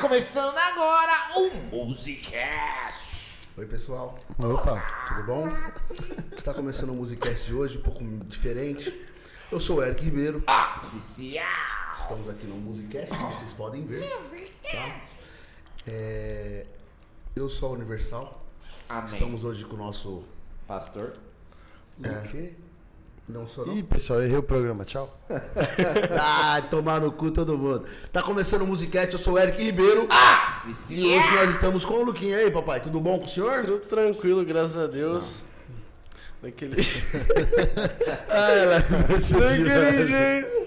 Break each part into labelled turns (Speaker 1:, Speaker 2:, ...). Speaker 1: começando agora o Musicast.
Speaker 2: Oi, pessoal.
Speaker 3: Opa,
Speaker 2: Tudo bom? Está começando o Musicast de hoje, um pouco diferente. Eu sou o Eric Ribeiro.
Speaker 1: Oficial.
Speaker 2: Estamos aqui no Musicast, como vocês podem ver. tá?
Speaker 1: Musicast.
Speaker 2: É, Eu sou a Universal.
Speaker 1: Amém.
Speaker 2: Estamos hoje com o nosso...
Speaker 1: Pastor.
Speaker 2: É, não sou não.
Speaker 3: Ih, pessoal, errei o programa, tchau.
Speaker 2: Ah, tomar no cu todo mundo. Tá começando o Musicast, eu sou o Eric Ribeiro. E
Speaker 1: Oficial.
Speaker 2: hoje nós estamos com o Luquinha. E aí, papai, tudo bom com o senhor?
Speaker 4: Tudo tranquilo, graças a Deus. Daquele,
Speaker 3: Ah, ela...
Speaker 4: daquele jeito.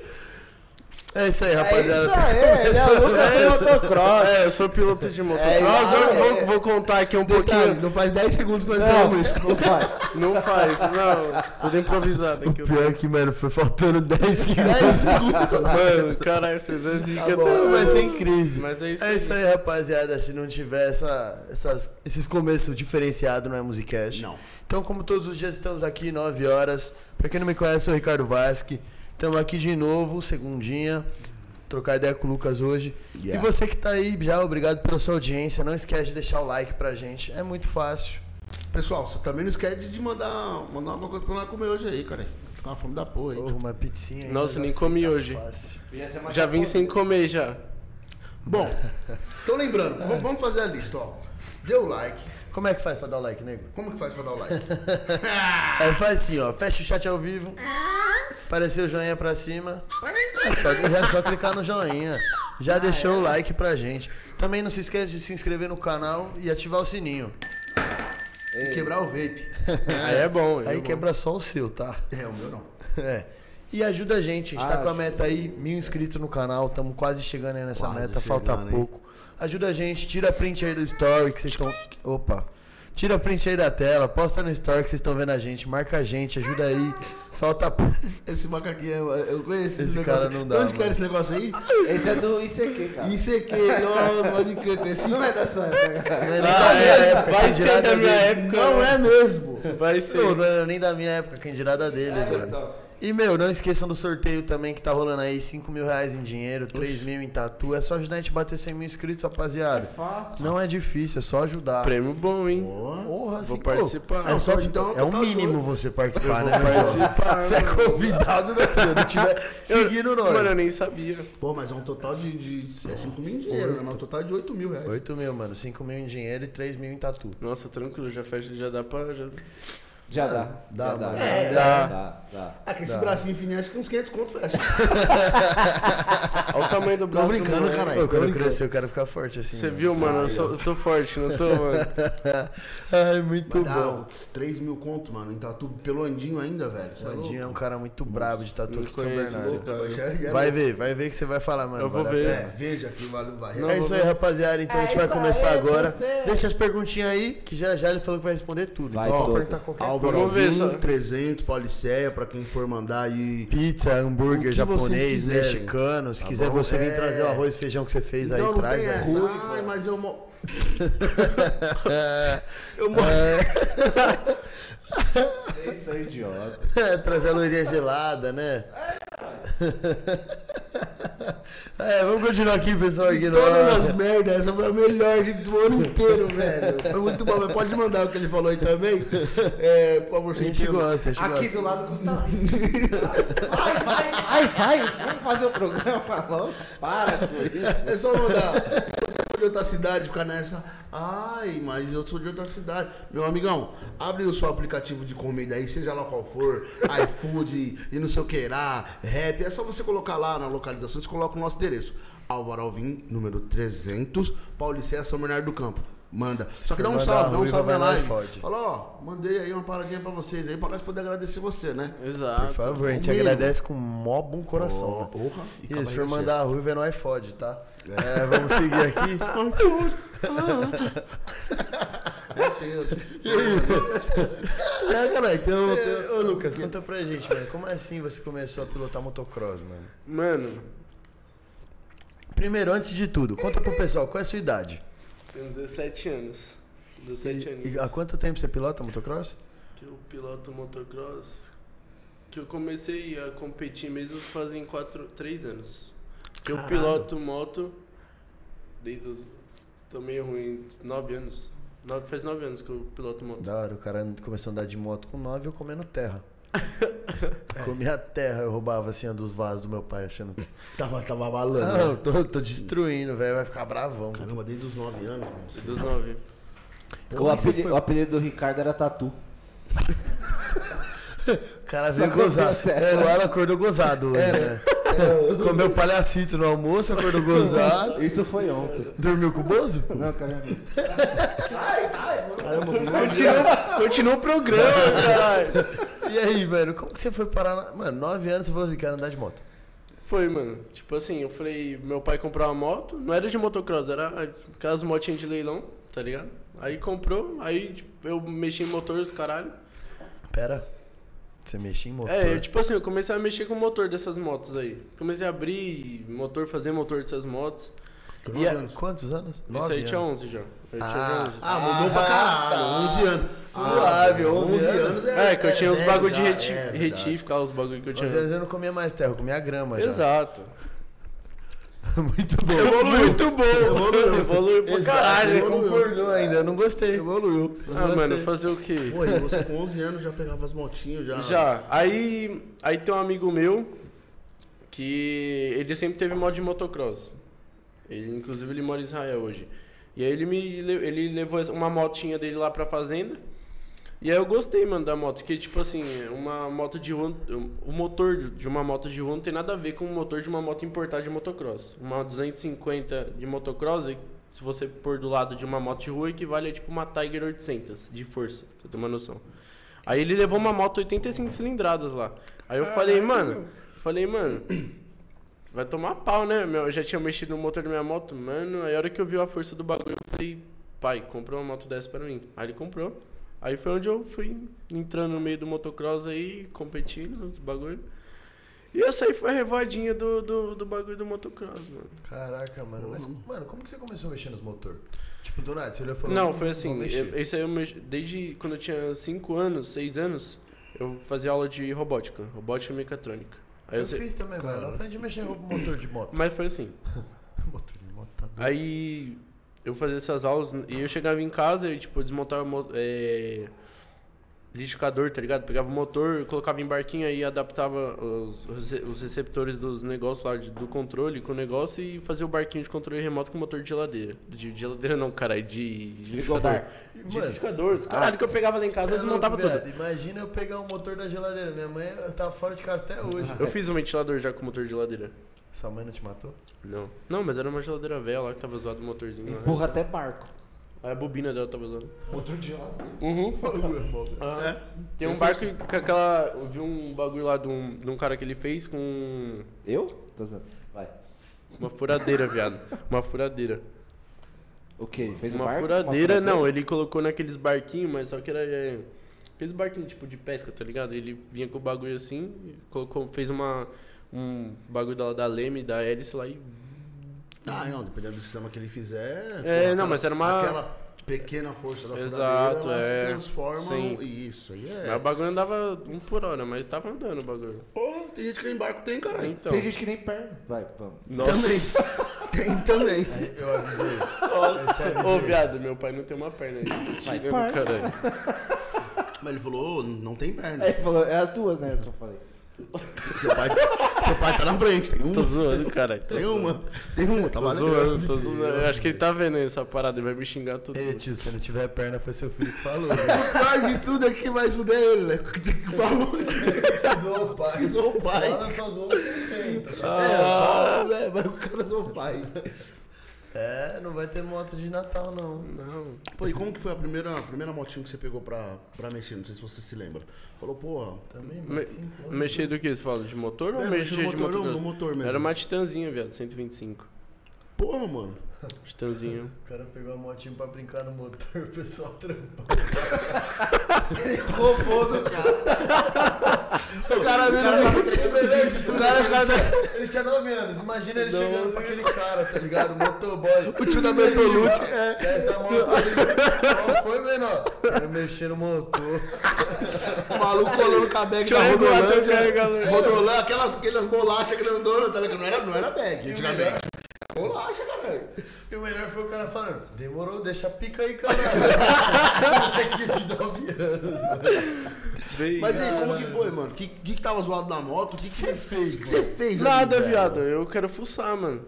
Speaker 3: É isso aí,
Speaker 5: É isso
Speaker 3: rapaziada.
Speaker 5: aí, ele é o Lucas do motocross.
Speaker 4: É, eu sou piloto de motocross.
Speaker 5: É, isso
Speaker 4: eu
Speaker 5: aí.
Speaker 4: vou, vou contar aqui um
Speaker 2: Detalhe,
Speaker 4: pouquinho.
Speaker 2: Tá, não faz 10 segundos que nós
Speaker 5: Não,
Speaker 2: estamos isso.
Speaker 5: não faz.
Speaker 4: Não faz, não. Tudo improvisado aqui.
Speaker 3: Pior é que, mano, foi faltando 10 segundos.
Speaker 5: 10 segundos.
Speaker 4: Mano, caralho, vocês exigem
Speaker 5: bom.
Speaker 4: até.
Speaker 3: Tá Mas sem crise.
Speaker 4: Mas é isso
Speaker 3: É
Speaker 4: aí.
Speaker 3: isso aí, rapaziada. Se não tiver essa, essas- esses começos diferenciados, não é Musicast.
Speaker 2: Não.
Speaker 3: Então, como todos os dias, estamos aqui 9 horas. Pra quem não me conhece, eu sou o Ricardo Vasque. Estamos aqui de novo, segundinha. Trocar ideia com o Lucas hoje.
Speaker 2: Yeah.
Speaker 3: E você que tá aí já, obrigado pela sua audiência. Não esquece de deixar o like pra gente. É muito fácil.
Speaker 2: Pessoal, você também não esquece de mandar, mandar alguma coisa pra nós comer hoje aí, cara. Fica uma fome da porra aí.
Speaker 3: Porra, uma pizzinha. aí,
Speaker 4: Nossa,
Speaker 3: mas
Speaker 4: nem
Speaker 3: assim
Speaker 4: comi
Speaker 3: tá
Speaker 4: hoje.
Speaker 3: fácil.
Speaker 4: Já vim sem comer já.
Speaker 2: Bom, então lembrando, v- vamos fazer a lista, ó. Dê o like.
Speaker 3: Como é que faz pra dar o like, nego?
Speaker 2: Como que faz pra dar o like?
Speaker 3: É, faz assim, ó. Fecha o chat ao vivo. Apareceu o joinha pra cima. É só, é só clicar no joinha. Já deixou o like pra gente. Também não se esquece de se inscrever no canal e ativar o sininho. É.
Speaker 2: E quebrar o vape.
Speaker 4: Aí é bom. é
Speaker 3: Aí
Speaker 4: bom.
Speaker 3: quebra só o seu, tá?
Speaker 2: É, o meu não.
Speaker 3: É. E ajuda a gente. A gente tá
Speaker 4: Ah,
Speaker 3: com a meta aí, mil inscritos no canal. Estamos quase chegando aí nessa
Speaker 2: Quase
Speaker 3: meta, falta
Speaker 2: chegando, hein?
Speaker 3: pouco. Ajuda a gente, tira print aí do story que vocês estão. Opa! Tira print aí da tela, posta no story que vocês estão vendo a gente, marca a gente, ajuda aí. Falta pouco.
Speaker 2: Esse macaquinho, eu- eu conheço
Speaker 3: Esse
Speaker 2: negócio
Speaker 3: cara
Speaker 2: aí.
Speaker 3: não
Speaker 2: De
Speaker 3: dá,
Speaker 2: Onde que era
Speaker 3: mano.
Speaker 2: esse negócio aí?
Speaker 5: Esse é do ICQ, cara.
Speaker 2: Isso aqui, nossa, pode crer, conheci.
Speaker 5: Não é da sua época, cara.
Speaker 3: Não é nem
Speaker 4: Ah,
Speaker 3: da minha
Speaker 4: é,
Speaker 3: época,
Speaker 4: vai
Speaker 3: quem dirá
Speaker 4: ser da minha
Speaker 3: dele.
Speaker 4: época. né?
Speaker 2: Não é mesmo.
Speaker 4: Vai ser.
Speaker 3: Não, não era nem da minha época, quem dirá da dele,
Speaker 4: É,
Speaker 3: mano.
Speaker 4: tá
Speaker 5: então.
Speaker 3: E, meu, não esqueçam do sorteio também que tá rolando aí. 5 mil reais em dinheiro, 3 mil em tatu. É só ajudar a gente a bater 100 mil inscritos, rapaziada.
Speaker 5: Fácil.
Speaker 3: Não é difícil, é só ajudar.
Speaker 4: Prêmio bom, hein?
Speaker 3: Porra,
Speaker 4: Vou
Speaker 3: assim, pô,
Speaker 4: participar.
Speaker 3: É, só,
Speaker 2: Então,
Speaker 3: é o
Speaker 2: tá
Speaker 3: mínimo
Speaker 2: doido.
Speaker 3: você participar, né?
Speaker 4: participar,
Speaker 3: Você é convidado, né? Se não tiver
Speaker 4: Eu-
Speaker 3: seguindo nós.
Speaker 4: Mano, eu nem sabia.
Speaker 2: Pô, mas é um total de, de, de 5 mil em dinheiro, né? Mas um total de 8 mil reais.
Speaker 3: 8 mil, mano. 5 mil em dinheiro e 3 mil em tatu.
Speaker 4: Nossa, tranquilo, já fecha, já dá pra. Já...
Speaker 5: Já dá.
Speaker 3: Dá,
Speaker 5: já
Speaker 3: mano.
Speaker 5: Dá,
Speaker 3: É,
Speaker 5: dá,
Speaker 3: dá.
Speaker 5: dá, dá.
Speaker 2: Ah, que esse bracinho fininho, acho que uns 500 conto fecha.
Speaker 4: Olha o tamanho do braço. do
Speaker 2: brincando,
Speaker 4: moleque.
Speaker 2: caralho. Aí,
Speaker 3: Pô,
Speaker 2: tô
Speaker 3: quando eu
Speaker 2: brincando.
Speaker 3: crescer, eu quero ficar forte assim.
Speaker 4: Ah, então Você viu, mano? Eu, sou- eu tô forte, não tô, mano?
Speaker 3: Ai, muito
Speaker 2: Mas dá
Speaker 4: um-
Speaker 3: bom.
Speaker 2: uns 3 mil conto, mano. Em tatu, pelo Andinho ainda, velho. Cê é
Speaker 3: O
Speaker 2: louco?
Speaker 3: Andinho é um cara muito brabo de tatu
Speaker 4: Não
Speaker 3: aqui de São
Speaker 4: conheço
Speaker 3: Bernardo.
Speaker 4: esse cara.
Speaker 2: Poxa, é
Speaker 3: Vai
Speaker 2: louco.
Speaker 3: ver, vai ver que você vai falar, mano.
Speaker 4: Eu vou
Speaker 3: vale a
Speaker 4: ver.
Speaker 3: pena.
Speaker 2: É, veja que vale varrer.
Speaker 4: Não,
Speaker 3: É isso aí,
Speaker 4: vou-
Speaker 3: rapaziada.
Speaker 2: É
Speaker 3: Então a gente vai
Speaker 5: isso
Speaker 3: começar
Speaker 5: aí,
Speaker 3: agora.
Speaker 5: você.
Speaker 3: Deixa as perguntinhas aí, que já já ele falou que vai responder tudo.
Speaker 5: Vai
Speaker 3: então,
Speaker 5: todas.
Speaker 3: perguntar qualquer
Speaker 2: Álvaro
Speaker 4: Vamos ver só.
Speaker 2: Alvim, 300, Policeia, pra quem for mandar aí.
Speaker 3: Pizza, hambúrguer
Speaker 2: O que vocês
Speaker 3: japonês,
Speaker 2: quiserem.
Speaker 3: mexicano. Se quiser
Speaker 2: bom?
Speaker 3: você vir
Speaker 2: É.
Speaker 3: trazer o arroz e feijão que você fez
Speaker 2: Então
Speaker 3: aí,
Speaker 2: não
Speaker 3: traz.
Speaker 2: tem
Speaker 3: né?
Speaker 2: essa. Ai, mas eu... Mo...
Speaker 3: Eu moro. É,
Speaker 5: Vocês são é idiota.
Speaker 3: trazer a loirinha gelada, né? É, vamos continuar aqui, pessoal. Ignora.
Speaker 2: Todas as merdas, essa foi a melhor de do ano inteiro, velho. Foi muito bom, mas pode mandar o que ele falou aí também. É, por favor,
Speaker 3: A
Speaker 2: sem
Speaker 3: gente gosta, a gente
Speaker 5: Aqui
Speaker 3: gosta.
Speaker 5: do lado custa Vai, vai, vai, vai. Vamos fazer o programa logo. Para com isso.
Speaker 2: É só mandar. Se você for de outra cidade, ficar nessa. Ai, mas eu sou de outra cidade. Meu amigão, abre o seu aplicativo de comida aí, seja lá qual for, iFood e não sei o que lá, rap. É só você colocar lá na localização, você coloca o nosso endereço. Álvaro Alvim, número 300, Pauliceia, São Bernardo do Campo. Manda. Só que dá um
Speaker 3: mandar
Speaker 2: salve, dá um
Speaker 3: ruim,
Speaker 2: salve na
Speaker 3: vai lá e
Speaker 2: live.
Speaker 3: fode.
Speaker 2: Fala, ó, mandei aí uma paradinha pra vocês aí, pra nós poder agradecer você, né?
Speaker 4: Exato.
Speaker 3: é Por favor, a gente
Speaker 2: Comigo.
Speaker 3: agradece com mó bom coração.
Speaker 2: Ó,
Speaker 3: né?
Speaker 2: é porra, e
Speaker 3: E
Speaker 2: com a
Speaker 3: se
Speaker 2: barriga
Speaker 3: for mandar a ruiva, é no iFod, tá? É, vamos seguir aqui. Ah. E aí?
Speaker 2: É, cara, então.
Speaker 3: É, Ô, Lucas, conta pra gente, mano. Como assim você começou a pilotar motocross, mano?
Speaker 4: Mano,
Speaker 3: Primeiro, antes de tudo, conta pro pessoal qual é a sua idade.
Speaker 4: tenho 17 anos. 17 anos.
Speaker 3: E, e há quanto tempo você pilota motocross?
Speaker 4: Que eu piloto motocross. Que eu comecei a competir mesmo fazem 4, 3 anos. Que eu piloto moto Desde os. Tô meio ruim, nove anos. Nove, faz nove anos que eu piloto moto.
Speaker 3: Da hora, o cara começou a andar de moto com nove e eu comendo terra. Comia terra, eu roubava assim a dos vasos do meu pai, achando.
Speaker 2: Tava, tava
Speaker 3: Ah,
Speaker 2: balando.
Speaker 3: eu tô, tô destruindo, velho, vai ficar bravão.
Speaker 2: Caramba, desde os 9 anos, mano.
Speaker 4: Desde os nove.
Speaker 5: O apelido, o apelido do Ricardo era Tatu.
Speaker 3: O cara veio
Speaker 5: Só comia
Speaker 3: gozado.
Speaker 5: terra.
Speaker 3: É, igual ela acordou gozado hoje, né? Comeu palhacito no almoço, acordou gozado.
Speaker 5: Isso foi ontem.
Speaker 3: Dormiu com o Bozo?
Speaker 5: Não, caramba.
Speaker 3: Continua, continua o programa, caralho. E aí, mano, como que você foi parar na... Mano, nove anos você falou assim, quero andar de moto.
Speaker 4: Foi, mano. Tipo assim, eu falei, meu pai comprou uma moto, não era de motocross, era aquelas motinhas de leilão, tá ligado? Aí comprou, aí tipo, eu mexi em motor os caralho.
Speaker 3: Pera. Você mexia em motor?
Speaker 4: É, eu, tipo assim, eu comecei a mexer com o motor dessas motos aí. Comecei a abrir motor, fazer motor dessas motos.
Speaker 2: Com
Speaker 4: E
Speaker 2: nove
Speaker 4: a-
Speaker 2: anos.
Speaker 3: Quantos anos?
Speaker 4: Isso
Speaker 3: Nove
Speaker 4: aí tinha
Speaker 3: anos.
Speaker 4: 11 já. Eu tinha
Speaker 3: Ah,
Speaker 4: 11.
Speaker 2: Ah, mudou pra caralho. 11 anos.
Speaker 3: Suave,
Speaker 2: Ah,
Speaker 3: 11 anos.
Speaker 4: É, que eu tinha uns
Speaker 2: velho
Speaker 4: bagulho de
Speaker 2: já,
Speaker 4: reti
Speaker 2: é verdade.
Speaker 4: retificar, os bagulho que eu tinha.
Speaker 3: Às vezes eu não comia mais terra, eu comia grama já.
Speaker 4: Exato.
Speaker 3: Muito bom.
Speaker 4: Muito bom. Evoluiu. Evoluiu pra
Speaker 3: Exato,
Speaker 4: caralho. né?
Speaker 3: ele concordou ainda, eu não gostei.
Speaker 2: Evoluiu.
Speaker 3: Eu
Speaker 4: Ah,
Speaker 3: gostei.
Speaker 4: mano, fazer o quê?
Speaker 2: Pô, e você com 11 anos já pegava as motinhas, já. né?
Speaker 4: Já. Aí, aí tem um amigo meu que ele sempre teve moto de motocross. Ele, inclusive, ele mora em Israel hoje. E aí ele me le- ele levou essa- uma motinha dele lá pra fazenda. E aí eu gostei, mano, da moto, porque tipo assim, uma moto de rua, o motor de uma moto de rua não tem nada a ver com o motor de uma moto importada de motocross. Uma 250 de motocross, se você pôr do lado de uma moto de rua, equivale a tipo uma Tiger 800 de força, pra você ter uma noção. Aí ele levou uma moto 85 cilindradas lá. Aí eu falei, mano, falei, mano, vai tomar pau, né? Meu, Eu já tinha mexido no motor da minha moto, mano. Aí a hora que eu vi a força do bagulho, eu falei, pai, compra uma moto dessa pra mim. Aí ele comprou. Aí foi onde eu fui entrando no meio do motocross aí, competindo, os bagulho. E essa aí foi a revoadinha do, do, do bagulho do motocross, mano.
Speaker 3: Caraca, mano, mas, mano, como que você começou mexendo nos motor? Tipo, do nada, você olhou e falou...
Speaker 4: Não, foi assim,
Speaker 3: "Vou mexer."
Speaker 4: eu, esse aí eu mex- desde quando eu tinha 5 anos, 6 anos, eu fazia aula de robótica, robótica e mecatrônica. Aí
Speaker 3: Eu,
Speaker 4: eu, sei-
Speaker 3: fiz também,
Speaker 4: Cara.
Speaker 3: mano. Eu aprendi a mexer com motor de moto.
Speaker 4: Mas foi assim,
Speaker 3: Motor de moto tá doido.
Speaker 4: Aí eu fazia essas aulas e eu chegava em casa e tipo, eu desmontava mo- é, liquidificador, tá ligado? Pegava o motor, colocava em barquinho aí adaptava os, rece- os receptores dos negócios lá de- do controle com o negócio e fazia o barquinho de controle remoto com motor de geladeira. De, de geladeira não, cara, de liquidificador.
Speaker 5: Frigobar.
Speaker 4: De
Speaker 3: Mano, ah,
Speaker 4: liquidificador, os caralho que eu pegava lá em casa,
Speaker 3: Cê
Speaker 4: eu
Speaker 3: é
Speaker 4: desmontava
Speaker 3: louco,
Speaker 4: tudo.
Speaker 3: viado. Imagina eu pegar o motor da geladeira. Minha mãe eu tava fora de casa até hoje.
Speaker 4: Eu fiz um ventilador já com motor de geladeira.
Speaker 3: Sua mãe não te matou?
Speaker 4: Não. Não, mas era uma geladeira velha lá que tava zoado o motorzinho. lá.
Speaker 5: Empurra até barco.
Speaker 4: Aí a bobina dela tava zoada.
Speaker 5: Outro dia lá.
Speaker 4: Uhum. Ah,
Speaker 3: É.
Speaker 4: Tem um barco que- com aquela. Eu vi um bagulho lá de um, de um cara que ele fez com
Speaker 5: Eu? Tô zoando. Vai.
Speaker 4: uma furadeira, viado. Uma furadeira.
Speaker 5: O quê? Fez um
Speaker 4: Uma
Speaker 5: barco?
Speaker 4: furadeira, não, ele colocou naqueles barquinhos, mas só que era. é, aqueles barquinhos tipo de pesca, tá ligado? Ele vinha com o bagulho assim, e colocou, fez uma. Um bagulho da, da leme, da hélice lá e.
Speaker 2: Ah, não, dependendo do sistema que ele fizer.
Speaker 4: É, não, mas era uma-
Speaker 2: Aquela pequena força da
Speaker 4: Exato,
Speaker 2: furadeira, ela
Speaker 4: é.
Speaker 2: se transforma.
Speaker 4: Sim.
Speaker 2: num- Isso, aí
Speaker 4: Mas o
Speaker 2: é.
Speaker 4: bagulho andava um por hora, mas tava andando o bagulho.
Speaker 2: Pô, tem gente que nem barco tem, caralho.
Speaker 4: Então.
Speaker 5: Tem gente que nem perna. Vai, vamos.
Speaker 2: Nossa. Também. tem também.
Speaker 3: Eu avisei.
Speaker 4: Nossa, ô viado, meu pai não tem uma perna aí. Faz
Speaker 5: parte.
Speaker 4: caralho.
Speaker 2: Mas ele falou, "Ô, não tem perna.
Speaker 5: Aí ele falou, é as duas, né? Que eu falei.
Speaker 2: Seu pai, seu pai tá na frente, tem
Speaker 4: Tô
Speaker 2: uma.
Speaker 4: zoando, caralho.
Speaker 2: Tem uma, tem uma, tá
Speaker 4: Tô
Speaker 2: valendo.
Speaker 4: zoando, tô zoando. Eu acho que ele tá vendo essa parada, ele vai me xingar tudo.
Speaker 3: Ei, tio, se não tiver perna, foi seu filho que falou. Né?
Speaker 2: O pior de tudo é que vai fuder ele, né? Falou,
Speaker 3: zoou o pai.
Speaker 2: zoou o pai.
Speaker 3: Fala, só zoou quem tem. tá certo?
Speaker 2: É, só, né? Mas o cara zoou o pai.
Speaker 3: É, não vai ter moto de Natal, não.
Speaker 4: Não.
Speaker 2: Pô, e como que foi a primeira, a primeira motinha que você pegou pra, pra mexer? Não sei se você se lembra. Falou, porra.
Speaker 3: Também, mano.
Speaker 4: Me,
Speaker 3: cinco né? anos.
Speaker 4: mexer do que? Você fala de motor ou
Speaker 2: É,
Speaker 4: mexer
Speaker 2: mexeu no
Speaker 4: de
Speaker 2: motor,
Speaker 4: motor?
Speaker 2: não, no motor mesmo.
Speaker 4: Era uma titãzinha, viado, 125.
Speaker 2: Porra, mano.
Speaker 4: Titãzinho.
Speaker 3: O cara pegou a motinha pra brincar no motor, o pessoal trampou.
Speaker 2: Roubou do cara. o cara
Speaker 3: O cara, o cara- Ele tinha 9 anos. Imagina ele
Speaker 4: Não.
Speaker 3: chegando pra aquele cara, tá ligado? Motoboy. O
Speaker 2: tio da Bertolucci,
Speaker 3: É. Essa moto aí. Qual foi, menor? Quero mexer no motor.
Speaker 2: O maluco colando com a bag
Speaker 4: Deixa eu
Speaker 2: da
Speaker 4: regular teu
Speaker 2: Rodolândia.
Speaker 4: carregador.
Speaker 2: Rodolândia, aquelas, aquelas bolachas grandona, tá ligado? Não era, não era bag, antigamente. Bolacha, caralho.
Speaker 3: E o melhor foi o cara falando, demorou, deixa a pica aí, caralho. Tem que te dar anos. né?
Speaker 4: Bem-
Speaker 2: Mas e aí, como que foi, mano? O que, que que tava zoado na moto? O que que você fez? O que que você fez?
Speaker 4: Nada,
Speaker 2: assim,
Speaker 4: viado. Eu quero fuçar, mano.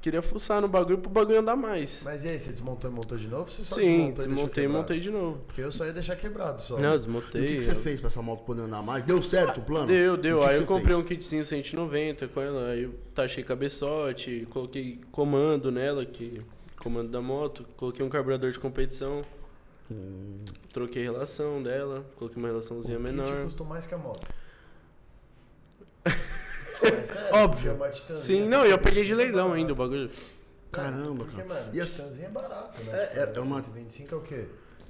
Speaker 4: Queria fuçar no bagulho pro bagulho andar mais.
Speaker 3: Mas e aí, você desmontou e montou de novo? ou Você só
Speaker 4: Sim,
Speaker 3: desmontou e deixou
Speaker 4: desmontei e
Speaker 3: quebrado?
Speaker 4: montei de novo.
Speaker 3: Porque eu só ia deixar quebrado só.
Speaker 4: Não,
Speaker 2: E o que
Speaker 4: desmontei.
Speaker 2: que você fez pra essa moto poder andar mais? Deu certo o plano?
Speaker 4: Deu, deu.
Speaker 2: O que que
Speaker 4: aí
Speaker 2: você
Speaker 4: eu comprei
Speaker 2: fez?
Speaker 4: um kitzinho 190 com ela, aí eu taxei cabeçote, coloquei comando nela, que comando da moto, coloquei um carburador de competição,
Speaker 2: Hum.
Speaker 4: troquei relação dela, coloquei uma relaçãozinha
Speaker 3: O
Speaker 4: menor.
Speaker 2: tipo
Speaker 3: kit tipo, custou mais que a moto. É sério, porque
Speaker 4: Óbvio.
Speaker 3: uma Titanzinha
Speaker 4: Sim,
Speaker 3: é
Speaker 4: não, e eu peguei de
Speaker 3: 125
Speaker 4: leilão
Speaker 3: é
Speaker 4: ainda o
Speaker 3: barato.
Speaker 4: bagulho. um
Speaker 2: Caramba,
Speaker 3: Porque,
Speaker 2: cara.
Speaker 3: mano,
Speaker 2: E
Speaker 3: e
Speaker 2: a-
Speaker 3: é barato, né?
Speaker 2: É, é, é uma-
Speaker 3: 125 é o quê?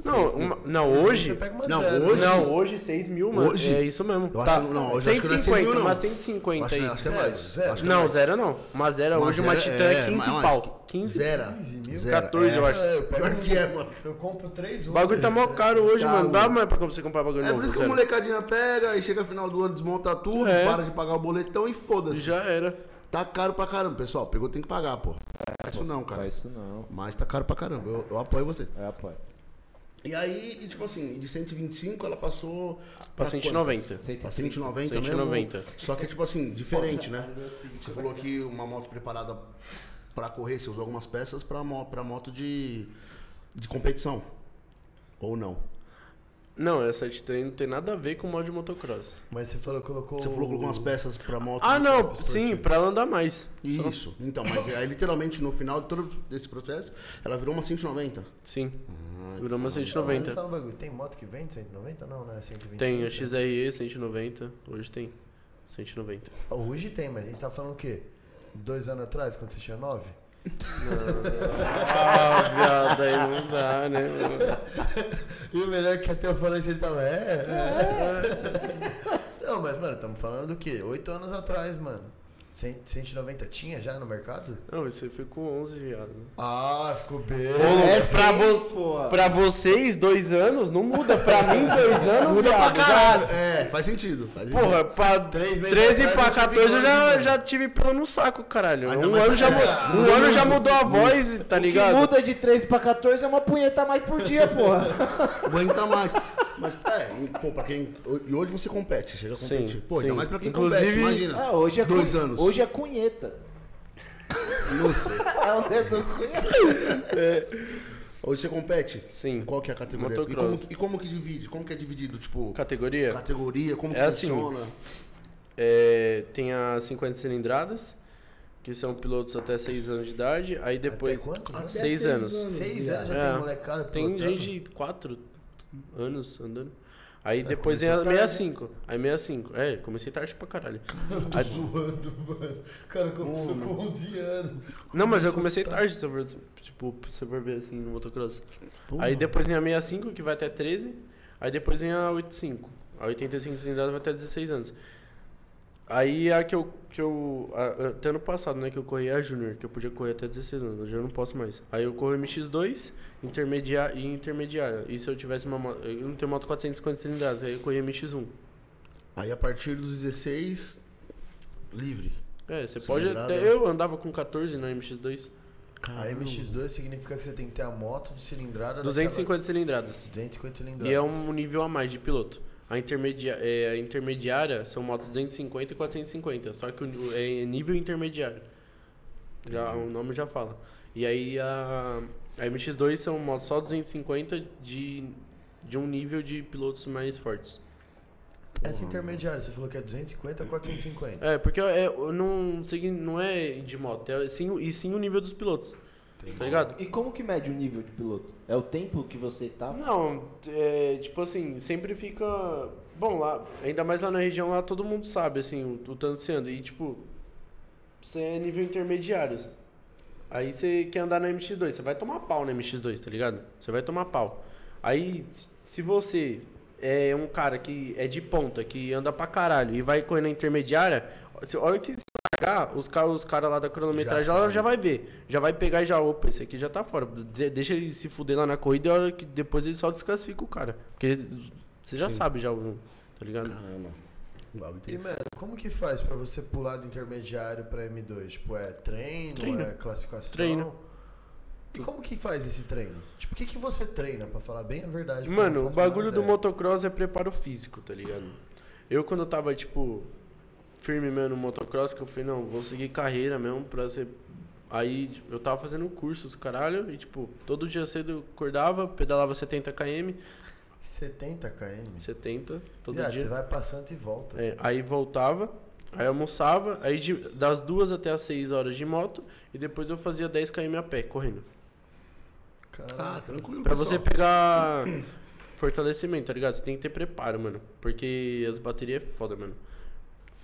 Speaker 4: Não, uma- não hoje.
Speaker 3: Você pega uma
Speaker 2: Não,
Speaker 3: zero,
Speaker 2: hoje-
Speaker 3: né?
Speaker 4: Não, hoje 6 mil, mano.
Speaker 2: Hoje?
Speaker 4: É isso mesmo.
Speaker 2: Eu acho
Speaker 4: tá.
Speaker 2: que não, hoje acho que não é
Speaker 4: 150,
Speaker 2: 6 mil, não.
Speaker 4: uma
Speaker 2: Eu
Speaker 4: 150
Speaker 2: Acho, que-
Speaker 4: aí.
Speaker 2: acho que é
Speaker 3: Zero,
Speaker 2: mais.
Speaker 3: zero.
Speaker 2: Acho que é
Speaker 4: Não,
Speaker 2: mais.
Speaker 4: zero não. Uma zero hoje, uma
Speaker 2: zero
Speaker 4: Titan é 15
Speaker 2: mas-
Speaker 4: pau. 15
Speaker 2: Zera.
Speaker 3: 15 mil?
Speaker 2: Zera,
Speaker 4: 14, eu acho.
Speaker 3: É, eu pego
Speaker 2: Pior
Speaker 3: um-
Speaker 2: que é, mano.
Speaker 3: Eu compro três
Speaker 4: O bagulho tá mó caro hoje,
Speaker 2: Tá,
Speaker 4: mano. Dá
Speaker 2: mano.
Speaker 4: mais pra você comprar bagulho
Speaker 2: É
Speaker 4: novo.
Speaker 2: por isso que a
Speaker 4: zero.
Speaker 2: molecadinha pega e chega final do ano, desmonta tudo,
Speaker 4: É.
Speaker 2: para de pagar o boletão e foda-se.
Speaker 4: Já era.
Speaker 2: Tá caro pra caramba, pessoal. Pegou, tem que pagar, pô. Isso não,
Speaker 1: Não é
Speaker 2: cara.
Speaker 1: isso não.
Speaker 2: Mas tá caro pra caramba. Eu, eu apoio vocês.
Speaker 1: É, pai.
Speaker 2: E aí, e tipo assim, de 125 ela passou pra
Speaker 4: Pra 190.
Speaker 2: quantas? Pra 190 mesmo?
Speaker 4: 190.
Speaker 2: Só que é tipo assim, diferente, né? Você falou que uma moto preparada pra correr, você usou algumas peças pra, mo- pra moto de, de competição. Ou não?
Speaker 4: Não, essa Titan não tem nada a ver com o mod motocross.
Speaker 3: Mas você falou que colocou. um-
Speaker 2: Você falou que colocou umas peças pra moto.
Speaker 4: Ah,
Speaker 2: de
Speaker 4: não.
Speaker 2: competição.
Speaker 4: Sim, pra ela andar mais.
Speaker 2: Isso. Então, mas aí literalmente no final de todo esse processo, ela virou uma 190.
Speaker 4: Sim. Virou uma
Speaker 3: Não,
Speaker 4: 190.
Speaker 3: fala um bagulho. Tem moto que vende 190? Não, né? 125.
Speaker 4: Tem a XRE 190. Hoje tem. 190.
Speaker 3: Hoje tem, mas a gente tá falando o quê? Dois anos atrás, quando você tinha nove?
Speaker 4: Ah, viado, aí não dá, né? mano?
Speaker 3: E o melhor é que até eu falei isso, ele tava. É, é. Não, mas, mano, estamos falando do quê? Oito anos atrás, mano. Cem- 190 tinha já no mercado?
Speaker 4: Não, você foi com 11, viado.
Speaker 3: Ah, ficou bem.
Speaker 5: É
Speaker 4: pra
Speaker 5: seis,
Speaker 4: vo-
Speaker 5: pô.
Speaker 4: Pra vocês, dois anos, não muda. Pra mim, dois anos,
Speaker 2: Muda pra
Speaker 4: viado, já-
Speaker 2: caralho. É, faz sentido. Faz sentido.
Speaker 4: Porra, pra
Speaker 3: Três
Speaker 4: 13
Speaker 3: meses atrás
Speaker 4: pra
Speaker 3: eu tive
Speaker 4: 14 eu já,
Speaker 3: bigode,
Speaker 4: já tive pelo no saco, caralho.
Speaker 2: Ainda
Speaker 4: um
Speaker 2: mais-
Speaker 4: ano, já, mu-
Speaker 2: Ah,
Speaker 4: um ano já mudou a voz, tá
Speaker 5: O que
Speaker 4: ligado?
Speaker 5: muda de 13 pra 14 é uma punheta a mais por dia, porra.
Speaker 2: Aguenta mais. Mas, é, e, pô, pra quem. E hoje você compete, chega a competir.
Speaker 4: Sim,
Speaker 2: pô, ainda
Speaker 4: sim.
Speaker 2: mais pra quem
Speaker 4: Inclusive-
Speaker 2: compete, imagina.
Speaker 5: Ah, hoje é
Speaker 2: Dois
Speaker 5: cun-
Speaker 2: anos.
Speaker 5: Hoje é cunheta.
Speaker 2: Não sei.
Speaker 5: É o dedo cunheta.
Speaker 2: Hoje você compete?
Speaker 4: Sim.
Speaker 2: Em qual que é a categoria? E
Speaker 4: Motocross.
Speaker 2: como, que- e como que divide? Como que é dividido? Tipo,
Speaker 4: Categoria?
Speaker 2: categoria, como
Speaker 4: É
Speaker 2: que
Speaker 4: assim.
Speaker 2: funciona?
Speaker 4: É, tem as 50 cilindradas, que são pilotos até 6 anos de idade. Aí depois.
Speaker 3: quanto? Até
Speaker 4: 6 anos.
Speaker 3: Seis anos já
Speaker 4: É.
Speaker 3: tem molecada. tá
Speaker 4: Tem
Speaker 3: pilotando.
Speaker 4: gente de 4 anos andando. Aí depois vem
Speaker 3: É, comecei
Speaker 4: a
Speaker 3: tarde,
Speaker 4: 65. Aí 65. É, comecei tarde pra caralho. Aí-
Speaker 3: zoando, mano. O cara começou com 11 anos.
Speaker 4: não, mas
Speaker 3: Começou
Speaker 4: eu comecei tarde, se for- tipo, se for ver assim no motocross.
Speaker 2: Porra.
Speaker 4: Aí depois vem a 65, que vai até 13. Aí depois vem a 85. A 85 cilindrada vai até 16 anos. Aí a que eu. Que eu a- até ano passado, né? Que eu corri a Júnior, que eu podia correr até 16 anos. Hoje eu não posso mais. Aí eu corro MX2 intermedia e intermediária. E se eu tivesse uma moto. Eu não tenho moto 450 cilindradas, aí eu corri MX1.
Speaker 2: Aí a partir dos 16, livre.
Speaker 4: É, você
Speaker 2: Cilindrada.
Speaker 4: pode até. Eu andava com 14 na MX2.
Speaker 3: A MX2 significa que você tem que ter a moto de cilindrada.
Speaker 4: 250 cilindradas.
Speaker 3: Daquela... 250 cilindrada.
Speaker 4: E é um nível a mais de piloto. A, intermedia é, a intermediária são motos 250 e 450, só que o ni- é nível intermediário. Já, o nome já fala. E aí a, a MX2 são motos só 250 de, de um nível de pilotos mais fortes.
Speaker 3: Essa intermediária, você falou que é 250 a 450.
Speaker 4: É, porque é, eu não, signi- não é de moto, é sim, o- e sim o nível dos pilotos. Tá ligado?
Speaker 5: E como que mede o nível de piloto? É o tempo que você tá?
Speaker 4: Não, é, tipo assim, sempre fica. Bom, lá, ainda mais lá na região, lá todo mundo sabe, assim, o, o tanto que você anda. E tipo, você é nível intermediário. Aí você quer andar na MX2, você vai tomar pau na MX2, tá ligado? Você vai tomar pau. Aí, s- se você é um cara que é de ponta, que anda pra caralho e vai correr na intermediária, você- a hora que você largar, os caras os cara lá da cronometragem
Speaker 2: Já
Speaker 4: já,
Speaker 2: sabe.
Speaker 4: já vai ver. Já vai pegar e já, opa, esse aqui já tá fora. De- deixa ele se fuder lá na corrida e a hora que depois ele só desclassifica o cara. Porque você já sabe já, o- tá ligado?
Speaker 2: Caramba. Um bagulho
Speaker 3: E,
Speaker 2: interessante.
Speaker 3: mano, como que faz pra você pular do intermediário pra M2? Tipo, é treino,
Speaker 4: Treino.
Speaker 3: é classificação?
Speaker 4: Treino.
Speaker 3: E como que faz esse treino? Tipo, o que, que você treina, pra falar bem a verdade? porque eu
Speaker 4: Mano,
Speaker 3: não
Speaker 4: o
Speaker 3: faço a menor
Speaker 4: bagulho do
Speaker 3: ideia.
Speaker 4: motocross é preparo físico, tá ligado? Eu, quando eu tava, tipo, firme mesmo no motocross, que eu falei, não, vou seguir carreira mesmo pra ser. Aí eu tava fazendo cursos, caralho, e, tipo, todo dia cedo eu acordava, pedalava 70 km,
Speaker 3: 70 km.
Speaker 4: 70, todo
Speaker 3: Viado,
Speaker 4: dia.
Speaker 3: você vai passando e volta.
Speaker 4: É, aí voltava, aí almoçava, aí de- das duas até as 6 horas de moto, e depois eu fazia 10 km a pé, correndo.
Speaker 2: Ah,
Speaker 3: Caralho.
Speaker 2: tranquilo,
Speaker 4: Pra
Speaker 2: pessoal.
Speaker 4: você pegar fortalecimento, tá ligado? Você tem que ter preparo, mano. Porque as baterias é foda, mano.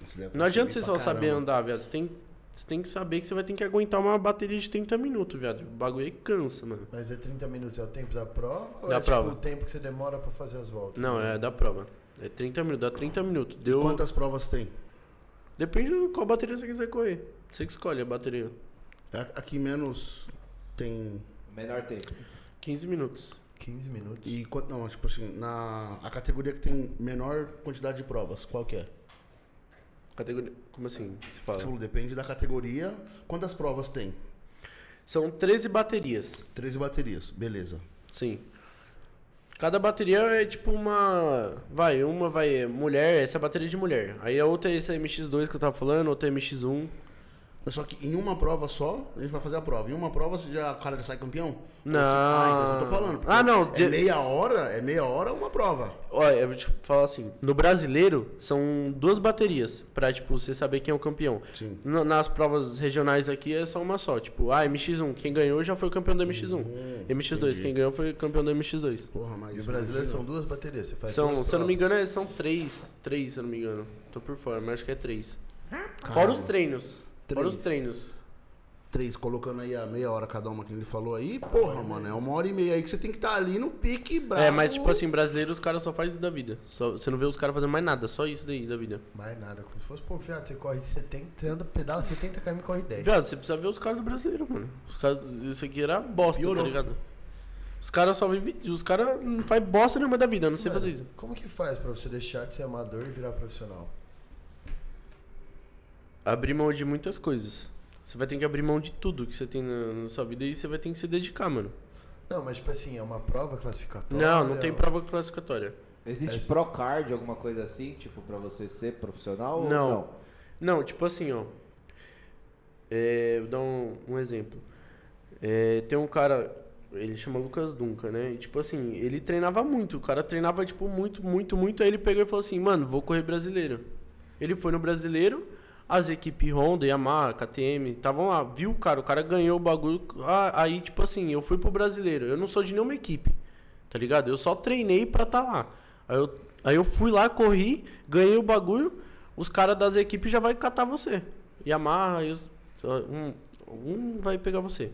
Speaker 2: Você deve
Speaker 4: Não adianta você
Speaker 2: conseguir
Speaker 4: só
Speaker 2: pra
Speaker 4: saber
Speaker 2: caramba.
Speaker 4: andar, viado. Você tem, você tem que saber que você vai ter que aguentar uma bateria de 30 minutos, viado. O bagulho aí cansa, mano.
Speaker 3: Mas é 30 minutos, é o tempo da prova? ou
Speaker 4: Da
Speaker 3: é,
Speaker 4: prova.
Speaker 3: Tipo, o tempo que você demora pra fazer as voltas?
Speaker 4: Não, é da prova. É 30 minutos, dá 30 minutos. Deu...
Speaker 2: Quantas provas tem?
Speaker 4: Depende de qual bateria você quiser correr. Você que escolhe a bateria.
Speaker 2: A- Aqui menos tem.
Speaker 5: Menor tempo.
Speaker 4: 15 minutos.
Speaker 3: 15 minutos.
Speaker 2: E quanto. Não, tipo assim, na. A categoria que tem menor quantidade de provas, qual que é?
Speaker 4: Categoria... Como assim? Você fala?
Speaker 2: Tipo, depende da categoria. Quantas provas tem?
Speaker 4: São 13 baterias.
Speaker 2: 13 baterias, beleza.
Speaker 4: Sim. Cada bateria é tipo uma. Vai, uma vai é mulher, essa é a bateria de mulher. Aí a outra é essa MX2 que eu tava falando, outra é MX1.
Speaker 2: Mas Só que em uma prova só, a gente vai fazer a prova. Em uma prova, você já, o cara já sai campeão?
Speaker 4: Não.
Speaker 2: Ah, então é isso que eu tô falando. porque
Speaker 4: Ah, não,
Speaker 2: É
Speaker 4: de-
Speaker 2: meia hora, é meia hora uma prova.
Speaker 4: Olha, eu vou te falar assim: no brasileiro são duas baterias pra, tipo, você saber quem é o campeão.
Speaker 2: Sim.
Speaker 4: Na- Nas provas regionais aqui é só uma só. Tipo, ah, MX1, quem ganhou já foi o campeão do MX1.
Speaker 2: Hum,
Speaker 4: MX2, quem ganhou foi o campeão do MX2.
Speaker 2: Porra, mas.
Speaker 3: E o brasileiro
Speaker 2: imagina.
Speaker 3: são duas baterias, você faz
Speaker 4: São,
Speaker 3: duas
Speaker 4: se eu não me
Speaker 3: provas.
Speaker 4: engano, é- são três. Três, se eu não me engano. Tô por fora, mas acho que é três. Fora os treinos. Fora os
Speaker 2: Três.
Speaker 4: treinos.
Speaker 2: Três, colocando aí a meia hora cada uma que ele falou aí, porra, mano, é uma hora e meia aí que você tem que estar ali no pique bravo.
Speaker 4: É, mas tipo assim, brasileiro os caras só fazem isso da vida. Só, você não vê os caras fazendo mais nada, só isso daí da vida.
Speaker 3: Mais nada, como se fosse, pô, viado, você corre 70, você anda, pedala 70 km e corre 10.
Speaker 4: Viado, você precisa ver os caras do brasileiro, mano. Os caras, isso aqui era bosta,
Speaker 2: Piorou.
Speaker 4: tá ligado? Os caras só vivem. Os caras não fazem bosta nenhuma da vida, eu não sei
Speaker 3: Mano,
Speaker 4: fazer isso.
Speaker 3: Como que faz pra você deixar de ser amador e virar profissional?
Speaker 4: Abrir mão de muitas coisas. Você vai ter que abrir mão de tudo que você tem na, na sua vida e você vai ter que se dedicar, mano.
Speaker 3: Não, mas tipo assim, é uma prova classificatória?
Speaker 4: não, não tem
Speaker 3: ó.
Speaker 4: prova classificatória.
Speaker 5: Existe
Speaker 3: Mas-
Speaker 5: Procard, alguma coisa assim, tipo, pra você ser profissional? ou
Speaker 4: Não.
Speaker 5: não?
Speaker 4: Não, tipo assim, ó. É, vou dar um, um exemplo. É, tem um cara, ele chama Lucas Dunca, né? E, tipo assim, ele treinava muito. O cara treinava, tipo, muito, muito, muito. Aí ele pegou e falou assim, mano, vou correr brasileiro. Ele foi no brasileiro, as equipes Honda, Yamaha, KTM, estavam lá. Viu o cara, o cara ganhou o bagulho. Ah, aí, tipo assim, eu fui pro brasileiro. Eu não sou de nenhuma equipe, tá ligado? Eu só treinei pra tá lá. Aí eu, aí eu fui lá, corri, ganhei o bagulho. Os caras das equipes já vai catar você. Yamaha, e os- um, um vai pegar você.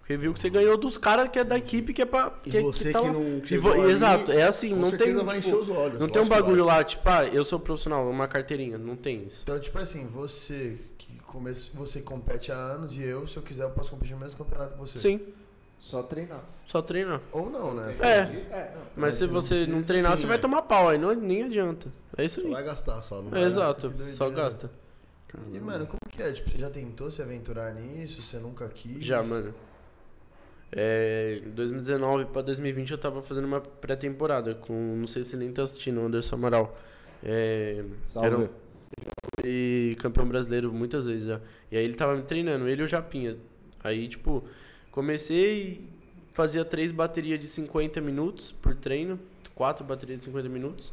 Speaker 4: Porque viu que você ganhou dos caras que é da equipe que é pra.
Speaker 2: E
Speaker 4: Que,
Speaker 2: você
Speaker 4: tá
Speaker 2: que
Speaker 4: lá.
Speaker 2: não
Speaker 4: E vo-
Speaker 2: chegou ali,
Speaker 4: Exato, é assim,
Speaker 2: com
Speaker 4: não tem.
Speaker 2: certeza vai encher os olhos,
Speaker 4: não
Speaker 2: eu
Speaker 4: tem um
Speaker 2: acho que
Speaker 4: bagulho
Speaker 2: vai.
Speaker 4: lá, tipo, ah, eu sou profissional, uma carteirinha. Não tem isso.
Speaker 3: Então, tipo assim, você que come... você compete há anos e eu, se eu quiser, eu posso competir no mesmo campeonato que você.
Speaker 4: Sim,
Speaker 5: Só treinar.
Speaker 4: só treinar.
Speaker 3: Ou não, né?
Speaker 4: É.
Speaker 5: É, não.
Speaker 4: Mas se
Speaker 3: você não
Speaker 4: você não
Speaker 3: precisa-
Speaker 4: treinar,
Speaker 2: Sim,
Speaker 4: você
Speaker 2: é.
Speaker 4: vai tomar pau, aí não, nem adianta. É isso
Speaker 2: Só
Speaker 4: aí.
Speaker 2: vai gastar só, não
Speaker 4: É,
Speaker 2: vai.
Speaker 4: exato,
Speaker 3: né? que doideira.
Speaker 4: só gasta.
Speaker 3: E, mano, como que é? Tipo, você já tentou se aventurar nisso? Você nunca quis?
Speaker 4: Já, mano. É, em 2019 pra 2020 eu tava fazendo uma pré-temporada com, não sei se ele nem tá assistindo, o Anderson Amaral. É, era um-
Speaker 5: Salve.
Speaker 4: e campeão brasileiro muitas vezes já. E aí ele tava me treinando, ele e o Japinha. Aí, tipo, comecei fazia três baterias de 50 minutos por treino, quatro baterias de 50 minutos.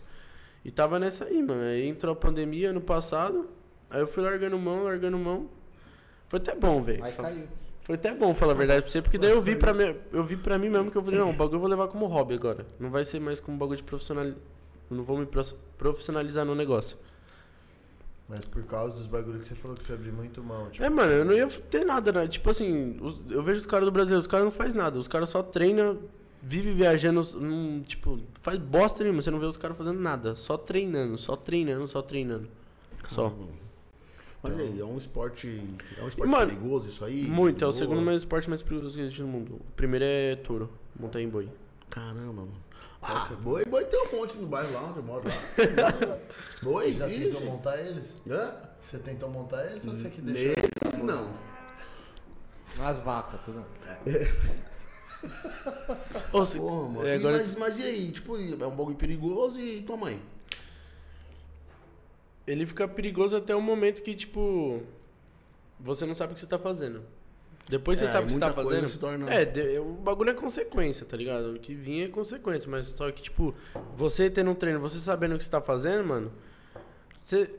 Speaker 4: E tava nessa aí, mano. Aí entrou a pandemia ano passado, aí eu fui largando mão, largando mão. Foi até bom, velho.
Speaker 5: Aí caiu.
Speaker 4: Foi até bom falar a verdade pra você, porque daí eu vi pra, mim, eu vi pra mim mesmo que eu falei, não, o bagulho eu vou levar como hobby agora. Não vai ser mais como um bagulho de profissional. eu Não vou me pros- profissionalizar no negócio.
Speaker 3: Mas por causa dos bagulhos que você falou que você abriu muito mão. Tipo,
Speaker 4: É, mano, eu não ia ter nada, né? Tipo assim, os- eu vejo os caras do Brasil, os caras não fazem nada, os caras só treinam, vive viajando, os- não, tipo, faz bosta nenhuma, você não vê os caras fazendo nada, só treinando, só treinando, só treinando. Só.
Speaker 2: Mas e aí, é um esporte. É um esporte
Speaker 4: Mano,
Speaker 2: perigoso isso aí?
Speaker 4: Muito, é o
Speaker 2: Perigoso?
Speaker 4: segundo mais esporte mais perigoso que existe no mundo. O primeiro é touro, montanha em boi.
Speaker 2: Caramba, mano. Ah, boi, boi tem um monte no bairro lá onde eu moro. Lá. boi,
Speaker 3: Já tentou
Speaker 2: vixe.
Speaker 3: montar eles?
Speaker 2: Hã?
Speaker 3: Você tentou montar eles ou
Speaker 4: Hum,
Speaker 3: você que deixou?
Speaker 2: Neles não.
Speaker 5: Nas vacas, tudo.
Speaker 4: Ô, se-
Speaker 2: Porra, mano.
Speaker 4: é,
Speaker 2: E,
Speaker 4: agora
Speaker 2: mas, mas e aí? Tipo, é um bagulho perigoso e tua mãe?
Speaker 4: Ele fica perigoso até o momento que, tipo, você não sabe o que você tá fazendo. Depois você
Speaker 2: É,
Speaker 4: sabe o que você tá
Speaker 2: muita coisa
Speaker 4: fazendo.
Speaker 2: se torna-
Speaker 4: É, de- o bagulho é consequência, tá ligado? O que vinha é consequência, mas só que, tipo, você tendo um treino, você sabendo o que você tá fazendo, mano, você.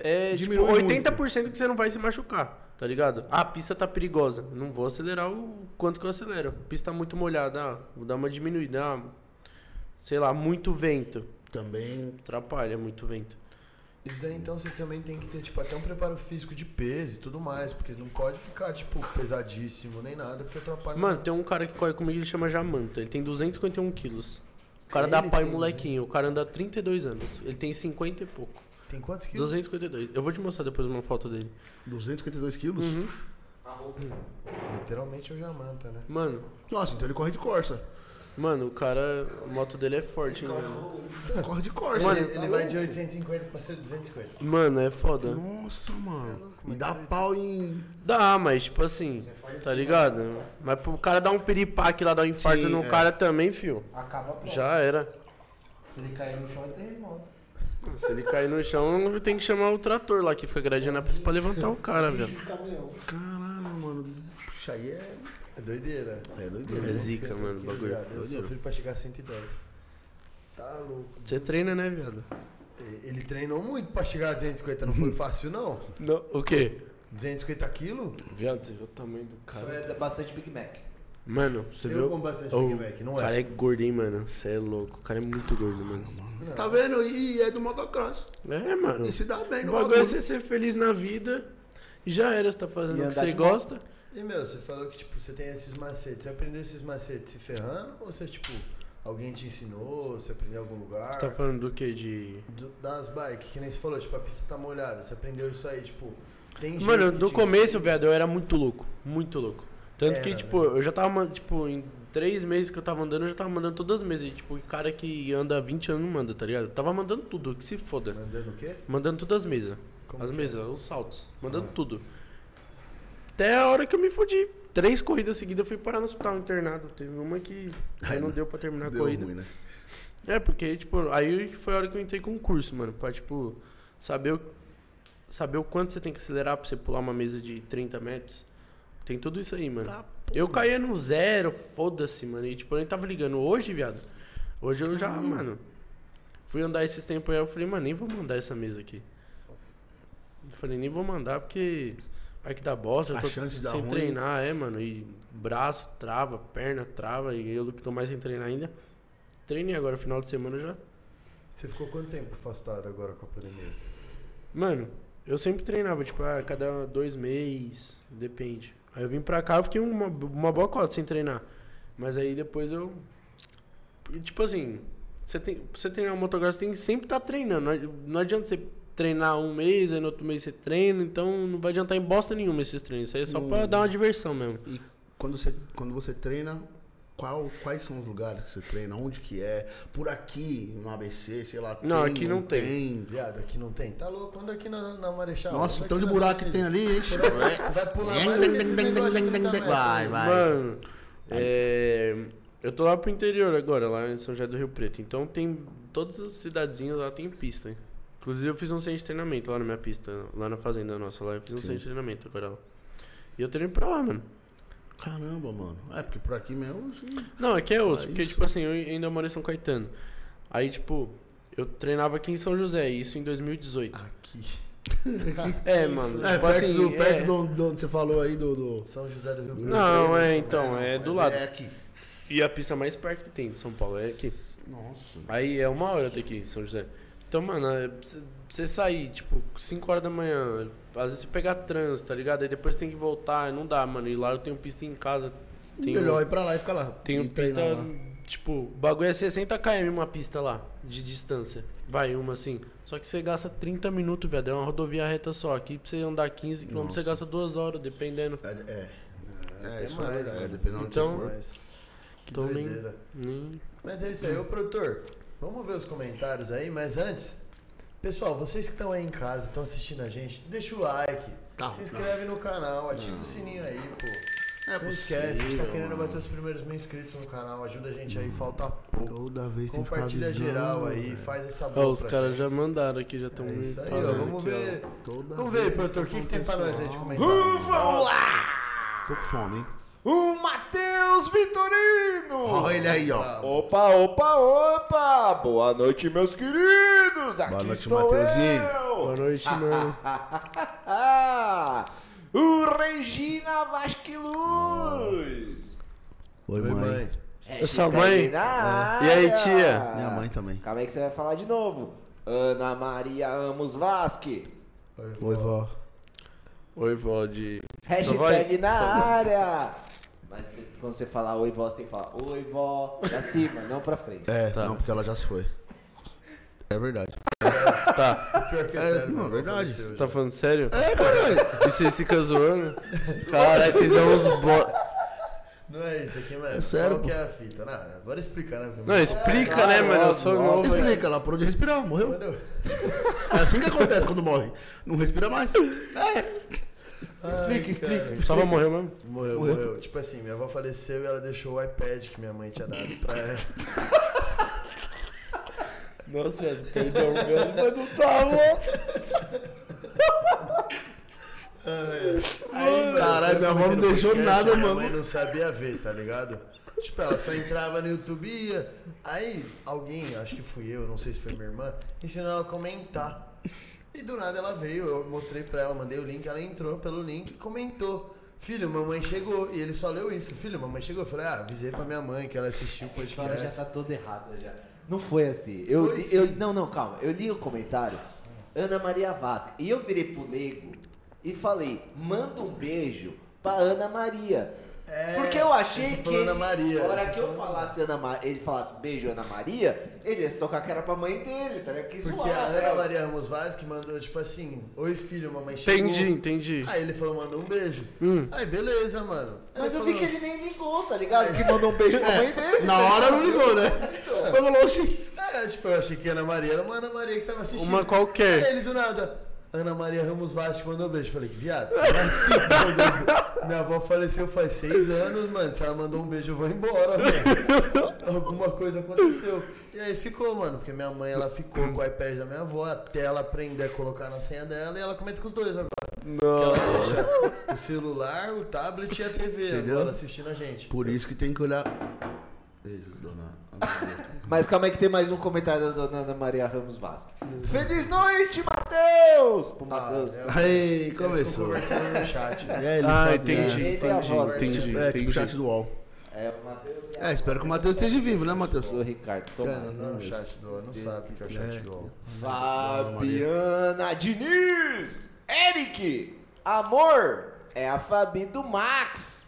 Speaker 4: É tipo,
Speaker 2: Diminui
Speaker 4: 80% que você não vai se machucar, tá ligado? Ah, a pista tá perigosa. Não vou acelerar o quanto que eu acelero. A pista tá muito molhada, ah, vou dar uma diminuída. ah, sei lá, muito vento.
Speaker 2: Também.
Speaker 4: Atrapalha muito vento.
Speaker 3: Isso daí então você também tem que ter, tipo, até um preparo físico de peso e tudo mais, porque não pode ficar, tipo, pesadíssimo nem nada, porque atrapalha.
Speaker 4: Mano, tem um cara que corre comigo, ele chama Jamanta. Ele tem 251 quilos. O cara
Speaker 3: Ele
Speaker 4: dá pai
Speaker 3: tem
Speaker 4: molequinho. O cara anda 32 anos. Ele tem 50 e pouco.
Speaker 3: Tem quantos quilos?
Speaker 4: 252. Eu vou te mostrar depois uma foto dele.
Speaker 2: 252 quilos?
Speaker 4: Uhum.
Speaker 3: Literalmente é o Jamanta, né?
Speaker 4: Mano,
Speaker 2: Nossa, então ele corre de Corsa.
Speaker 4: mano, o cara. A moto dele é forte, hein, mano.
Speaker 2: Corre de Corsa.
Speaker 3: Mano,
Speaker 2: Ele-
Speaker 3: ele vai de 850 pra 250.
Speaker 4: Mano, é foda.
Speaker 2: Nossa, é mano.
Speaker 3: louco,
Speaker 2: E
Speaker 3: mas
Speaker 2: dá pau em.
Speaker 4: Dá, mas tipo assim, tá ligado? Mas pro cara dar um piripaque lá, dar um infarto
Speaker 2: Sim,
Speaker 4: no
Speaker 2: é.
Speaker 4: cara também, fio.
Speaker 5: Acaba pronto.
Speaker 4: Já era.
Speaker 5: Se ele cair no chão, ele tá terremoto.
Speaker 4: Se ele cair no chão, tem que chamar o trator lá que fica gradeando a pista pra levantar o cara, velho.
Speaker 5: De caminhão.
Speaker 2: Caralho, mano. Puxa, aí é.
Speaker 3: É doideira.
Speaker 2: É
Speaker 4: É
Speaker 2: doideira.
Speaker 4: zica, mano, o
Speaker 3: Porque,
Speaker 4: bagulho.
Speaker 3: viado, Eu sofri pra chegar a 110. Tá louco.
Speaker 4: Você treina, né, viado?
Speaker 3: E- Ele treinou muito pra chegar a 250, não foi fácil não.
Speaker 4: Não, o quê?
Speaker 3: 250 quilos?
Speaker 4: Viado, você viu o tamanho do cara?
Speaker 5: Foi bastante Big Mac.
Speaker 4: Mano, você
Speaker 3: Eu
Speaker 4: viu?
Speaker 3: como bastante
Speaker 4: Oh,
Speaker 3: Big Mac, não
Speaker 4: O
Speaker 3: é?
Speaker 4: cara é gordo, hein, mano? Você é louco. O cara é muito gordo, mano.
Speaker 2: Tá vendo? E é do motocross.
Speaker 4: É, mano.
Speaker 2: E se dá bem
Speaker 4: O
Speaker 2: no
Speaker 4: bagulho é
Speaker 2: bagulho.
Speaker 4: você ser feliz na vida. E já era, você tá fazendo
Speaker 5: E
Speaker 4: o que
Speaker 5: andar
Speaker 4: você
Speaker 5: de moto.
Speaker 4: gosta.
Speaker 3: E meu, você falou que tipo, você tem esses macetes. Você aprendeu esses macetes se ferrando? Ou você, tipo, alguém te ensinou? Você aprendeu em algum lugar?
Speaker 4: Você tá falando do quê? De.
Speaker 3: Do- das bikes, que nem você falou, tipo, a pista tá molhada. Você aprendeu isso aí, tipo, tem gente
Speaker 4: Mano,
Speaker 3: que
Speaker 4: no
Speaker 3: te
Speaker 4: começo,
Speaker 3: ensina.
Speaker 4: viado, eu era muito louco. Muito louco. Tanto que,
Speaker 3: Era, né?
Speaker 4: tipo, eu já tava, tipo, em três meses que eu tava andando, eu já tava mandando todas as mesas. E, tipo, cara que anda há 20 anos não manda, tá ligado? Eu tava mandando tudo, que se foda.
Speaker 3: Mandando o quê?
Speaker 4: Mandando todas as mesas.
Speaker 3: Como
Speaker 4: as
Speaker 3: que é?
Speaker 4: mesas, os saltos. Mandando
Speaker 3: Ah.
Speaker 4: tudo. Até a hora que eu me fudi. Três corridas seguidas eu fui parar no hospital internado. Teve uma que
Speaker 2: Ai,
Speaker 4: não
Speaker 2: não.
Speaker 4: deu pra terminar a
Speaker 2: Deu
Speaker 4: corrida.
Speaker 2: ruim, né?
Speaker 4: É, porque, tipo, aí foi a hora que eu entrei com o curso, mano. Pra, tipo, saber o, saber o quanto você tem que acelerar pra você pular uma mesa de 30 metros. Tem tudo isso aí, mano.
Speaker 2: Tá,
Speaker 4: eu caía no zero, foda-se, mano. E, tipo, eu nem tava ligando. Hoje, viado, hoje eu já, mano, fui andar esses tempos aí. Eu falei, mano, nem vou mandar essa mesa aqui. Eu falei, nem vou mandar porque vai que dá bosta. Eu
Speaker 2: A
Speaker 4: tô
Speaker 2: chance de dar
Speaker 4: sem
Speaker 2: ruim.
Speaker 4: treinar, é, mano. E braço trava, perna trava. E eu que tô mais sem treinar ainda. Treinei agora, final de semana eu já
Speaker 3: Você ficou quanto tempo afastado agora com a pandemia?
Speaker 4: Mano, eu sempre treinava, tipo, a cada dois meses, depende. Aí eu vim pra cá, eu fiquei uma, uma boa cota sem treinar. Mas aí depois eu. e, Tipo assim, você tem, pra você treinar um motocross, você tem que sempre estar treinando. Não adi- Não adianta você treinar um mês, aí no outro mês você treina, então não vai adiantar em bosta nenhuma esses treinos. Isso aí é só pra dar uma diversão mesmo.
Speaker 2: E quando você, quando você treina, qual, quais são os lugares que você treina? Onde que é? Por aqui, no ABC, sei lá.
Speaker 4: Não, aqui não tem.
Speaker 3: Viado, aqui não tem. Tá louco? Anda aqui na, na Marechal.
Speaker 2: Nossa,
Speaker 3: anda
Speaker 2: o tanto de
Speaker 3: aqui na
Speaker 2: buraco
Speaker 3: Santa
Speaker 2: é que tem
Speaker 3: Elisa.
Speaker 2: ali, ixi.
Speaker 3: Você vai pular mais desses negócios de 30 metros.
Speaker 2: Vai, vai.
Speaker 4: Mano, é, eu tô lá pro interior agora, lá em São José do Rio Preto. Então tem. Todas as cidadezinhas lá tem pista. hein? Inclusive eu fiz um centro de treinamento lá na minha pista, lá na fazenda nossa. Lá eu fiz um
Speaker 2: Sim.
Speaker 4: centro de treinamento agora lá. E eu treino pra lá, mano.
Speaker 2: Caramba, mano. É, porque por aqui mesmo. assim,
Speaker 4: Não, é que é osso,
Speaker 2: Ah,
Speaker 4: porque,
Speaker 2: isso.
Speaker 4: tipo assim, eu ainda moro em São Caetano. Aí, tipo, eu treinava aqui em São José, isso em 2018.
Speaker 3: Aqui.
Speaker 4: é, mano.
Speaker 2: É,
Speaker 4: tipo
Speaker 2: perto,
Speaker 4: assim,
Speaker 2: do, perto
Speaker 4: é.
Speaker 2: do, do onde você falou aí do. do-
Speaker 3: São José do Rio Preto.
Speaker 4: Não, é, então, é do lado.
Speaker 2: É aqui.
Speaker 4: E a pista mais perto que tem de São Paulo é aqui.
Speaker 2: Nossa.
Speaker 4: Aí é uma hora daqui em São José. Então, mano, é pra você- pra você sair, tipo, 5 horas da manhã, às vezes você pegar trânsito, tá ligado? Aí depois tem que voltar, não dá, mano. E lá eu tenho pista em casa. Tenho,
Speaker 2: Melhor ir pra lá e ficar lá.
Speaker 4: tenho
Speaker 2: E
Speaker 4: um- pista,
Speaker 2: treinar lá.
Speaker 4: tipo, o bagulho é 60 km uma pista lá, de distância. Vai, uma assim. Só que você gasta 30 minutos, velho. É uma rodovia reta só. Aqui pra você andar 15 km, você
Speaker 2: Nossa.
Speaker 4: gasta 2 horas, dependendo.
Speaker 2: É, é.
Speaker 3: até
Speaker 2: É, isso é
Speaker 3: mais,
Speaker 2: verdade.
Speaker 3: mano.
Speaker 2: Dependendo de onde
Speaker 4: Então-
Speaker 2: você for.
Speaker 3: Mas, Que
Speaker 4: Tô nem-
Speaker 3: doideira.
Speaker 4: Nem-
Speaker 3: Mas é isso aí, ô produtor. Vamos ver os comentários aí, mas antes, pessoal, vocês que estão aí em casa, estão assistindo a gente, deixa o like.
Speaker 2: Tá.
Speaker 3: se inscreve no canal, ativa o sininho aí, pô.
Speaker 2: É
Speaker 3: Não esquece, a gente tá
Speaker 2: possível,
Speaker 3: querendo
Speaker 2: mano.
Speaker 3: bater os primeiros mil inscritos no canal, ajuda a gente aí, falta pouco.
Speaker 2: Toda vez tem que ficar
Speaker 3: Compartilha
Speaker 2: avisando,
Speaker 3: geral aí,
Speaker 2: velho.
Speaker 3: faz essa
Speaker 4: Ó,
Speaker 3: boa.
Speaker 4: os caras já mandaram aqui, já estão
Speaker 3: É isso aí, ó,
Speaker 4: falando
Speaker 3: vamos
Speaker 4: aqui, ó.
Speaker 3: ver.
Speaker 2: Toda
Speaker 3: Vamos ver,
Speaker 2: vez
Speaker 3: produtor, o que, que tem pra nós aí de
Speaker 1: Hum,
Speaker 3: comentário?
Speaker 1: vamos lá!
Speaker 2: Tô com fome, hein?
Speaker 1: O Matheus Vitorino!
Speaker 2: Olha aí, ó.
Speaker 1: Opa, opa, opa! Boa noite, meus queridos! Aqui
Speaker 2: noite,
Speaker 1: estou
Speaker 2: Mateuzinho.
Speaker 1: eu!
Speaker 4: Boa noite,
Speaker 2: Ah,
Speaker 4: mano.
Speaker 1: o Regina
Speaker 5: Hum.
Speaker 1: Vasquiluz!
Speaker 2: Oi, mãe.
Speaker 1: É
Speaker 4: sua mãe?
Speaker 1: E
Speaker 4: É. E aí, tia?
Speaker 2: Minha mãe também.
Speaker 1: Calma aí que você vai falar de novo. Ana Maria Amos Vasque.
Speaker 2: Oi, vó.
Speaker 4: Oi, vó de.
Speaker 1: Hashtag
Speaker 4: voz?
Speaker 1: na área. Mas quando você falar oi, vó, você tem que falar oi, vó, pra cima, não pra frente.
Speaker 2: É,
Speaker 4: Tá.
Speaker 2: não, porque ela já se foi. É verdade.
Speaker 4: Tá,
Speaker 3: Pior que
Speaker 2: É, não,
Speaker 3: mano,
Speaker 2: verdade.
Speaker 3: faleceu já.
Speaker 4: tá falando sério?
Speaker 2: É, caralho.
Speaker 4: E vocês ficam zoando? Caralho, vocês são uns bo...
Speaker 3: Não é isso aqui, mano.
Speaker 2: É sério,
Speaker 3: Qual que é a fita? Não, agora explica, né?
Speaker 4: Não, explica, né, mano? Eu sou
Speaker 5: logo,
Speaker 4: novo. hein?
Speaker 2: Explica, ela parou de respirar, morreu.
Speaker 3: Quando eu-
Speaker 2: É assim que acontece quando morre. Não respira mais. É, tá,
Speaker 5: Explica, explica.
Speaker 4: Só vai morrer mesmo?
Speaker 3: Morreu, morreu, Tipo assim, minha avó faleceu e ela deixou o iPad que minha mãe tinha dado pra ela.
Speaker 4: Nossa, já perdeu o ganho, mas não
Speaker 2: Tá,
Speaker 3: Aí, mano,
Speaker 2: Caralho, minha avó não
Speaker 3: comecei no
Speaker 2: deixou nada,
Speaker 3: minha
Speaker 2: mano.
Speaker 3: Minha mãe não sabia ver, tá ligado? Tipo, ela só entrava no YouTube e ia. Aí, alguém, acho que fui eu, não sei se foi minha irmã, ensinou ela a comentar. E do nada ela veio, eu mostrei pra ela, mandei o link, ela entrou pelo link e comentou. Filho, mamãe chegou. E ele só leu isso. Filho, mamãe chegou. Eu falei, ah, avisei pra minha mãe que ela assistiu o
Speaker 5: Essa história já
Speaker 3: podcast.
Speaker 5: tá toda errada já. Não foi assim. Eu,
Speaker 3: Foi
Speaker 5: li-
Speaker 3: sim.
Speaker 5: eu não, não, calma. Eu li o comentário Ana Maria Vaz e eu virei pro nego e falei: "Manda um beijo pra Ana Maria".
Speaker 3: É,
Speaker 5: Porque eu achei
Speaker 3: você
Speaker 5: que
Speaker 3: falou
Speaker 5: ele,
Speaker 3: Ana Maria,
Speaker 5: na hora
Speaker 3: você
Speaker 5: que eu
Speaker 3: falou.
Speaker 5: falasse Ana Maria, ele falasse beijo Ana Maria, ele ia se tocar que era pra mãe dele, tá ligado? Que
Speaker 3: Porque a
Speaker 5: zoar, né?
Speaker 3: Ana Maria Ramos Vaz que mandou, tipo assim, oi filho, mamãe chegou.
Speaker 4: Entendi, entendi.
Speaker 3: Aí ele falou, mandou um beijo.
Speaker 4: Hum.
Speaker 3: Aí, beleza, mano. Aí
Speaker 5: Mas eu
Speaker 3: falou, É.
Speaker 5: vi que ele nem ligou, tá ligado? Que mandou um beijo pra mãe dele.
Speaker 2: Na hora não ligou, né? Mas falou, oxi.
Speaker 3: É, tipo, eu achei que a Ana Maria era uma Ana Maria que tava assistindo.
Speaker 4: Uma qualquer.
Speaker 3: Aí ele do nada. Ana Maria Ramos Vaz te mandou um beijo. Falei, que viado. vai se foder. Minha avó faleceu faz seis anos, mano. Se ela mandou um beijo, eu vou embora, mano. Alguma coisa aconteceu. E aí ficou, mano. Porque minha mãe, ela ficou com o iPad da minha avó até ela aprender a colocar na senha dela. E ela comenta com os dois agora.
Speaker 4: Não.
Speaker 3: Ela deixa o celular, o tablet e a TV
Speaker 2: Entendeu?
Speaker 3: agora assistindo a gente.
Speaker 2: Por isso que tem que olhar. Beijo, dona.
Speaker 5: Mas calma aí que tem mais um comentário da dona Ana Maria Ramos Vasque.
Speaker 3: Uhum.
Speaker 5: Feliz noite, Matheus! Pro Matheus.
Speaker 3: né?
Speaker 2: Aí,
Speaker 3: Eles ficam
Speaker 2: começou.
Speaker 3: conversando no chat.
Speaker 2: É, eles
Speaker 4: Ah,
Speaker 2: fazem-
Speaker 4: entendi,
Speaker 5: Ele é a
Speaker 4: entendi,
Speaker 5: voz.
Speaker 4: entendi,
Speaker 2: É, é tipo chat
Speaker 4: entendi.
Speaker 2: do UOL.
Speaker 5: É, o Matheus e a
Speaker 2: É, espero que o Matheus esteja vivo, né, Matheus?
Speaker 5: do Ricardo. Tomara.
Speaker 3: Não, o chat do não sabe o que é o chat do UOL.
Speaker 5: Fabiana Diniz! Eric! Amor! É a Fabi do Max!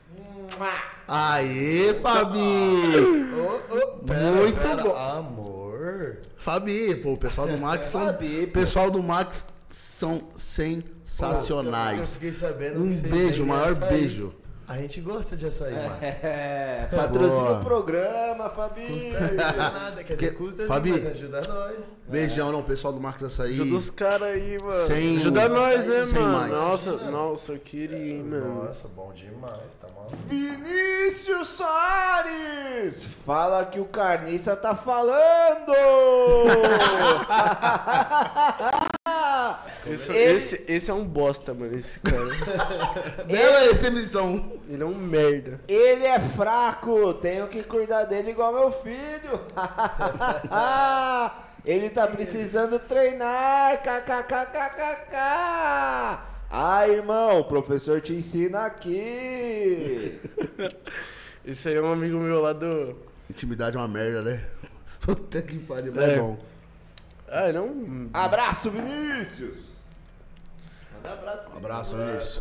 Speaker 5: Mua!
Speaker 2: Aê, Fabi! Muito bom.
Speaker 3: Amor.
Speaker 2: Fabi, pô, o pessoal do Max são.
Speaker 5: Fabi, pô.
Speaker 2: pessoal do Max são
Speaker 3: Eu
Speaker 2: sensacionais.
Speaker 3: fiquei sabendo que
Speaker 2: Um
Speaker 3: vocês
Speaker 2: beijo,
Speaker 3: vendem
Speaker 2: maior
Speaker 3: açaí.
Speaker 2: beijo.
Speaker 3: A gente gosta de açaí, mano.
Speaker 5: É, patrocina
Speaker 2: Boa.
Speaker 5: o programa, Fabi!
Speaker 3: Não ajuda nada, quer dizer,
Speaker 2: Que-
Speaker 3: custa
Speaker 2: Fabi.
Speaker 3: mas ajuda nós.
Speaker 2: Beijão, não, pessoal do Max Açaí.
Speaker 4: Ajuda os caras aí, mano.
Speaker 2: Sem-
Speaker 4: Ajuda nós, né,
Speaker 2: sem
Speaker 4: mano?
Speaker 2: mais.
Speaker 4: Nossa, nossa, eu queria, hein, mano.
Speaker 3: Nossa, bom demais, tá mal.
Speaker 5: Vinícius Soares! Fala que o Carniça tá falando!
Speaker 4: Esse,
Speaker 5: Ele-
Speaker 4: esse, esse é um bosta, mano, esse cara.
Speaker 2: Bela exibição.
Speaker 4: Ele é um merda.
Speaker 5: Ele é fraco, tenho que cuidar dele igual meu filho. Ele tá precisando treinar. KKKKKK. Ah, irmão, o professor te ensina aqui.
Speaker 4: Esse aí é um amigo meu lá do.
Speaker 2: Intimidade é uma merda, né? Puta que pariu, mas é
Speaker 4: É.
Speaker 2: bom.
Speaker 4: Ah, ele é um.
Speaker 5: Abraço, Vinícius. Manda abraço.
Speaker 2: Um abraço, Vinícius.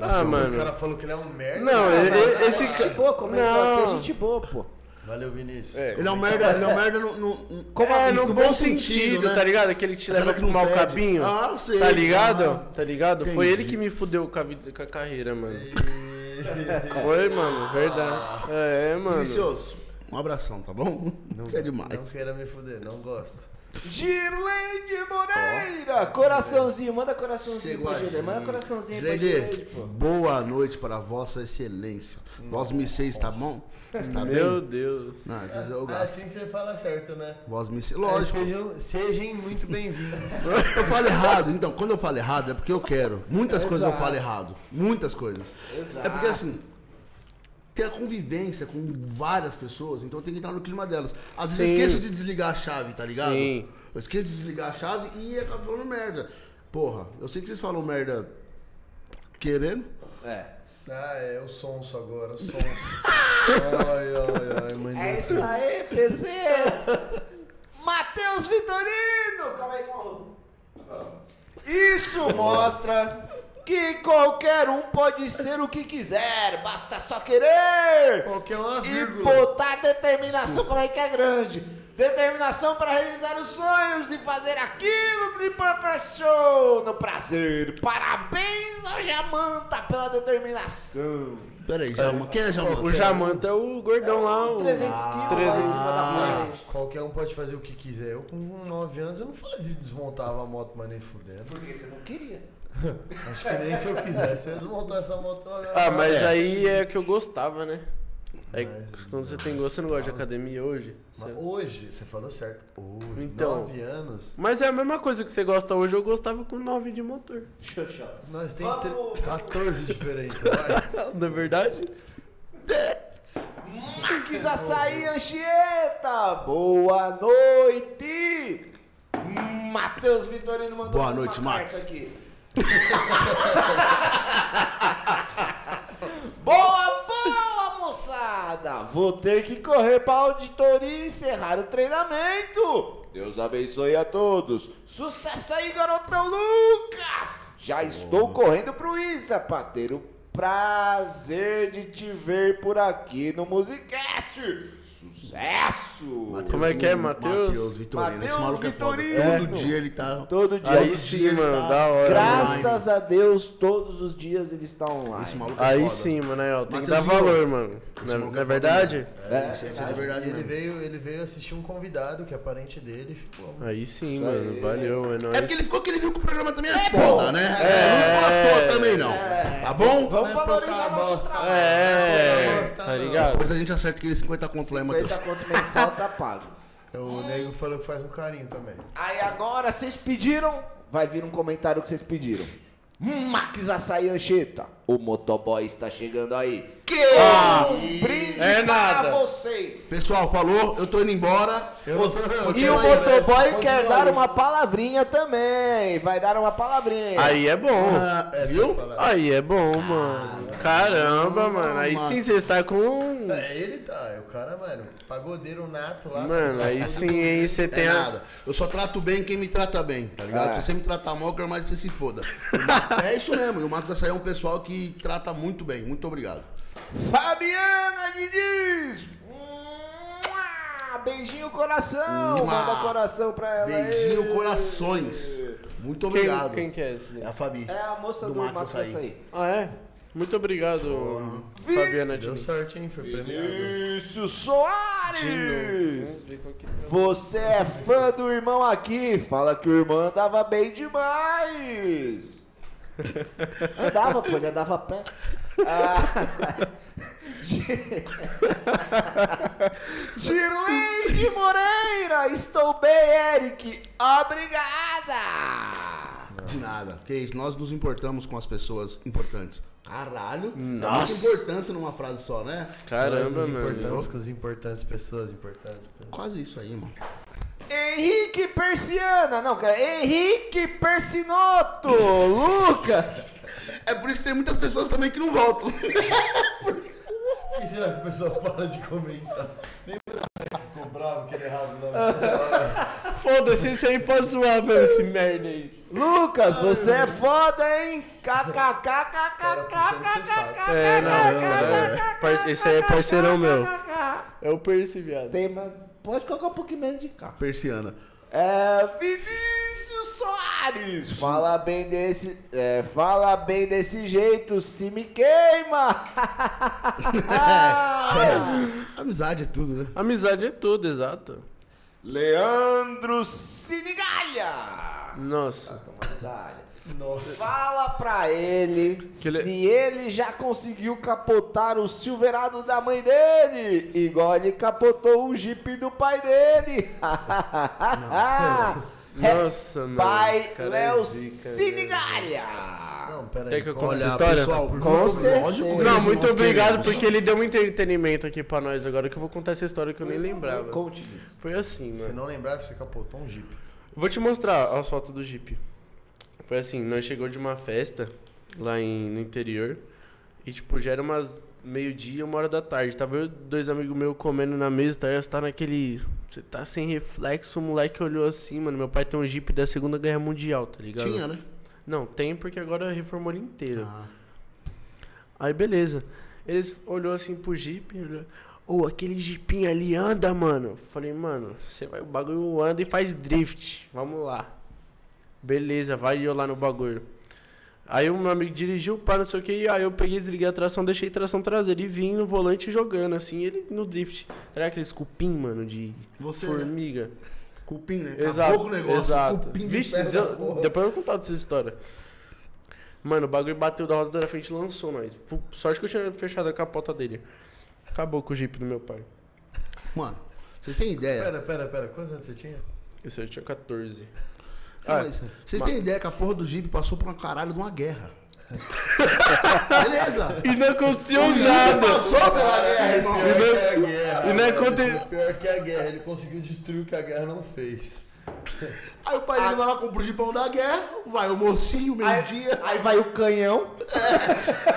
Speaker 4: Ah,
Speaker 3: Os
Speaker 4: mano.
Speaker 3: caras falaram que ele é um merda.
Speaker 4: Não, ele- ele-
Speaker 5: Esse
Speaker 4: esse
Speaker 5: gente
Speaker 4: cara.
Speaker 5: boa, comentou
Speaker 4: Não.
Speaker 5: aqui, é gente boa, pô.
Speaker 3: Valeu, Vinícius.
Speaker 4: É.
Speaker 2: Ele é um merda, ele é um merda no, no-
Speaker 4: Como é, no
Speaker 2: no
Speaker 4: bom sentido,
Speaker 2: né?
Speaker 4: tá ligado? Aquele que te leva
Speaker 2: Cara que
Speaker 4: pro
Speaker 2: não
Speaker 4: mau
Speaker 2: fede.
Speaker 4: caminho.
Speaker 2: Ah, eu sei.
Speaker 4: Tá ligado?
Speaker 2: Ah,
Speaker 4: tá ligado? Foi
Speaker 2: entendi.
Speaker 4: ele que me fudeu com a, vida, com a carreira, mano.
Speaker 3: E-
Speaker 4: Foi, mano, verdade. É, mano.
Speaker 2: Vicioso, um abração, tá bom? Você é
Speaker 3: Não
Speaker 2: demais.
Speaker 3: queira me fuder, não gosto.
Speaker 5: Girlande Moreira! Coraçãozinho, manda coraçãozinho
Speaker 2: Chegou
Speaker 5: pra
Speaker 2: a
Speaker 5: Girlande. Manda
Speaker 2: Gi-
Speaker 5: coraçãozinho pra Girlande,
Speaker 2: Girlande,
Speaker 5: pô.
Speaker 2: boa noite para Vossa Excelência. Vós me seis, tá bom? Tá
Speaker 4: Meu
Speaker 2: bem?
Speaker 4: Deus.
Speaker 2: Não, às vezes eu gasto.
Speaker 3: Assim você fala certo, né?
Speaker 2: Vós me seis. Lógico.
Speaker 3: Sejam, sejam muito bem-vindos.
Speaker 2: Eu falo errado, então, quando eu falo errado é porque eu quero. Muitas coisas eu
Speaker 5: Exato.
Speaker 2: falo errado. Muitas coisas.
Speaker 5: Exato.
Speaker 2: É porque assim, ter a convivência com várias pessoas, então tem que entrar no clima delas. Às vezes
Speaker 4: Sim.
Speaker 2: eu esqueço de desligar a chave, tá ligado?
Speaker 4: Sim.
Speaker 2: Eu esqueço de desligar a chave e acabo falando merda. Porra, eu sei que vocês falam merda querendo.
Speaker 5: É.
Speaker 3: Ah, é o sonso agora, o sonso. ai, ai, ai, mãe.
Speaker 5: É isso aí, PC! Matheus Vitorino! Calma aí, calma. Isso mostra que qualquer um pode ser o que quiser, basta só querer!
Speaker 3: Qualquer um é uma
Speaker 5: e
Speaker 3: vírgula.
Speaker 5: botar determinação, como é que é grande? Determinação para realizar os sonhos e fazer aquilo que lhe proporciona prazer. Parabéns ao Jamanta pela determinação.
Speaker 2: Pera aí, Jaman. Quem é Jaman?
Speaker 4: O Jamanta é o gordão lá. O...
Speaker 5: 300 quilos. lá
Speaker 4: 300
Speaker 5: em cima da
Speaker 3: Ah,
Speaker 5: frente.
Speaker 3: qualquer um pode fazer o que quiser. Eu com 9 anos eu não fazia, desmontava a moto, mas nem fudendo.
Speaker 5: Porque você não queria.
Speaker 3: Acho que nem se eu quisesse eu ia desmontar essa moto. eu-
Speaker 4: Ah, mas aí é que eu gostava, né? É,
Speaker 3: Mas-
Speaker 4: quando você tem gosto, você não gosta de academia hoje.
Speaker 3: Mas
Speaker 4: Você-
Speaker 3: hoje, você falou certo. Hoje,
Speaker 4: Então.
Speaker 3: 9 anos,
Speaker 4: Mas é a mesma coisa que você gosta hoje, eu gostava com 9 de motor.
Speaker 5: Xoxó.
Speaker 3: nós tem
Speaker 5: Vamos!
Speaker 3: tre- 14 diferenças, vai.
Speaker 4: Na é verdade?
Speaker 5: Marques Açaí Anchieta, boa noite! Matheus Vitorino mandou
Speaker 2: Boa
Speaker 5: mais uma
Speaker 2: noite, Max.
Speaker 5: carta aqui. boa, boa, moçada! Vou ter que correr pra auditoria e encerrar o treinamento. Deus abençoe a todos. Sucesso aí, garotão Lucas! Já estou correndo pro Insta pra ter o prazer de te ver por aqui no Musicast. Sucesso!
Speaker 4: Como é que é, Matheus?
Speaker 2: Matheus Vitorino.
Speaker 5: Matheus
Speaker 2: Esse maluco é foda.
Speaker 5: Vitorino.
Speaker 2: Todo dia ele tá.
Speaker 5: Todo dia.
Speaker 4: Aí sim, mano, da hora.
Speaker 5: Graças a Deus, todos os dias ele está
Speaker 2: Esse
Speaker 5: online.
Speaker 2: maluco é
Speaker 4: Aí
Speaker 2: foda.
Speaker 4: sim, mano, aí, ó, tem que dar
Speaker 2: Mateuzinho.
Speaker 4: valor, mano.
Speaker 2: Esse
Speaker 4: Não é-
Speaker 2: maluco
Speaker 4: não
Speaker 2: foda,
Speaker 4: é verdade?
Speaker 2: mano.
Speaker 5: É,
Speaker 2: isso
Speaker 5: verdade.
Speaker 2: é verdade
Speaker 3: Ele
Speaker 2: mesmo.
Speaker 3: veio, ele veio assistir um convidado que é parente dele e ficou. né?
Speaker 4: Aí sim,
Speaker 5: Isso
Speaker 4: mano,
Speaker 5: aí.
Speaker 4: valeu, é nóis.
Speaker 2: né? É porque ele ficou que ele viu que o programa também é, foda, né? É, não ficou à toa também, não. Tá bom?
Speaker 5: Vamos valorizar
Speaker 3: tocar a
Speaker 5: nosso
Speaker 3: bosta.
Speaker 5: trabalho. né,
Speaker 4: É,
Speaker 3: Não, não,
Speaker 4: tá
Speaker 3: não.
Speaker 4: ligado?
Speaker 2: Depois a gente acerta aquele 50 conto lá, hein, Matheus?
Speaker 5: 50 conto mensal tá pago.
Speaker 3: O nego falou que faz um carinho também.
Speaker 5: Aí agora vocês pediram, vai vir um comentário que vocês pediram. Max Açaí Anchieta, o motoboy está chegando aí. Que um brinde para
Speaker 4: É nada.
Speaker 5: vocês.
Speaker 2: Pessoal, falou, eu tô indo embora.
Speaker 3: Eu tô- eu
Speaker 5: E
Speaker 3: tô-
Speaker 5: o
Speaker 3: eu tô-
Speaker 5: motoboy
Speaker 3: eu tô-
Speaker 5: quer dar
Speaker 3: eu-
Speaker 5: uma palavrinha também. Vai dar uma palavrinha.
Speaker 4: Aí é bom.
Speaker 2: Ah, é,
Speaker 3: Viu?
Speaker 4: Aí é bom, mano. Caramba, mano. Aí sim você está com. um.
Speaker 3: É, ele tá, é o cara, mano, pagodeiro nato lá.
Speaker 4: Mano,
Speaker 3: tá-
Speaker 4: aí sim, hein? Você
Speaker 2: É
Speaker 4: tem a.
Speaker 2: nada. Eu só trato bem quem me trata bem, tá ligado?
Speaker 5: É.
Speaker 2: Se você me tratar mal, eu quero mais que você se foda. O Ma- é isso mesmo. E o Marcos Açaí é um pessoal que trata muito bem. Muito obrigado.
Speaker 5: Fabiana Diniz. Mua! Beijinho coração.
Speaker 2: Mua!
Speaker 5: Manda coração pra ela. aí.
Speaker 2: Beijinho, corações. Muito
Speaker 4: Quem,
Speaker 2: obrigado.
Speaker 4: quem que é esse? daí?
Speaker 2: É a Fabi.
Speaker 5: É a moça do, Max, Açaí.
Speaker 4: Ah, é? Muito obrigado, Fabiana
Speaker 3: Deu
Speaker 4: Diniz.
Speaker 3: sorte, hein? Foi premiado.
Speaker 5: Vinícius Soares. Você é fã do irmão aqui? Fala que o irmão andava bem demais. Andava, pô, ele andava a pé. Ah, Gi- Girlande Moreira, estou bem, Eric. Obrigada.
Speaker 2: De nada. Que isso, nós nos importamos com as pessoas importantes. Caralho.
Speaker 4: Nossa.
Speaker 2: Muita importância numa frase só, né?
Speaker 4: Caramba,
Speaker 3: Nós nos
Speaker 4: mano.
Speaker 3: importamos com os importantes, pessoas importantes.
Speaker 2: é Quase isso aí, mano.
Speaker 5: Henrique Persiana, não, cara, Henrique Persinotto, Lucas.
Speaker 2: É por isso que tem muitas pessoas também que não voltam.
Speaker 3: Por que será que o pessoal para de comentar? Nem o Daniel ficou bravo que ele errava o nome.
Speaker 4: Foda-se, esse aí pode zoar, meu, esse merda aí.
Speaker 5: Lucas, você é foda, hein?
Speaker 4: É, não, é, é, par- esse aí é parceirão meu. É o Percy, viado.
Speaker 5: Tem, mas pode colocar um pouquinho menos de cá.
Speaker 2: Persiana.
Speaker 5: É, Vinícius
Speaker 1: Soares. Fala bem desse. é, fala bem desse jeito, se me queima!
Speaker 2: Amizade é tudo, né?
Speaker 4: Amizade é tudo, exato.
Speaker 1: Leandro Sinigalha!
Speaker 4: Nossa.
Speaker 2: Nossa.
Speaker 1: Fala pra ele
Speaker 4: Que ele-
Speaker 1: se ele já conseguiu capotar o Silverado da mãe dele, igual ele capotou o Jeep do pai dele.
Speaker 4: Nossa, mano.
Speaker 1: pai
Speaker 4: esse cara é
Speaker 1: Léo
Speaker 4: zica,
Speaker 1: Sinigalha!
Speaker 3: Não, peraí.
Speaker 4: Quer que eu conte
Speaker 2: Olha,
Speaker 4: essa história?
Speaker 2: pessoal, muito
Speaker 1: certeza.
Speaker 2: lógico que
Speaker 4: Não,
Speaker 2: nós
Speaker 4: muito
Speaker 2: queremos.
Speaker 4: obrigado, porque ele deu um entretenimento aqui pra nós agora, que eu vou contar essa história que eu nem lembrava.
Speaker 5: Conte isso.
Speaker 4: Foi assim,
Speaker 3: Se
Speaker 4: mano.
Speaker 3: não lembrar, você capotou um Jeep.
Speaker 4: Vou te mostrar as fotos do Jeep. Foi assim, nós chegou de uma festa lá em- no interior. E tipo, já era umas meio-dia, uma hora da tarde. Tava eu e dois amigos meus comendo na mesa, tá? Você tá naquele. Você tá sem reflexo, o moleque olhou assim, mano. Meu pai tem um Jeep da Segunda Guerra Mundial, tá ligado?
Speaker 2: Tinha, né?
Speaker 4: Não, tem porque agora reformou ele inteiro.
Speaker 2: Ah.
Speaker 4: Aí beleza. Eles olhou assim pro Jeep, olhou. Ô, aquele Jeepinho ali anda, mano. Falei, mano, você vai, o bagulho anda e faz drift. Vamos lá. Beleza, vai eu lá no bagulho. Aí o meu amigo dirigiu, para não sei o que, aí eu peguei, desliguei a tração, deixei tração traseira e vim no volante jogando, assim, ele no drift. Será aqueles cupim, mano, de
Speaker 2: Você, né?
Speaker 4: formiga?
Speaker 2: Cupim, né?
Speaker 4: Exato.
Speaker 2: Acabou com o negócio.
Speaker 4: Exato.
Speaker 2: Cupim de
Speaker 4: Vixe,
Speaker 2: pedra,
Speaker 4: se eu-
Speaker 2: porra.
Speaker 4: depois eu vou contar dessa história. Mano, o bagulho bateu da roda da frente e lançou nós. Pu- Sorte que eu tinha fechado a capota dele. Acabou com o jeep do meu pai.
Speaker 2: Mano, vocês têm ideia?
Speaker 3: Pera, pera, pera. Quantos anos você tinha?
Speaker 4: Esse aí eu tinha 14.
Speaker 2: É, mas Vocês têm ideia que a porra do Jeep passou por uma caralho de uma guerra. Beleza.
Speaker 4: E não aconteceu
Speaker 2: Jeep
Speaker 4: nada!
Speaker 2: passou pela guerra, irmão.
Speaker 3: Pior que a guerra.
Speaker 4: E não é
Speaker 3: mano.
Speaker 4: conte-
Speaker 3: Pior que a guerra. Ele conseguiu destruir o que a guerra não fez.
Speaker 2: Aí o pai dele vai lá, compra o Jeepão da guerra, vai o mocinho,
Speaker 5: Um
Speaker 2: meio-dia.
Speaker 5: Aí vai o canhão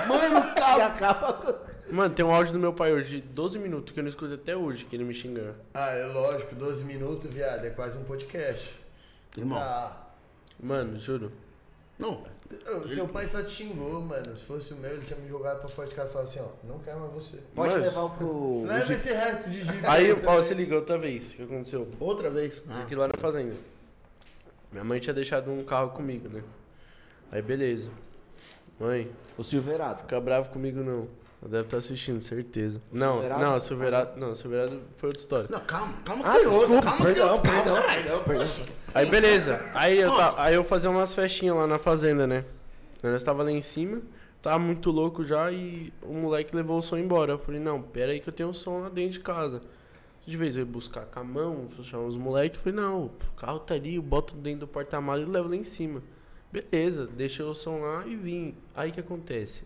Speaker 2: Mano,
Speaker 5: e acaba com...
Speaker 4: Mano, tem um áudio do meu pai hoje de 12 minutos que eu não escuto até hoje, que ele me xingando.
Speaker 3: Ah, é lógico. 12 minutos, viado. É quase um podcast.
Speaker 2: Irmão.
Speaker 3: Ah,
Speaker 4: Mano, juro.
Speaker 2: Não,
Speaker 3: o seu pai só te xingou, mano. Se fosse o meu, ele tinha me jogado pra fora de casa e falado assim, ó. Não quero mais você.
Speaker 5: Pode
Speaker 4: Mas-
Speaker 5: levar pro...
Speaker 1: Né?
Speaker 3: Leva esse resto de giga.
Speaker 4: Aí, ó, se liga outra vez, o que aconteceu?
Speaker 2: outra vez. Ah.
Speaker 4: Isso aqui lá na fazenda. Minha mãe tinha deixado um carro comigo, né? Aí beleza. Mãe,
Speaker 5: O Silverado.
Speaker 4: fica bravo comigo não. Ela deve estar assistindo, certeza. Não,
Speaker 5: Silverado?
Speaker 4: não, Silverado, não, Silverado foi outra história.
Speaker 2: Não, calma, calma que
Speaker 5: Ah,
Speaker 2: tem outro,
Speaker 5: desculpa,
Speaker 2: calma que tem
Speaker 5: perdão,
Speaker 2: outro, calma,
Speaker 5: perdão,
Speaker 2: caralho.
Speaker 5: perdão, perdão.
Speaker 4: Aí beleza. Aí eu, ta- aí eu fazia umas festinhas lá na fazenda, né? Aí Nós tava lá em cima, tava muito louco já e o moleque levou o som embora. Eu falei, não, pera aí que eu tenho o som lá dentro de casa. De vez eu ia buscar com a mão, chamar os moleques, eu falei, não, o carro tá ali, eu boto dentro do porta-malas e levo lá em cima. Beleza, deixei o som lá e vim. Aí o que acontece?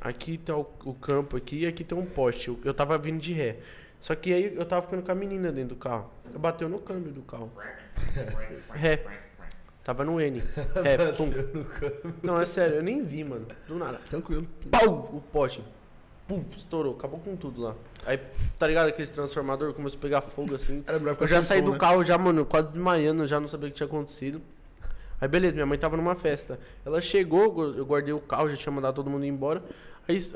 Speaker 4: Aqui tá o, o campo aqui e aqui tem um poste. Eu, eu tava vindo de ré. Só que aí eu tava ficando com a menina dentro do carro. Eu bateu no câmbio do carro. Ré. Tava no N. Ré, pum. Não, é sério, eu nem vi, mano. Do nada.
Speaker 2: Tranquilo.
Speaker 4: Pau! O poste. Pum, estourou, acabou com tudo lá. Aí, tá ligado? Aquele transformador começou a pegar fogo assim.
Speaker 2: Era melhor ficar
Speaker 4: Eu já
Speaker 2: sem
Speaker 4: saí
Speaker 2: som,
Speaker 4: do
Speaker 2: né?
Speaker 4: carro, já, mano, quase desmaiando, já não sabia o que tinha acontecido. Aí, beleza, minha mãe tava numa festa. Ela chegou, gu- eu guardei o carro, já tinha mandado todo mundo embora. Aí s-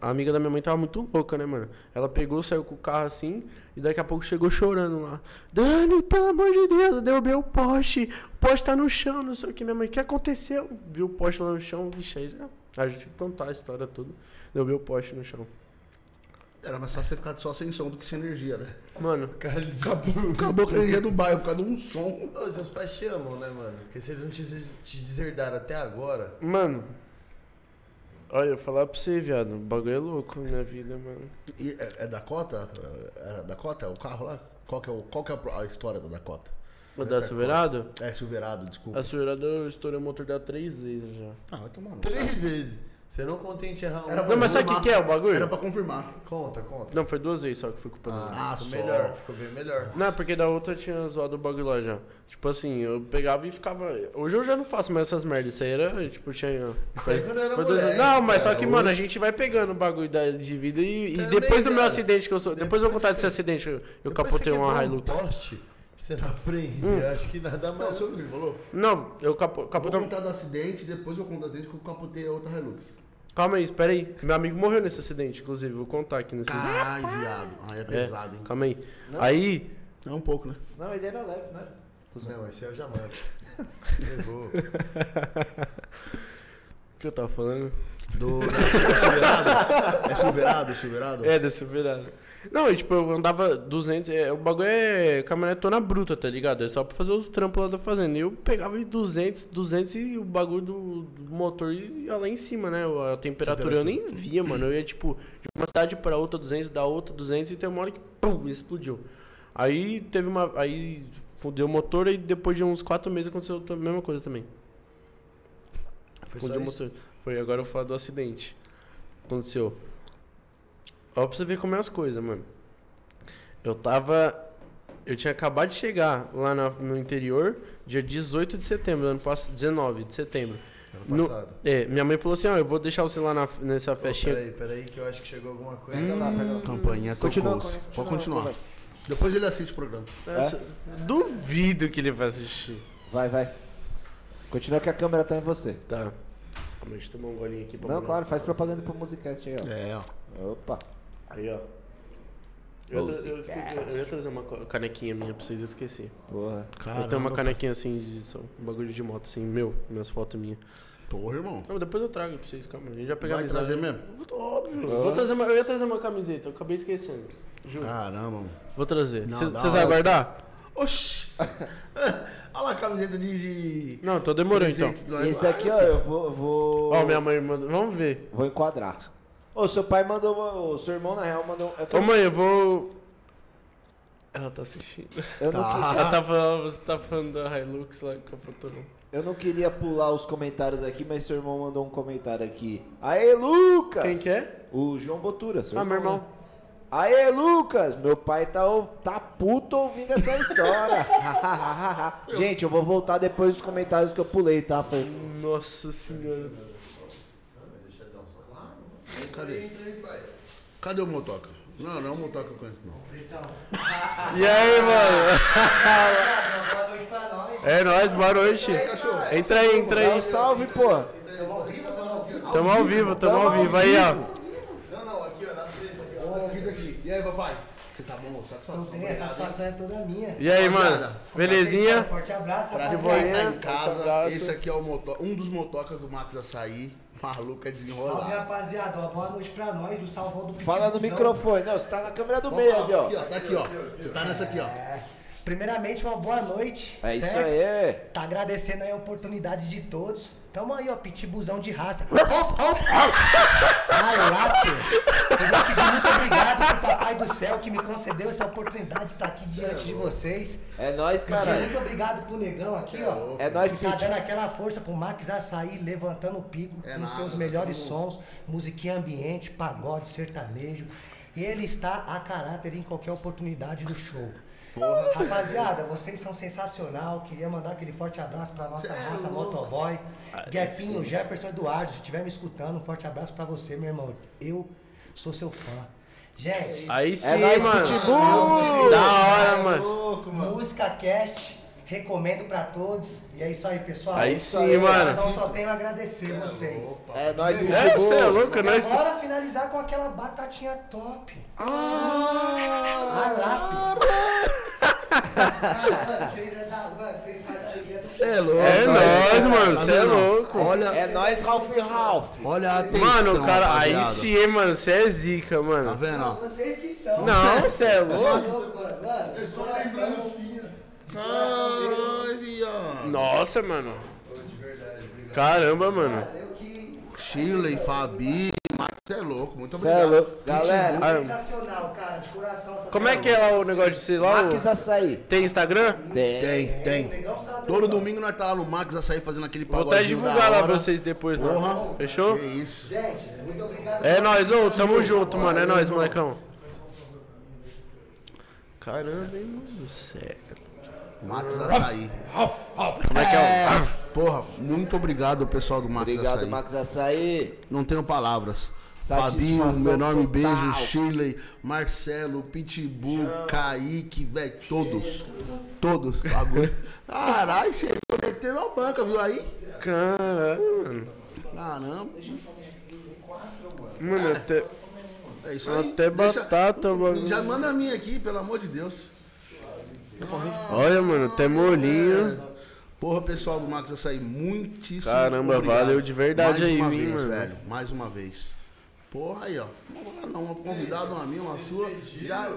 Speaker 4: a, a amiga da minha mãe tava muito louca, né, mano? Ela pegou, saiu com o carro assim, e daqui a pouco chegou chorando lá. Dani, pelo amor de Deus, eu derrubei o poste. O poste tá no chão, não sei o que, minha mãe. O que aconteceu? Viu o poste lá no chão, vixe, aí já. A gente contar a história toda. Derrubei o poste no chão.
Speaker 2: Era mais fácil você ficar só sem som do que sem energia, né?
Speaker 4: Mano,
Speaker 3: Cara, ele destruiu.
Speaker 2: Acabou com a energia do bairro por causa de um som.
Speaker 3: Ô, seus pais te amam, né, mano? Porque se eles não te, te deserdaram até agora,
Speaker 4: Mano. Olha, eu falar pra você, viado. O bagulho é louco na minha vida, mano.
Speaker 2: E é, é Dakota? É, Era Dakota? O carro lá? Qual que é, o, qual que é a história da Dakota?
Speaker 4: O da Silverado?
Speaker 2: É Silverado, desculpa.
Speaker 4: A Silverado eu estourei o motor dela três vezes já.
Speaker 2: Ah, vai tomar no.
Speaker 3: três vezes. Você não contente errar um.
Speaker 2: Era pra-
Speaker 4: Não, mas sabe o que, que é o bagulho?
Speaker 2: Era pra confirmar.
Speaker 3: Conta, conta.
Speaker 4: Não, foi duas vezes só que foi culpa dela.
Speaker 2: Ah,
Speaker 3: ficou
Speaker 2: só.
Speaker 3: melhor, ficou bem melhor.
Speaker 4: Não, porque da outra eu tinha zoado o bagulho lá já. Tipo assim, eu pegava e ficava. Hoje eu já não faço mais essas merdas. Isso aí era, tipo, tinha.
Speaker 3: aí quando eu era
Speaker 4: foi duas
Speaker 3: moleque,
Speaker 4: vezes. Não, mas só
Speaker 3: cara,
Speaker 4: que,
Speaker 3: hoje-
Speaker 4: mano, a gente vai pegando o bagulho da, de vida e, e
Speaker 3: Também,
Speaker 4: depois do meu
Speaker 3: cara.
Speaker 4: acidente que eu sou. Depois, eu vou
Speaker 3: Depois
Speaker 4: contar
Speaker 3: você-
Speaker 4: desse acidente. Eu, eu
Speaker 3: Depois
Speaker 4: capotei
Speaker 3: você
Speaker 4: uma
Speaker 3: quebrar
Speaker 4: Hilux. Hum.
Speaker 3: Um poste, você não aprende. Acho que nada
Speaker 2: Não,
Speaker 3: mais.
Speaker 2: sabe o que ele falou?
Speaker 4: Não, eu capo,
Speaker 2: Vou
Speaker 4: capotei. um
Speaker 2: contar do acidente, depois eu conto do acidente que eu capotei a outra Hilux.
Speaker 4: Calma aí, espera aí. Meu amigo morreu nesse acidente, inclusive. Vou contar aqui nesse acidente. É.
Speaker 2: Caralho, viado. Ah, é pesado, hein?
Speaker 4: Calma aí. Aí,
Speaker 2: É um pouco, né?
Speaker 5: Não, ele era leve, né?
Speaker 3: Não, esse é o Jamaica. Errou.
Speaker 4: O que eu tava falando?
Speaker 3: Do. É Silverado? É Silverado? Silverado?
Speaker 4: É, desse virado. Não, e, tipo, eu andava 200. É, o bagulho é caminhonetona bruta, tá ligado? É só pra fazer os trampos lá da fazenda. E eu pegava em 200, 200 e o bagulho do, do motor ia lá em cima, né? A temperatura, eu nem via, mano. Eu ia, tipo, de uma cidade pra outra, 200, da outra, 200 e tem uma hora que pum, explodiu. Aí teve uma. Aí fudeu o motor e depois de uns 4 meses aconteceu a mesma coisa também.
Speaker 3: Foi
Speaker 4: Fudeu
Speaker 3: só
Speaker 4: o
Speaker 3: isso?
Speaker 4: motor. Foi, agora eu falo do acidente. Aconteceu. Ó, pra você ver como é as coisas, mano. Eu tava. Eu tinha acabado de chegar lá na- no interior, dia 18 de setembro, do ano passado. 19 de setembro.
Speaker 3: Ano
Speaker 4: No-
Speaker 3: passado.
Speaker 4: é, minha mãe falou assim: ó, eu vou deixar você lá na- nessa
Speaker 3: Ô,
Speaker 4: festinha.
Speaker 3: peraí, peraí, que eu acho que chegou alguma coisa.
Speaker 4: Hum,
Speaker 5: Pega lá, pega lá.
Speaker 2: Campainha
Speaker 5: Continua,
Speaker 2: tocou-se.
Speaker 5: continua,
Speaker 2: Pode continuar.
Speaker 5: conversa.
Speaker 2: Depois ele assiste o programa.
Speaker 4: Nossa,
Speaker 3: É?
Speaker 4: Duvido que ele vai assistir.
Speaker 5: Vai, vai. Continua que a câmera tá em você.
Speaker 4: Tá. Calma, deixa eu tomar um golinho aqui pra
Speaker 5: Não,
Speaker 4: mandar.
Speaker 5: claro, faz propaganda pro Musicast aí, ó.
Speaker 2: É, ó.
Speaker 5: Opa.
Speaker 4: Aí, ó. Eu, ia tra- eu esqueci- eu ia trazer uma co- canequinha minha pra vocês esquecerem.
Speaker 5: Porra.
Speaker 4: Eu tenho uma canequinha assim, de som, um bagulho de moto, assim, meu, minhas fotos minhas.
Speaker 2: Porra, irmão.
Speaker 4: Não, depois eu trago pra vocês, calma. A gente já pegou
Speaker 2: Vai
Speaker 4: amizade.
Speaker 2: trazer mesmo?
Speaker 4: Vou- Óbvio. Vou trazer uma- eu ia trazer uma camiseta, eu acabei esquecendo. Juro.
Speaker 2: Caramba, mano.
Speaker 4: Vou trazer.
Speaker 2: Ah. Não,
Speaker 4: Vocês
Speaker 2: da
Speaker 4: vocês
Speaker 2: hora.
Speaker 4: vão aguardar?
Speaker 2: Oxi! Olha lá a camiseta de. de...
Speaker 4: Não, tô demorando então.
Speaker 2: presente
Speaker 5: E
Speaker 2: do-
Speaker 5: esse daqui, ó, eu vou. eu vou...
Speaker 4: Ó, minha mãe mandou. Vamos ver.
Speaker 5: Vou enquadrar. Ô, seu pai mandou. uma- Ô, seu irmão, na real, mandou. um, Eu,
Speaker 4: Ô mãe, eu vou. Ela tá assistindo.
Speaker 5: eu não, que-
Speaker 4: Ela tá falando, você tá falando da Hilux lá que eu foto.
Speaker 5: eu não queria pular os comentários aqui, mas seu irmão mandou um comentário aqui. Aê, Lucas!
Speaker 4: Quem que é?
Speaker 5: O João Botura, seu
Speaker 4: Ah, meu irmão.
Speaker 5: né? Aê, Lucas! Meu pai tá, ou- tá puto ouvindo essa história. Gente, eu vou voltar depois dos comentários que eu pulei, tá? Foi...
Speaker 4: Nossa senhora.
Speaker 2: Cadê? Cadê o motoca? Não, não é o motoca que eu conheço, não.
Speaker 4: E aí, mano? É nóis, boa noite. Entra aí, entra
Speaker 5: Dá um
Speaker 4: aí.
Speaker 5: salve, pô.
Speaker 4: Tamo ao vivo, tamo ao vivo. Aí, ó.
Speaker 2: Não, não, aqui, ó, na frente. aqui, ó. Ó, vida aqui. E aí, papai? Você tá bom? Satisfação.
Speaker 6: Bem, essa satisfação é toda minha.
Speaker 4: E aí, mano?
Speaker 2: Rapaziada.
Speaker 4: Belezinha?
Speaker 6: Forte abraço,
Speaker 2: Pra
Speaker 6: rapaziada.
Speaker 2: quem tá em
Speaker 4: um
Speaker 2: casa,
Speaker 4: abraço.
Speaker 2: esse aqui é o moto- um dos motocas do Max Açaí. Maluco é
Speaker 6: Salve,
Speaker 2: desenrolado.
Speaker 6: rapaziada. Ó, boa noite pra nós. O salvão do
Speaker 5: Fala no
Speaker 6: Pitbullzão.
Speaker 5: microfone. Não, você tá na câmera do
Speaker 2: Ó,
Speaker 5: meio ali, ó.
Speaker 2: Aqui, ó. Tá aqui, ó. Você tá nessa aqui, ó.
Speaker 6: É. Primeiramente, uma boa noite.
Speaker 5: É isso
Speaker 6: certo?
Speaker 5: aí.
Speaker 6: Tá agradecendo aí a oportunidade de todos. Tamo aí, ó, pitibuzão de raça. Of, of, of. Ai, lá, pô. Eu vou pedir muito obrigado pro papai do céu que me concedeu essa oportunidade de estar aqui diante de vocês.
Speaker 5: É nóis,
Speaker 6: Pedir
Speaker 5: caralho.
Speaker 6: muito obrigado pro negão aqui, ó.
Speaker 5: É nóis,
Speaker 6: que tá
Speaker 5: Pete.
Speaker 6: dando aquela força pro Max Açaí levantando o pico
Speaker 2: É
Speaker 6: com
Speaker 2: nada,
Speaker 6: seus melhores
Speaker 2: tamo-
Speaker 6: sons, musiquinha ambiente, pagode, sertanejo. Ele está a caráter em qualquer oportunidade do show. Rapaziada, vocês são sensacional. Queria mandar aquele forte abraço pra
Speaker 2: é
Speaker 6: nossa raça motoboy.
Speaker 5: Ah,
Speaker 6: Guepinho, Jefferson Eduardo, se estiver me escutando, um forte abraço pra você, meu irmão. Eu sou seu fã. Gente,
Speaker 4: Aí
Speaker 5: É
Speaker 4: sim,
Speaker 5: nóis,
Speaker 4: mano.
Speaker 5: Pitbull!
Speaker 4: Da hora,
Speaker 2: Tá
Speaker 4: mano.
Speaker 6: Música Cast, recomendo pra todos. E é isso aí, pessoal.
Speaker 4: Aí
Speaker 6: Isso
Speaker 4: sim, mano.
Speaker 6: Só, só tenho a agradecer vocês.
Speaker 5: É nóis,
Speaker 4: É, você é
Speaker 5: Pitbull.
Speaker 4: louco, nós.
Speaker 6: E agora finalizar com aquela batatinha top. Ah, lápis. Mano, vocês é da- mano, vocês fazem-
Speaker 3: Você é louco.
Speaker 4: É nóis, mano.
Speaker 3: Tá
Speaker 4: Você é
Speaker 3: vendo?
Speaker 4: louco.
Speaker 3: Olha,
Speaker 5: É nóis, Ralph e Ralph.
Speaker 3: olha a atenção.
Speaker 4: Mano, cara, aí
Speaker 3: rapaziada.
Speaker 4: sim, hein, mano. Você é zica,
Speaker 2: Tá
Speaker 4: mano.
Speaker 2: vendo, ó?
Speaker 6: Vocês que são.
Speaker 4: Não, você é louco.
Speaker 6: Eu sou
Speaker 2: Caralho, ó.
Speaker 4: Nossa, mano. Caramba, mano.
Speaker 6: que
Speaker 2: Shirley, Fabi, Max, você é louco. Muito
Speaker 5: Cê é
Speaker 2: obrigado.
Speaker 5: louco. Galera,
Speaker 4: Ah,
Speaker 6: sensacional, cara, de coração. só
Speaker 4: Como
Speaker 6: tenho
Speaker 4: é que é lá o negócio de sei lá?
Speaker 5: Max
Speaker 4: o-
Speaker 5: Açaí.
Speaker 4: Tem Instagram?
Speaker 5: Tem.
Speaker 2: Tem, tem.
Speaker 6: Negão sabe,
Speaker 2: Todo domingo nós tá lá no Max Açaí fazendo aquele
Speaker 4: Vou
Speaker 2: pagodinho
Speaker 4: até divulgar
Speaker 2: da
Speaker 4: lá
Speaker 2: hora.
Speaker 4: pra vocês depois, né?
Speaker 2: Porra.
Speaker 4: Fechou?
Speaker 2: Que isso.
Speaker 6: Gente, muito obrigado.
Speaker 4: É nóis, ô, tamo junto, mano. É nóis, molecão. Caramba, hein, mano. Sério.
Speaker 2: Max Açaí.
Speaker 4: Como é que é? o-
Speaker 2: Porra, muito obrigado ao pessoal do Max
Speaker 5: Obrigado,
Speaker 2: Açaí.
Speaker 5: Max Açaí.
Speaker 2: Não tenho palavras.
Speaker 5: Satisfação
Speaker 2: Fabinho, um enorme
Speaker 5: total.
Speaker 2: beijo. Shirley, Marcelo, Pitbull, Kaique, velho, todos. Todos. Agora- Caralho, chegou meteram a banca, viu aí?
Speaker 4: Caralho, é mano.
Speaker 2: Caramba.
Speaker 4: Mano, até.
Speaker 2: É isso aí.
Speaker 4: Até né? batata, mano.
Speaker 2: Já manda a minha aqui, pelo amor de Deus.
Speaker 4: Olha, mano, até molinho.
Speaker 2: Porra, pessoal do Max Açaí, muitíssimo
Speaker 4: Caramba, valeu de verdade
Speaker 2: mais
Speaker 4: aí,
Speaker 2: uma
Speaker 4: hein,
Speaker 2: vez,
Speaker 4: mano?
Speaker 2: velho. Mais uma vez. Porra, aí, ó. Bora lá, um uma convidada, uma minha, uma sua. Já...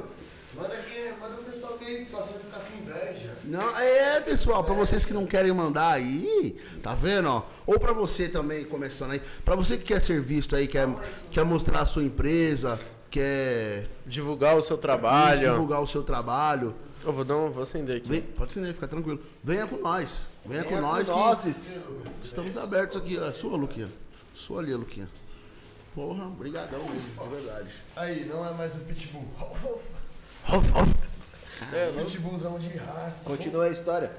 Speaker 3: Manda aqui, manda o pessoal que passou de ficar com inveja.
Speaker 2: Não, é, pessoal, pra vocês que não querem mandar aí, tá vendo, ó? Ou pra você também, começando aí, pra você que quer ser visto aí, quer, quer mostrar a sua empresa, quer
Speaker 4: Divulgar o seu trabalho.
Speaker 2: divulgar o seu trabalho,
Speaker 4: Eu vou dar um, vou acender aqui.
Speaker 2: vem, pode ser, né? fica tranquilo. Venha com nós, venha, com,
Speaker 5: É
Speaker 2: nós, que
Speaker 5: nozes.
Speaker 2: estamos abertos aqui. É sua, Luquinha, sua ali, Luquinha. Porra, brigadão mesmo, de verdade.
Speaker 3: Aí, não é mais um pitbull. Pitbullzão de raça.
Speaker 5: Continua a história.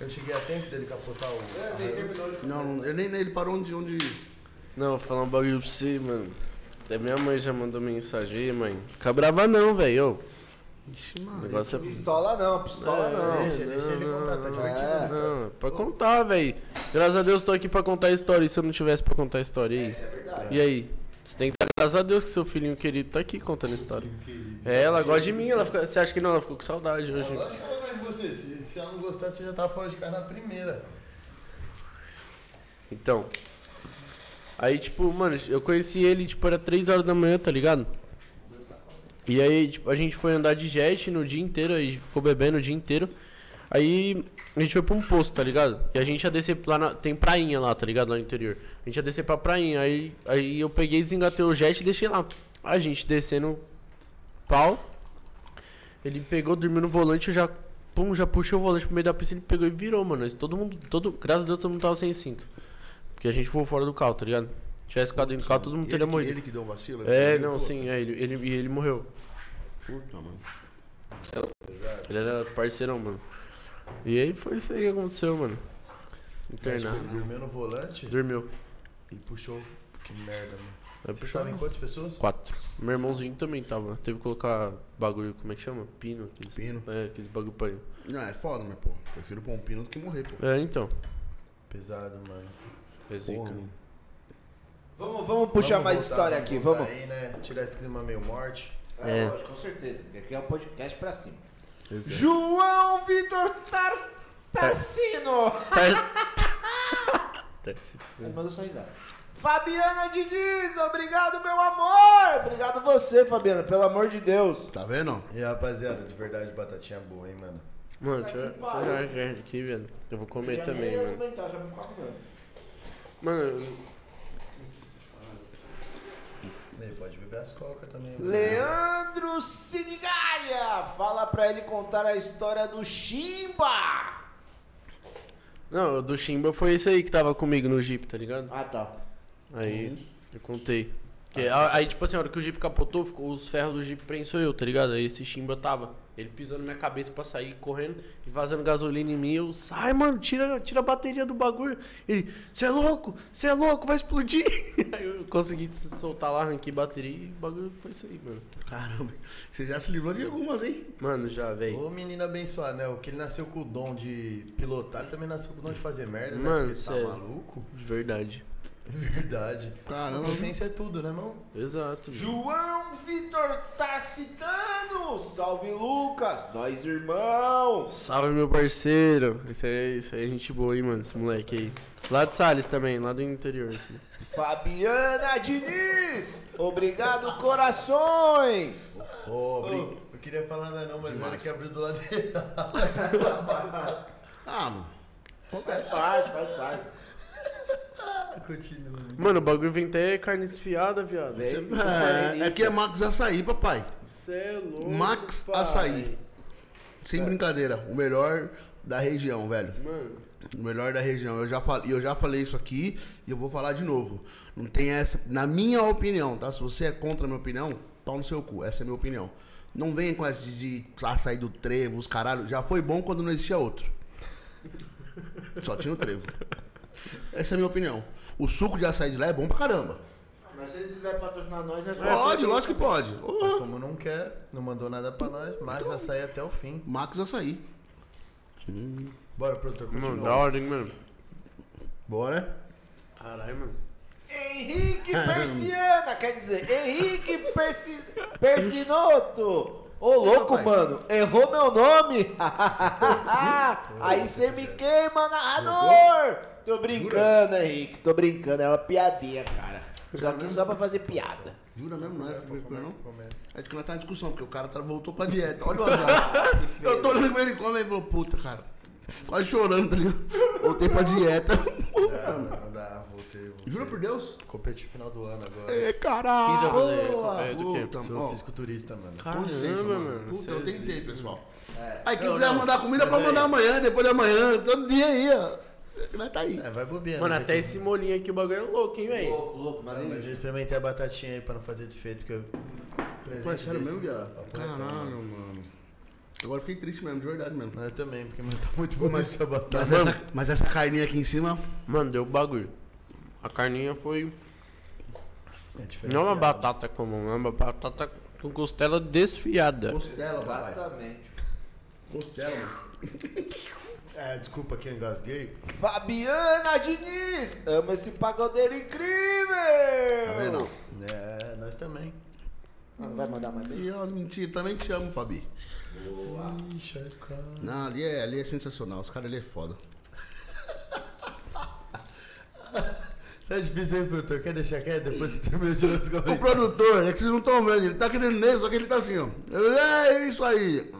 Speaker 3: Eu cheguei a tempo dele capotar o.
Speaker 5: É,
Speaker 2: Não, não, eu nem nem- ele parou onde, onde...
Speaker 4: Não, vou falar um bagulho pra você, mano. Até minha mãe já mandou mensagem aí, mãe. Fica brava não, velho. ô.
Speaker 2: Ixi,
Speaker 4: O
Speaker 2: mano.
Speaker 4: negócio é.
Speaker 5: Pistola não, pistola não.
Speaker 3: É, Deixa, deixa ele contar, tá divertido.
Speaker 5: É.
Speaker 4: Não, é pra contar, velho. Graças a Deus tô aqui pra contar a história. E se eu não tivesse pra contar a história
Speaker 2: É,
Speaker 4: aí? E aí? Você tem que dar graças a Deus que seu filhinho querido tá aqui contando a história. É, ela gosta de mim, ela fica... Você acha que não? Ela ficou com saudade hoje.
Speaker 3: Lógico que ela vai de você. Se, se ela não gostar, você já tá fora de casa na primeira.
Speaker 4: Então. Aí, tipo, mano, eu conheci ele, tipo, era 3 horas da manhã, tá ligado? E aí, tipo, a gente foi andar de jet no dia inteiro, aí ficou bebendo o dia inteiro. Aí a gente foi pra um posto, tá ligado? E a gente ia descer lá na. Tem prainha lá, tá ligado? Lá no interior. A gente ia descer pra prainha. Aí, aí eu peguei, desengatei o jet e deixei lá. A gente descendo pau. Ele pegou, dormiu no volante, eu já. Pum, já puxei o volante pro meio da pista, ele pegou e virou, mano. Isso Todo mundo. Todo, graças a Deus, todo mundo tava sem cinto. Porque a gente voou fora do carro, tá ligado? Se tivesse ficado dentro do carro, todo mundo
Speaker 2: Ele
Speaker 4: teria
Speaker 2: que-
Speaker 4: morrido.
Speaker 2: Ele que deu um vacilo. ele
Speaker 4: É,
Speaker 2: que deu,
Speaker 4: não,
Speaker 2: pô.
Speaker 4: sim, é, ele, ele, e ele morreu.
Speaker 2: Puta, mano.
Speaker 4: Ele era parceirão, mano. E aí foi isso aí que aconteceu, mano. Internado.
Speaker 3: Ele dormiu no volante
Speaker 4: Dormiu.
Speaker 3: e puxou. Que merda, mano.
Speaker 4: Aí
Speaker 3: Você
Speaker 4: puxou.
Speaker 3: estava em quantas pessoas?
Speaker 4: Quatro. Meu irmãozinho também tava. Teve que colocar bagulho, como é que chama? Pino. Aqueles,
Speaker 2: Pino.
Speaker 4: É, aqueles bagulho pra ele.
Speaker 2: Não, é foda, mas, pô. Prefiro pôr um pino do que morrer, pô.
Speaker 4: É, então.
Speaker 3: Pesado, mano.
Speaker 4: É zica.
Speaker 2: Porra, mano.
Speaker 5: Vamos, vamos puxar
Speaker 3: Vamos
Speaker 5: mais
Speaker 3: voltar,
Speaker 5: história aqui,
Speaker 3: voltar
Speaker 5: vamos.
Speaker 3: Aí, né? Tirar esse clima meio morte.
Speaker 5: É,
Speaker 4: É.
Speaker 5: lógico, com certeza. porque Aqui é um podcast pra cima.
Speaker 4: Exato.
Speaker 5: João Vitor Tar...
Speaker 4: É.
Speaker 5: Tarcino.
Speaker 4: Tá Deve ser.
Speaker 5: Ele mandou só risada. Fabiana Diniz, obrigado, meu amor. Obrigado você, Fabiana, pelo amor de Deus.
Speaker 2: Tá vendo?
Speaker 3: E rapaziada, de verdade, batatinha boa, hein, mano.
Speaker 4: Mano, deixa eu deixa eu olhar a carne aqui, velho. Eu vou comer também, mano.
Speaker 5: Comentar, já é vou ficar comendo.
Speaker 4: Mano, eu-
Speaker 3: Aí, pode beber as coca também. mano.
Speaker 5: Leandro Sinigalha, fala pra ele contar a história do Chimba.
Speaker 4: não, o do Shimba foi esse aí que tava comigo no Jeep, tá ligado?
Speaker 5: Ah, tá.
Speaker 4: Aí eu contei. Que, a- aí, tipo assim, a hora que o Jeep capotou, ficou, os ferros do Jeep prensou eu, tá ligado? Aí esse Chimba tava. Ele pisou na minha cabeça pra sair correndo e vazando gasolina em mim. Eu, sai, mano, tira, tira a bateria do bagulho. Ele, cê é louco, cê é louco, vai explodir. Aí eu consegui se soltar lá, arranquei bateria e o bagulho foi isso aí, mano.
Speaker 2: Caramba. Você já se livrou de algumas, hein?
Speaker 4: Mano, já, velho.
Speaker 3: né? Ô menino abençoado, né? O que ele nasceu com o dom de pilotar, ele também nasceu com o dom de fazer merda, né?
Speaker 4: Mano, é
Speaker 3: Porque tá
Speaker 4: sério.
Speaker 3: maluco? É
Speaker 4: De verdade.
Speaker 3: Verdade.
Speaker 2: Caramba.
Speaker 3: Inocência é tudo, né, mão?
Speaker 4: Exato. mano.
Speaker 5: João Vitor Tacitano, salve Lucas, nós irmãos.
Speaker 4: Salve, meu parceiro. Isso aí, isso aí é gente boa, hein, mano, esse moleque aí. Lá de Salles também, lá do interior. Esse moleque.
Speaker 5: Fabiana Diniz, obrigado corações.
Speaker 3: Ô, brin- eu queria falar nada não, mas o
Speaker 2: Demais.
Speaker 3: que abriu do lado dele.
Speaker 2: Ah, mano.
Speaker 5: Faz, faz, faz.
Speaker 3: Continua.
Speaker 4: Mano, o bagulho vem até carne esfiada, viado.
Speaker 5: Vem. Eu falei
Speaker 2: É, é
Speaker 5: nisso.
Speaker 2: que é Max Açaí, papai.
Speaker 4: Cê é louco.
Speaker 2: Max
Speaker 4: pai.
Speaker 2: Açaí. Sem brincadeira. O melhor da região, velho.
Speaker 4: Mano,
Speaker 2: O melhor da região. Eu já, fal- eu já falei isso aqui e eu vou falar de novo. Não tem essa. Na minha opinião, tá? Se você é contra a minha opinião, pau no seu cu. Essa é a minha opinião. Não venha com essa de, de açaí do trevo, os caralho. Já foi bom quando não existia outro. Só tinha o trevo. Essa é a minha opinião. O suco de açaí de lá é bom pra caramba.
Speaker 5: Mas se ele quiser patrocinar nós,
Speaker 6: É,
Speaker 5: nós
Speaker 2: Pode, lógico que pode. Oh,
Speaker 3: Como não quer, não mandou nada pra nós, mas açaí até o fim.
Speaker 2: Max Açaí.
Speaker 3: Bora, produtor, continua.
Speaker 4: mano da hora, hein, mano.
Speaker 2: Bora.
Speaker 4: Caralho, mano.
Speaker 5: Henrique Persiana, quer dizer, Henrique Persi... Persinotto. Ô, louco,
Speaker 2: rapaz.
Speaker 5: mano, errou meu nome? Aí você me queima, narrador! Tô brincando, Henrique, tô brincando, é uma piadinha, cara. Tô aqui só pra fazer piada.
Speaker 2: Jura mesmo, não é? Não, não? É de que nós tá na discussão, porque o cara tá, voltou pra dieta. Olha o azar. eu tô olhando como ele come e falou, puta, cara. Quase chorando, tá ligado? Voltei pra dieta.
Speaker 3: Não, não dá, voltei, voltei.
Speaker 2: Jura por Deus?
Speaker 3: Competi final do ano agora.
Speaker 2: É,
Speaker 4: Fiz eu
Speaker 2: caralho.
Speaker 4: fazer campanha do quê?
Speaker 2: Puta,
Speaker 3: Sou
Speaker 2: ó,
Speaker 3: fisiculturista, mano.
Speaker 2: puta, gente,
Speaker 4: Caramba, mano. é
Speaker 2: Puta, eu
Speaker 4: vocês-
Speaker 2: tentei, pessoal. Aí quem quiser
Speaker 3: não,
Speaker 2: mandar comida,
Speaker 3: mas
Speaker 2: pode
Speaker 3: aí-
Speaker 2: mandar amanhã, depois de amanhã, todo dia aí, ó. Nós tá aí.
Speaker 3: É, vai bobeando.
Speaker 4: Mano,
Speaker 3: já
Speaker 4: até
Speaker 3: que-
Speaker 4: esse molinho aqui, o bagulho é louco, hein, velho?
Speaker 6: Louco, louco, mas
Speaker 3: Não, mas eu experimentei a batatinha aí pra não fazer defeito, que eu...
Speaker 2: Ué,
Speaker 3: Presente
Speaker 2: é sério
Speaker 3: desse-
Speaker 2: mesmo, viado?
Speaker 3: Papo reto, mano.
Speaker 2: Caralho, mano. Agora eu fiquei triste mesmo, de verdade mesmo.
Speaker 3: Eu também, porque mano, tá muito bom essa batata.
Speaker 2: Mas essa, mas essa carninha aqui em cima.
Speaker 4: Mano, deu bagulho. A carninha foi.
Speaker 3: É
Speaker 4: Não é uma
Speaker 3: diferenciado.
Speaker 4: batata comum, é uma batata com costela desfiada.
Speaker 2: Costela, papai.
Speaker 6: Exatamente.
Speaker 2: Costela, mano.
Speaker 3: É, desculpa que eu engasguei.
Speaker 5: Fabiana Diniz, amo esse pagodeiro
Speaker 2: Tá
Speaker 5: incrível!
Speaker 2: vendo?
Speaker 3: É, nós também.
Speaker 6: Não vai mandar mais bem?
Speaker 2: E eu menti, também te amo, Fabi.
Speaker 3: Ixi, é claro.
Speaker 2: Não, ali é, ali é sensacional. Os caras ali é foda.
Speaker 3: Tá difícil aí, produtor. Quer deixar quieto depois que terminou de lançar
Speaker 2: O produtor, é que vocês não estão vendo, ele tá querendo nesse, só que ele tá assim, ó. É isso aí.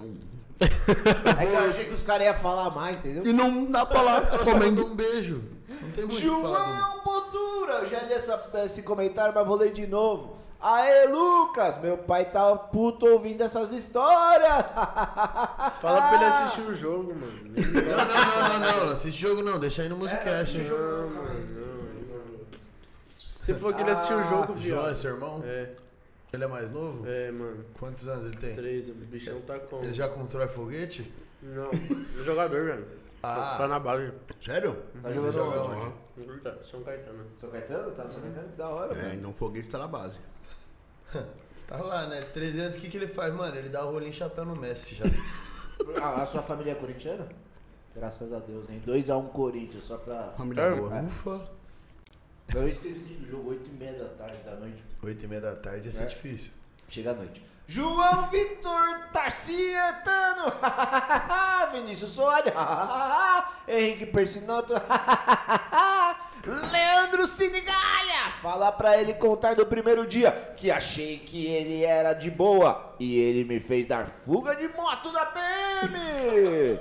Speaker 6: É que eu achei que os caras iam falar mais, entendeu?
Speaker 2: E não dá pra lá.
Speaker 3: Ela só mandou um beijo. Não tem muito o que falar.
Speaker 5: João Botura, eu já li essa- esse comentário, mas vou ler de novo. Aê, Lucas, meu pai tá puto ouvindo essas histórias.
Speaker 4: Fala pra ele assistir o jogo, mano.
Speaker 3: Não, não, não, não, não, não. Assiste jogo não, deixa aí no Musicast. né?
Speaker 4: Não, não. Você falou que ele assistiu o jogo,
Speaker 3: João é
Speaker 4: viado.
Speaker 3: seu irmão?
Speaker 4: É,
Speaker 3: Ele é mais novo?
Speaker 4: é, mano.
Speaker 3: Quantos anos ele tem?
Speaker 4: Três, o bichão tá como?
Speaker 3: Ele já constrói foguete?
Speaker 4: Não, é jogador, velho.
Speaker 3: Ah.
Speaker 4: Tá na base.
Speaker 2: Sério?
Speaker 6: Tá jogando
Speaker 3: Joga
Speaker 6: onde?
Speaker 3: onde?
Speaker 4: Verdade, São Caetano.
Speaker 6: São Caetano? Tá no São Caetano? Da hora,
Speaker 2: É,
Speaker 6: mano.
Speaker 2: então o foguete tá na base.
Speaker 3: Tá lá, né? 300, o que, que ele faz, mano? Ele dá o rolinho e chapéu no Messi já.
Speaker 6: Ah, a sua família é corintiana? Graças a Deus, hein? 2x1 Corinthians, só pra...
Speaker 2: Família
Speaker 4: É.
Speaker 2: boa.
Speaker 3: Ufa.
Speaker 6: Eu esqueci do jogo, 8h30 da tarde da noite.
Speaker 3: 8 e meia da tarde ia ser
Speaker 6: É.
Speaker 3: difícil.
Speaker 6: Chega à noite.
Speaker 5: João Vitor Tarcietano. Vinícius Soares. Henrique Persinotto. Leandro Sinigalha. Fala pra ele contar do primeiro dia que achei que ele era de boa e ele me fez dar fuga de moto da PM.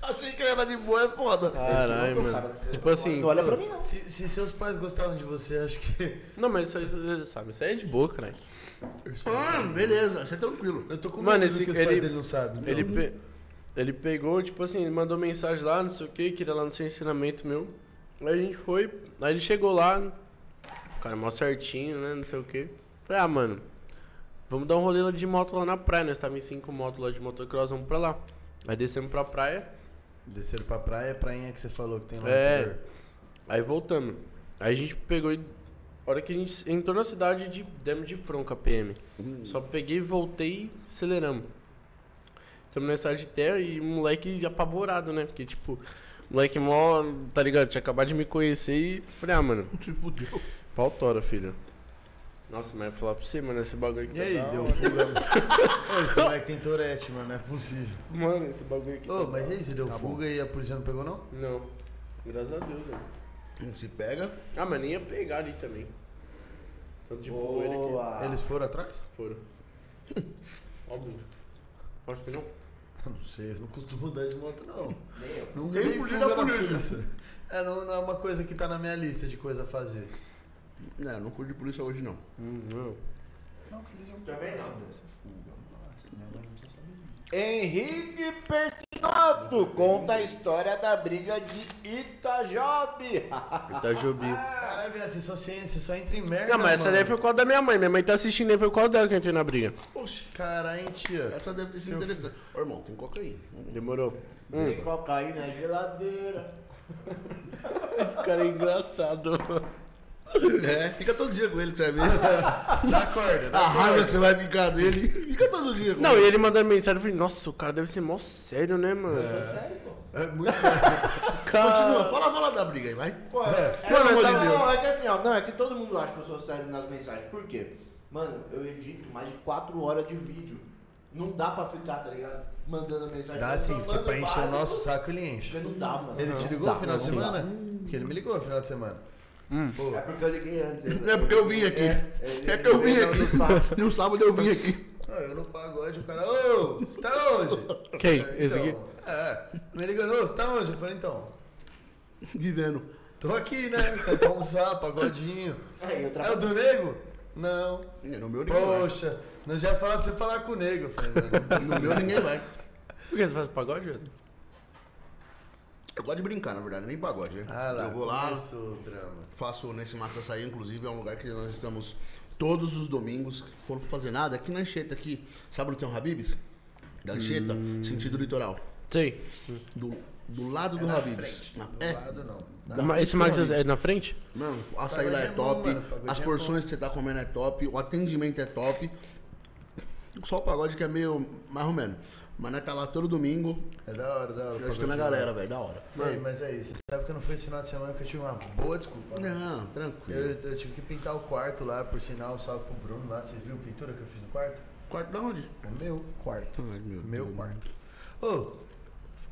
Speaker 2: Achei que ele era de boa, é foda.
Speaker 4: Caralho, mano. Tipo assim.
Speaker 6: Não olha pra mim, não.
Speaker 3: Se, se seus pais gostavam de você, acho que.
Speaker 4: Não, mas isso, isso, sabe, isso aí é de boa, caralho.
Speaker 2: Ah, beleza, você é tranquilo.
Speaker 3: Eu tô com medo
Speaker 4: Mano,
Speaker 3: do
Speaker 4: esse-
Speaker 3: que os
Speaker 4: ele-
Speaker 3: pais dele não sabem. então.
Speaker 4: Ele, pe- ele pegou, tipo assim, ele mandou mensagem lá, não sei o que, queria lá no seu ensinamento meu. Aí a gente foi, aí ele chegou lá, o cara mó certinho, né, não sei o que. Falei, ah, mano, vamos dar um rolê lá de moto lá na praia, nós tava em cinco motos lá de motocross, vamos pra lá. Aí descemos pra praia,
Speaker 3: Desceram pra praia, prainha que você falou que tem lá
Speaker 4: É.
Speaker 3: no interior.
Speaker 4: aí voltamos. Aí a gente pegou e. A hora que a gente entrou na cidade, de, demos de fronca a PM.
Speaker 3: Hum.
Speaker 4: Só peguei, voltei e aceleramos. Estamos nessa de terra e o moleque apavorado, né? Porque, tipo, o moleque mó, tá ligado? Tinha acabado de me conhecer e falei, ah, mano,
Speaker 2: Se fudeu.
Speaker 4: pau tora, filho. Nossa, mas eu ia falar pra você, mano, esse bagulho aqui
Speaker 3: E
Speaker 4: tá
Speaker 3: aí,
Speaker 4: da
Speaker 3: deu
Speaker 4: hora.
Speaker 3: fuga. Ô, esse moleque tem Torete, mano, não é possível.
Speaker 4: Mano, esse bagulho aqui.
Speaker 3: Ô,
Speaker 4: tá
Speaker 3: mas
Speaker 4: da
Speaker 3: e aí, você deu fuga e a polícia não pegou, não?
Speaker 4: hora. Não, graças a Deus, velho.
Speaker 2: Não se pega.
Speaker 4: Ah, mas nem ia pegar ali também. Então, tipo, Tanto de poeira aqui.
Speaker 6: Boa.
Speaker 3: Eles foram atrás?
Speaker 4: Foram. Óbvio. um? Acho que não.
Speaker 3: Eu não sei, eu não costumo andar de moto, não.
Speaker 6: Nem eu.
Speaker 3: Nunca
Speaker 2: Nem
Speaker 3: dei
Speaker 2: polícia,
Speaker 3: fuga na
Speaker 2: nem polícia.
Speaker 3: polícia. É, não, não é uma coisa que tá na minha lista de coisa a fazer.
Speaker 2: Não, não cuido de polícia hoje, não.
Speaker 4: não.
Speaker 3: Não, que eles iam
Speaker 6: Também não.
Speaker 3: saber essa fuga. Nossa, minha mãe não precisa saber disso.
Speaker 5: Henrique Persinotto conta a história da briga de Itajobi.
Speaker 4: Itajubi.
Speaker 3: Caralho, viado, você só, você só entra em merda,
Speaker 4: Ah, Não, mas essa
Speaker 3: mano.
Speaker 4: daí foi o call da minha mãe. Minha mãe tá assistindo aí, foi o call dela que eu entrei na briga.
Speaker 3: Oxi, caralho, tia.
Speaker 2: Essa deve ter sido interessante. Ô, irmão, tem cocaína.
Speaker 4: Demorou.
Speaker 6: Tem cocaína na geladeira.
Speaker 4: Esse cara é engraçado, mano.
Speaker 2: É, fica todo dia com ele, que você vai ver.
Speaker 3: Dá corda,
Speaker 2: A
Speaker 3: dá
Speaker 2: raiva que você vai ficar dele. Fica todo dia com
Speaker 4: Não, e
Speaker 2: ele.
Speaker 4: ele mandando mensagem, eu falei, nossa, o cara deve ser mó sério, né, mano?
Speaker 3: É muito sério.
Speaker 4: Tá.
Speaker 2: Continua, fala, fala da briga aí, vai.
Speaker 6: Pô, é,
Speaker 2: Pelo
Speaker 6: não,
Speaker 2: amor de
Speaker 3: tá
Speaker 6: não,
Speaker 2: Deus.
Speaker 6: não, é que assim, ó, não, é que todo mundo acha que eu sou sério nas mensagens. Por quê? Mano, eu edito mais de 4 horas de vídeo.
Speaker 5: Não dá pra ficar, tá ligado? Mandando mensagem.
Speaker 3: Dá sim, porque
Speaker 5: Manda
Speaker 3: pra encher o
Speaker 5: vários,
Speaker 3: nosso saco ele enche.
Speaker 5: Porque não dá, mano.
Speaker 3: Ele
Speaker 5: Não
Speaker 3: te ligou
Speaker 5: dá,
Speaker 3: no
Speaker 4: Tá,
Speaker 3: final de
Speaker 5: não dá.
Speaker 3: semana? Porque ele me ligou no final de semana.
Speaker 5: É porque eu liguei antes. né?
Speaker 2: É porque eu vim aqui. É, que eu vim
Speaker 5: ele- ele- no sábado.
Speaker 2: aqui. No sábado eu vim aqui.
Speaker 3: Ah, eu no pagode, o cara, ô, você tá onde?
Speaker 4: Quem?
Speaker 3: Eu,
Speaker 4: Esse aqui?
Speaker 3: É, me ligando, ô, você tá onde? Eu falei, então,
Speaker 2: Vivendo.
Speaker 3: tô aqui, né? Sai pra almoçar, pagodinho.
Speaker 5: Aí eu
Speaker 3: É o
Speaker 5: trabalho.
Speaker 3: do nego? Não.
Speaker 2: No meu ninguém vai.
Speaker 3: Poxa, não já falava pra você falar com o nego. Eu falei, mano,
Speaker 2: No meu ninguém vai.
Speaker 4: Por que você faz pagode, velho?
Speaker 2: Eu gosto de brincar, na verdade, nem pagode, né?
Speaker 3: ah lá,
Speaker 2: eu vou lá,
Speaker 3: começou o drama.
Speaker 2: faço nesse Mata Açaí, inclusive, é um lugar que nós estamos todos os domingos, se for fazer nada, aqui na Anchieta, aqui, sabe onde tem o Habibs? Da Anchieta,
Speaker 3: Hum.
Speaker 2: sentido litoral.
Speaker 4: Sei.
Speaker 2: Do, do lado do
Speaker 3: na
Speaker 2: Habibs.
Speaker 3: frente,
Speaker 2: Na-
Speaker 3: do
Speaker 2: é,
Speaker 3: lado não.
Speaker 4: Ma- Esse Max é na frente?
Speaker 2: mano, o açaí lá
Speaker 3: Pagodinho
Speaker 2: é
Speaker 3: é bom,
Speaker 2: top,
Speaker 3: mano, pagodinho
Speaker 2: as
Speaker 3: é
Speaker 2: porções que você tá comendo é top, o atendimento é top. Só o pagode que é meio mais ou menos. Mas nós tá lá todo domingo,
Speaker 3: É da hora, da hora.
Speaker 2: ajudando a galera, velho, da hora.
Speaker 3: Ei, mas é isso. Você sabe que eu não fui esse final de semana que eu tive uma boa desculpa. né?
Speaker 2: Não,
Speaker 3: Eu,
Speaker 2: tranquilo.
Speaker 3: eu tive que pintar o quarto lá, por sinal, salve pro Bruno lá. Você viu a pintura que eu fiz no quarto?
Speaker 2: Quarto da onde?
Speaker 4: É
Speaker 3: O meu quarto.
Speaker 2: Ai, meu
Speaker 3: meu
Speaker 2: Deus.
Speaker 3: quarto. Ô,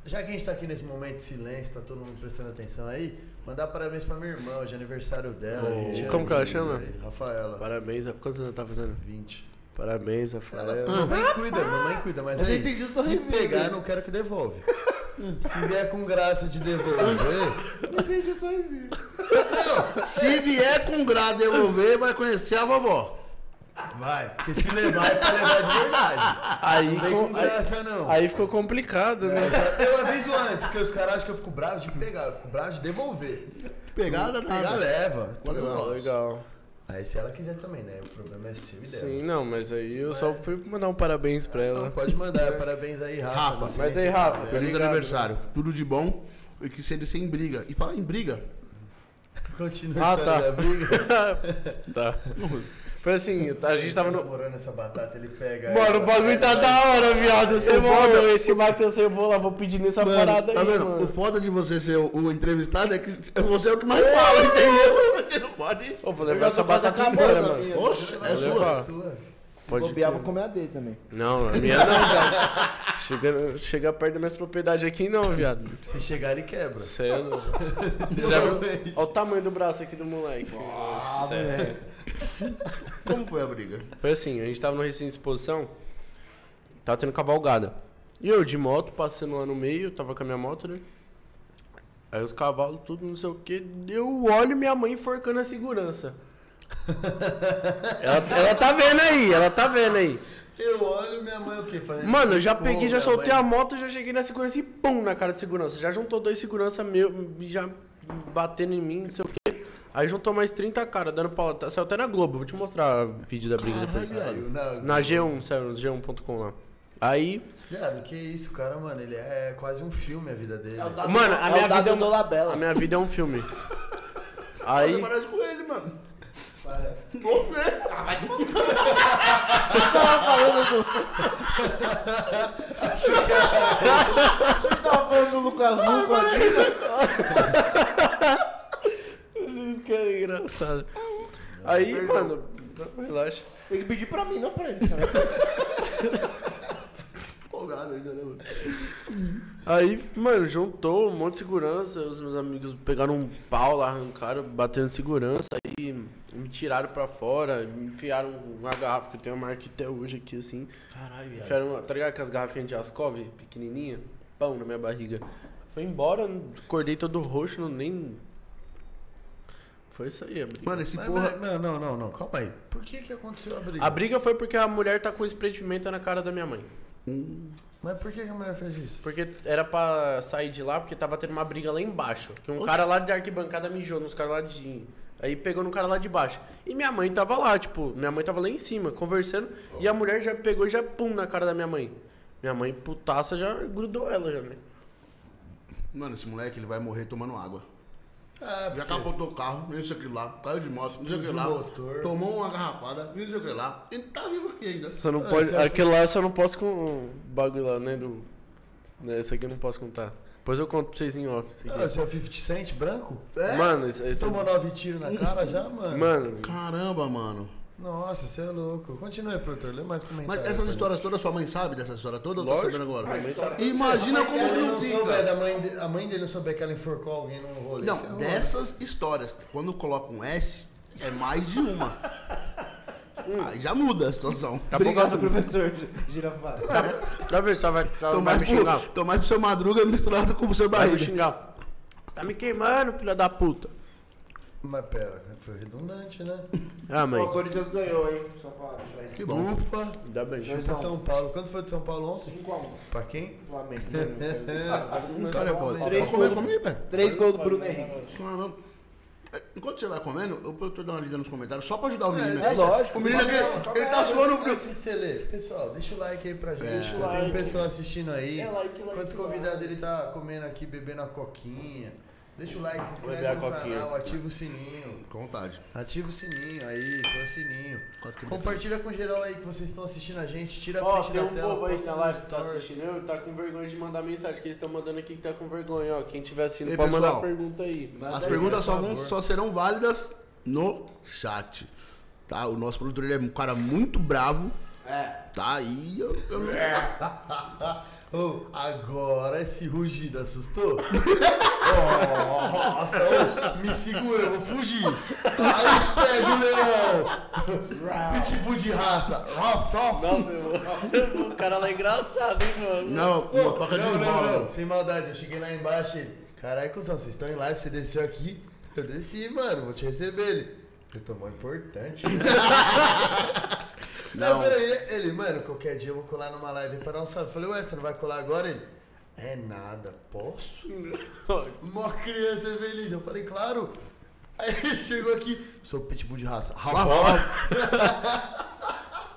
Speaker 3: já que a gente tá aqui nesse momento de silêncio, tá todo mundo prestando atenção aí, mandar parabéns pra minha irmã, hoje é aniversário dela.
Speaker 4: Ô,
Speaker 3: 20
Speaker 4: como que ela
Speaker 3: anos
Speaker 4: chama?
Speaker 3: aí. Rafaela.
Speaker 4: Parabéns, Rafa. quantos anos ela tá fazendo?
Speaker 3: 20.
Speaker 4: Parabéns, Rafael.
Speaker 3: tá, Mamãe cuida, mamãe cuida, mas
Speaker 5: Eu
Speaker 3: é
Speaker 5: entendi o
Speaker 3: isso. Se
Speaker 5: sorrisinho
Speaker 3: pegar,
Speaker 5: dele.
Speaker 3: não quero que devolve. Se vier com graça de devolver,
Speaker 5: Entendi o sorrisinho.
Speaker 2: Se vier com grado devolver, vai conhecer a vovó.
Speaker 3: vai. Porque se levar é pra levar de verdade.
Speaker 4: Ah, Aí,
Speaker 3: Não vem
Speaker 4: com-
Speaker 3: com graça, não.
Speaker 4: aí ficou complicado, né?
Speaker 3: Eu aviso antes, porque os caras acham que eu fico bravo de pegar, eu fico bravo de devolver.
Speaker 2: Pegada
Speaker 3: Pegar,
Speaker 2: nada.
Speaker 3: leva. tudo
Speaker 4: Ah, Legal,
Speaker 3: nosso.
Speaker 4: legal.
Speaker 3: Aí se ela quiser também, né? O problema é seu e dela.
Speaker 4: Sim, não, mas aí eu
Speaker 2: É.
Speaker 4: só fui mandar um parabéns pra
Speaker 3: Então
Speaker 4: ela.
Speaker 3: pode mandar, parabéns aí, Rafa.
Speaker 2: Rafa, tá
Speaker 3: não sei
Speaker 4: Mas
Speaker 3: nem
Speaker 4: aí,
Speaker 3: se-
Speaker 4: Rafa,
Speaker 2: Feliz
Speaker 4: obrigado.
Speaker 2: aniversário. Tudo de bom. E que seja sem briga. E fala em briga.
Speaker 3: Continua a
Speaker 4: Ah,
Speaker 3: história
Speaker 4: tá.
Speaker 3: da briga.
Speaker 4: tá. Foi assim, a gente tava no.
Speaker 3: namorando essa batata, ele pega. né?
Speaker 4: Mano,
Speaker 3: ela,
Speaker 4: o bagulho tá
Speaker 3: ela-
Speaker 4: da hora, viado. Cebola, esse Max é cebola. Vou pedir nessa parada
Speaker 2: tá
Speaker 4: aí,
Speaker 2: vendo? O
Speaker 4: mano.
Speaker 2: foda de você ser o, o entrevistado é que você é o que mais fala, entendeu? Você não pode.
Speaker 4: Ô, vou levar essa batata
Speaker 5: acabou
Speaker 4: embora,
Speaker 5: da
Speaker 4: mano.
Speaker 5: minha.
Speaker 2: Oxe, é
Speaker 4: Valeu,
Speaker 2: sua.
Speaker 4: Rafa.
Speaker 3: Sua.
Speaker 4: Pode
Speaker 5: Bobear, vou comer a dele também.
Speaker 4: Não, a minha não, viado. Chega, chega perto das minhas propriedades aqui, não, viado.
Speaker 3: Se chegar, ele quebra.
Speaker 4: Sério. Olha o tamanho do braço aqui do moleque.
Speaker 6: é.
Speaker 4: Sério.
Speaker 2: Como foi a briga?
Speaker 4: Foi assim, a gente tava no recinto de exposição, tava tendo cavalgada. E eu de moto, passando lá no meio, tava com a minha moto, né? Aí os cavalos, tudo, não sei o que. Eu olho minha mãe enforcando a segurança. ela, ela tá vendo aí, ela tá vendo aí.
Speaker 3: Eu olho minha mãe o quê? Fazendo
Speaker 4: Mano, eu já
Speaker 3: cocô,
Speaker 4: peguei, já
Speaker 3: minha
Speaker 4: soltei
Speaker 3: mãe-
Speaker 4: a moto, já cheguei na segurança e pum na cara de segurança. Já juntou dois segurança meu, já batendo em mim, não sei o quê. Aí juntou mais 30 cara, dando pau. tá, Saiu até na Globo, vou te mostrar o vídeo da briga depois.
Speaker 3: Saiu na-
Speaker 4: Na G1, saiu no G1.com lá. Aí,
Speaker 3: Viado, que isso, cara, mano, ele é quase um filme a vida dele.
Speaker 4: mano, a minha, vida é um,
Speaker 5: do Labela.
Speaker 4: a minha vida é um filme. Aí,
Speaker 2: Parece com ele, mano.
Speaker 4: Tá
Speaker 5: tava falando do. Achei que tava falando do Lucas Luco aqui, mano.
Speaker 4: vocês querem engraçado. Aí, mano, não, relaxa.
Speaker 5: Tem que pedir pra mim, não pra ele, cara.
Speaker 2: Folgado, entendeu? mano?
Speaker 4: Aí, mano, juntou um monte de segurança. Os meus amigos pegaram um pau lá, arrancaram, batendo segurança. Aí me tiraram pra fora, me enfiaram uma garrafa que eu tenho a marca até hoje aqui, assim.
Speaker 3: Caralho, viado.
Speaker 4: Enfiaram, tá ligado aquelas garrafinhas de Ascov, pequenininha? Pão na minha barriga. Foi embora, acordei todo roxo, não nem. Foi isso aí, a briga.
Speaker 2: Mano, esse
Speaker 3: Mas,
Speaker 2: porra.
Speaker 3: mas- não, não, não, não, calma aí. Por que que aconteceu a briga?
Speaker 4: A briga foi porque a mulher tá com spray de pimenta na cara da minha mãe.
Speaker 3: Mas por que que a mulher fez isso?
Speaker 4: Porque era pra sair de lá, porque tava tendo uma briga lá embaixo. Que um cara lá de arquibancada mijou nos caras lá de. Aí pegou no cara lá de baixo. E minha mãe tava lá, tipo, minha mãe tava lá em cima, conversando. E a mulher já pegou e já pum na cara da minha mãe. Minha mãe, putaça, já grudou ela já, né?
Speaker 2: Mano, esse moleque ele vai morrer tomando água.
Speaker 3: Ah,
Speaker 2: Já capotou o carro, isso aqui lá, caiu de moto, não sei o que lá,
Speaker 3: motor.
Speaker 2: tomou uma garrafada, não sei o que lá, e tá vivo aqui ainda.
Speaker 4: Só não
Speaker 3: Ah,
Speaker 4: pode.
Speaker 3: isso é
Speaker 4: Aquilo lá eu só não posso com o bagulho lá, né? Do. né, Esse aqui eu não posso contar. Depois eu conto pra vocês em off. isso aqui.
Speaker 3: Ah, você é o 50 Cent branco?
Speaker 4: É, Mano, esse,
Speaker 3: É? Você
Speaker 4: esse-
Speaker 3: tomou nove tiros na cara já, mano?
Speaker 4: Mano,
Speaker 2: Caramba, mano.
Speaker 3: Nossa, você é louco. Continue, produtor. Lê mais comentários.
Speaker 2: Mas essas
Speaker 3: pra
Speaker 2: histórias todas, sua mãe sabe dessas histórias todas? Eu tô
Speaker 4: Lógico,
Speaker 2: sabendo agora.
Speaker 4: minha mãe sabe.
Speaker 2: Imagina
Speaker 3: Se
Speaker 2: como que
Speaker 3: ele
Speaker 2: não
Speaker 3: não souber
Speaker 2: fica.
Speaker 3: da mãe de- a mãe dele não souber que ela enforcou alguém no rolê. é
Speaker 2: Não,
Speaker 3: ferrou.
Speaker 2: dessas histórias, quando coloca um S, é mais de uma. Aí já muda a situação.
Speaker 1: Tá
Speaker 2: Obrigado.
Speaker 1: Obrigado, professor Gi- Girafales.
Speaker 4: Vai ver se ela vai, ela
Speaker 2: Tô
Speaker 4: vai
Speaker 2: mais,
Speaker 4: me xingar.
Speaker 2: pro, tô mais pro seu madruga misturado com o seu
Speaker 4: Vai me
Speaker 2: barriga.
Speaker 4: xingar. Você tá me queimando, filha da puta.
Speaker 3: Mas pera, foi redundante, né?
Speaker 4: Ah, mãe.
Speaker 1: Ó, O Corinthians ganhou, hein? Só pra deixar aí.
Speaker 2: Que bom.
Speaker 3: Ufa.
Speaker 4: Ainda bem.
Speaker 3: Pra São Paulo. Quanto foi de São Paulo ontem?
Speaker 1: 5x1.
Speaker 3: Pra quem?
Speaker 1: Flamengo.
Speaker 2: Essa história é foda.
Speaker 1: Três
Speaker 2: Pode comer
Speaker 1: gols.
Speaker 2: comigo, velho.
Speaker 1: Três gols do Bruno Henrique.
Speaker 2: Caramba. É, Enquanto você vai comendo, eu vou dar uma lida nos comentários só pra ajudar o menino.
Speaker 1: é
Speaker 2: aqui.
Speaker 1: lógico.
Speaker 2: O menino aqui, ele tá suando frio.
Speaker 3: Antes de você ler, pessoal, deixa o like aí pra gente.
Speaker 2: Deixa o
Speaker 3: Eu tenho
Speaker 4: É.
Speaker 3: um
Speaker 4: like.
Speaker 3: pessoal assistindo aí.
Speaker 4: É like, like,
Speaker 3: Enquanto o convidado ele tá comendo aqui, bebendo a coquinha. Deixa o like, se
Speaker 4: beber a
Speaker 3: inscreve no
Speaker 4: coquinha.
Speaker 3: canal, ativa o sininho.
Speaker 2: Com vontade.
Speaker 3: Ativa o sininho aí, põe o sininho.
Speaker 2: Quase que eu
Speaker 3: Compartilha com geral aí que vocês estão assistindo a gente. Tira a
Speaker 4: Ó,
Speaker 3: print
Speaker 4: tem
Speaker 3: da
Speaker 4: um
Speaker 3: tela.
Speaker 4: povo aí
Speaker 3: posta
Speaker 4: na
Speaker 3: no
Speaker 4: live que tá
Speaker 3: story.
Speaker 4: assistindo, eu tá com vergonha de mandar mensagem, que eles estão mandando aqui que tá com vergonha, ó. Quem tiver assistindo
Speaker 2: Ei,
Speaker 4: pode mandar
Speaker 2: pessoal.
Speaker 4: pergunta aí.
Speaker 2: As perguntas só,
Speaker 3: por
Speaker 2: vão,
Speaker 3: favor.
Speaker 2: só serão válidas no chat. Tá? O nosso produtor ele é um cara muito bravo.
Speaker 5: É.
Speaker 2: Tá? E eu, eu não-
Speaker 3: Ô, agora esse rugido assustou? Nossa, ô, me segura, eu vou fugir. Aí pega o leão. Pitbull de raça. Ralph, Ralph.
Speaker 4: Nossa, eu- o cara lá é engraçado, hein, mano.
Speaker 2: Não, com uma toca de
Speaker 3: Não, não,
Speaker 2: bola.
Speaker 3: não, sem maldade, eu cheguei lá embaixo e ele, caralho, cuzão, vocês estão em live, você desceu aqui? Eu desci, mano, vou te receber ele. Eu tô mó importante, né? Não,
Speaker 2: Não.
Speaker 3: peraí, ele, mano, qualquer dia eu vou colar numa live aí pra dar um salve. Eu falei, ué, você não vai colar agora? Ele, é nada, posso? Mó criança feliz. Eu falei, claro. Aí ele chegou aqui, sou pitbull de raça. Ralph, Ralph.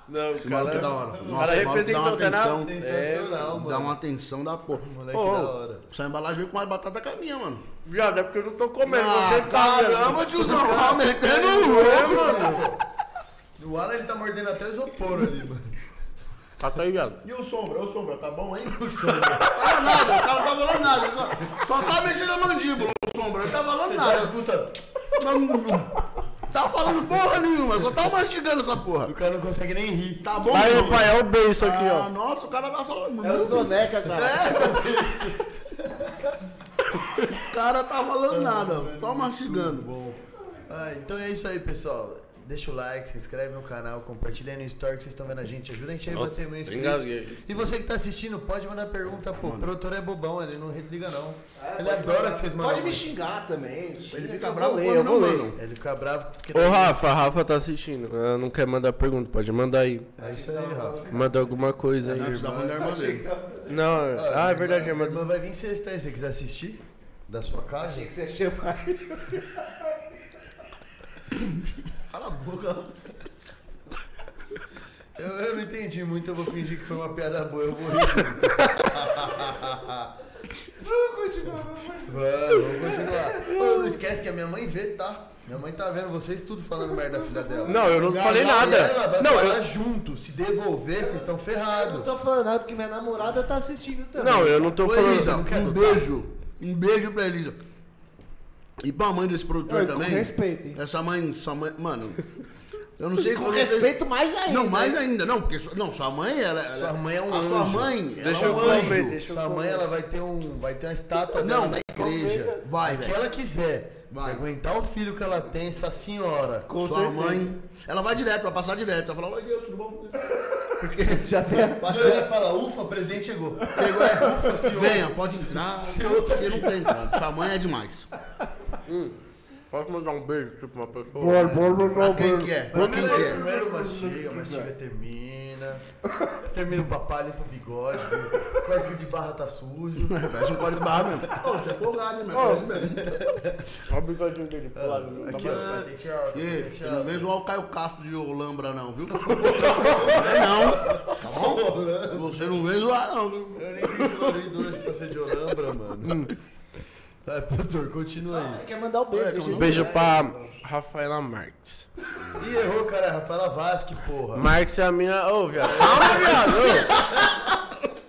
Speaker 4: Não,
Speaker 2: O
Speaker 4: o
Speaker 2: maluco é da
Speaker 4: cara...
Speaker 2: hora.
Speaker 4: O cara
Speaker 2: Nossa, o maluco dá uma
Speaker 4: representou tá na...
Speaker 2: atenção.
Speaker 3: Sensacional, mano.
Speaker 2: É. Dá uma atenção da porra.
Speaker 3: Moleque
Speaker 4: Ô,
Speaker 3: da
Speaker 4: ô.
Speaker 3: hora.
Speaker 2: Essa embalagem veio com mais batata que a minha, mano.
Speaker 4: Viado, é porque eu não tô comendo,
Speaker 2: Ah,
Speaker 4: você tá,
Speaker 2: caramba, tiozão, tá metendo
Speaker 4: velho.
Speaker 2: louco.
Speaker 4: mano.
Speaker 3: O Alan, ele tá mordendo até o isopor ali, mano.
Speaker 4: Tá aí, viado.
Speaker 2: E o Sombra? O Sombra, tá bom aí?
Speaker 3: O sombra.
Speaker 2: Fala nada, o cara não tá falando nada. Só tá mexendo a mandíbula, o Sombra. Não tá falando
Speaker 3: Cara,
Speaker 2: nada.
Speaker 3: escuta,
Speaker 2: Não Tá falando porra nenhuma, só tá mastigando essa porra.
Speaker 3: o cara não consegue nem rir.
Speaker 2: Tá bom,
Speaker 4: Aí,
Speaker 2: Sombra?
Speaker 4: pai, é o beijo aqui,
Speaker 2: Ah,
Speaker 4: ó.
Speaker 2: nossa, o cara vai só.
Speaker 1: É o Soneca, cara.
Speaker 2: O cara tá falando nada, só mastigando.
Speaker 3: Bom. Ah, então é isso aí, pessoal. Deixa o like, se inscreve no canal, compartilha aí no story que vocês estão vendo a gente. Ajuda a gente aí a
Speaker 4: Nossa,
Speaker 3: bater mil inscritos.
Speaker 4: engasguei.
Speaker 3: E você que tá assistindo, pode mandar pergunta, pô. O produtor é bobão, ele não liga não. ele adora que vocês mandam.
Speaker 1: É, Pode me xingar também. Ele
Speaker 2: fica
Speaker 1: eu
Speaker 2: bravo
Speaker 1: vou ler,
Speaker 2: quando
Speaker 1: eu
Speaker 2: não
Speaker 1: vou
Speaker 2: mandam.
Speaker 1: ler.
Speaker 3: Ele fica bravo porque
Speaker 4: Ô, Rafa, a Rafa tá assistindo. Ela não quer mandar pergunta, pode mandar aí.
Speaker 3: É isso aí, Rafa.
Speaker 4: Manda alguma coisa aí,
Speaker 2: Antes da
Speaker 4: irmão.
Speaker 2: mulher irmã dele.
Speaker 4: Não, ah, é verdade,
Speaker 3: irmã.
Speaker 4: irmã.
Speaker 3: Minha irmã vai vir sexta aí, se você quiser assistir, da sua casa.
Speaker 1: Achei que você ia chamar ele.
Speaker 2: Cala a boca.
Speaker 3: Eu, eu não entendi muito, eu vou fingir que foi uma piada boa, eu vou rir. Vamos, vamos continuar. Ô, não esquece que a minha mãe vê, tá? Minha mãe tá vendo vocês tudo falando merda da filha dela.
Speaker 4: Não, eu não falei
Speaker 3: Ela vai
Speaker 4: nada. Não,
Speaker 3: falar
Speaker 4: eu,
Speaker 3: junto. Se devolver, vocês estão
Speaker 1: Eu não
Speaker 3: ferrados.
Speaker 1: tô falando nada porque minha namorada tá assistindo também.
Speaker 4: não, eu não tô
Speaker 2: Ô,
Speaker 4: falando.
Speaker 2: Elisa,
Speaker 3: não quero
Speaker 2: um
Speaker 3: botar.
Speaker 2: beijo. Um beijo pra Elisa. E pra mãe desse produtor
Speaker 1: Oi, com
Speaker 2: também.
Speaker 1: respeito, hein?
Speaker 2: Essa mãe, sua mãe. Mano, eu não sei
Speaker 1: Com
Speaker 2: como vocês-
Speaker 1: respeito mais ainda.
Speaker 2: Não, mais ainda, não, porque sua- não, sua mãe, ela. ela-
Speaker 3: Sua mãe é um
Speaker 2: A sua
Speaker 3: anjo.
Speaker 2: mãe, ela
Speaker 4: Deixa
Speaker 2: é
Speaker 4: eu
Speaker 2: um
Speaker 4: comer,
Speaker 2: anjo.
Speaker 4: deixa eu
Speaker 3: Sua mãe
Speaker 4: comer.
Speaker 3: ela vai ter um, vai ter uma estátua dela
Speaker 2: Não,
Speaker 3: na igreja.
Speaker 2: Vai,
Speaker 3: Que
Speaker 2: velho.
Speaker 3: ela quiser
Speaker 2: Vai.
Speaker 3: aguentar o filho que ela tem, essa senhora.
Speaker 2: Sua mãe. Ela vai direto, vai passar direto. Ela fala, oi Deus, tudo bom?
Speaker 1: Já tem...
Speaker 3: Ela fala, ufa, o presidente chegou. Chegou, é, ufa, senhor.
Speaker 2: Venha, pode entrar. Porque não tem, cara. Sua mãe é demais.
Speaker 4: Pode mandar um beijo tipo uma pessoa?
Speaker 2: Pra quem que é? Pra quem que é?
Speaker 3: Primeiro mastiga, mastiga termina. Termina o papá, limpa o bigode. O código de barra tá sujo.
Speaker 2: Parece um código de barra mesmo. Ô, você é folgado, hein, meu? Parece mesmo.
Speaker 4: Olha o um bigodinho dele pro lado.
Speaker 3: Aqui, ó. Tem tchau,
Speaker 2: E,
Speaker 3: tem
Speaker 2: você não
Speaker 3: tchau.
Speaker 2: vem zoar o Caio Castro de Olambra, não, viu? Não, tá
Speaker 3: né?
Speaker 2: bom? Você não vem zoar, não, viu?
Speaker 3: Eu nem vi Florido hoje pra ser de Olambra, mano. Vai, produtor, continua aí.
Speaker 1: Quer mandar o
Speaker 2: É,
Speaker 1: beijo.
Speaker 2: como
Speaker 1: gente.
Speaker 4: Beijo pra Rafaela Marques.
Speaker 3: Ih, errou, cara. Rafaela Vasque, porra.
Speaker 4: Marques é a minha. Ô, viado. Calma, viado. ô.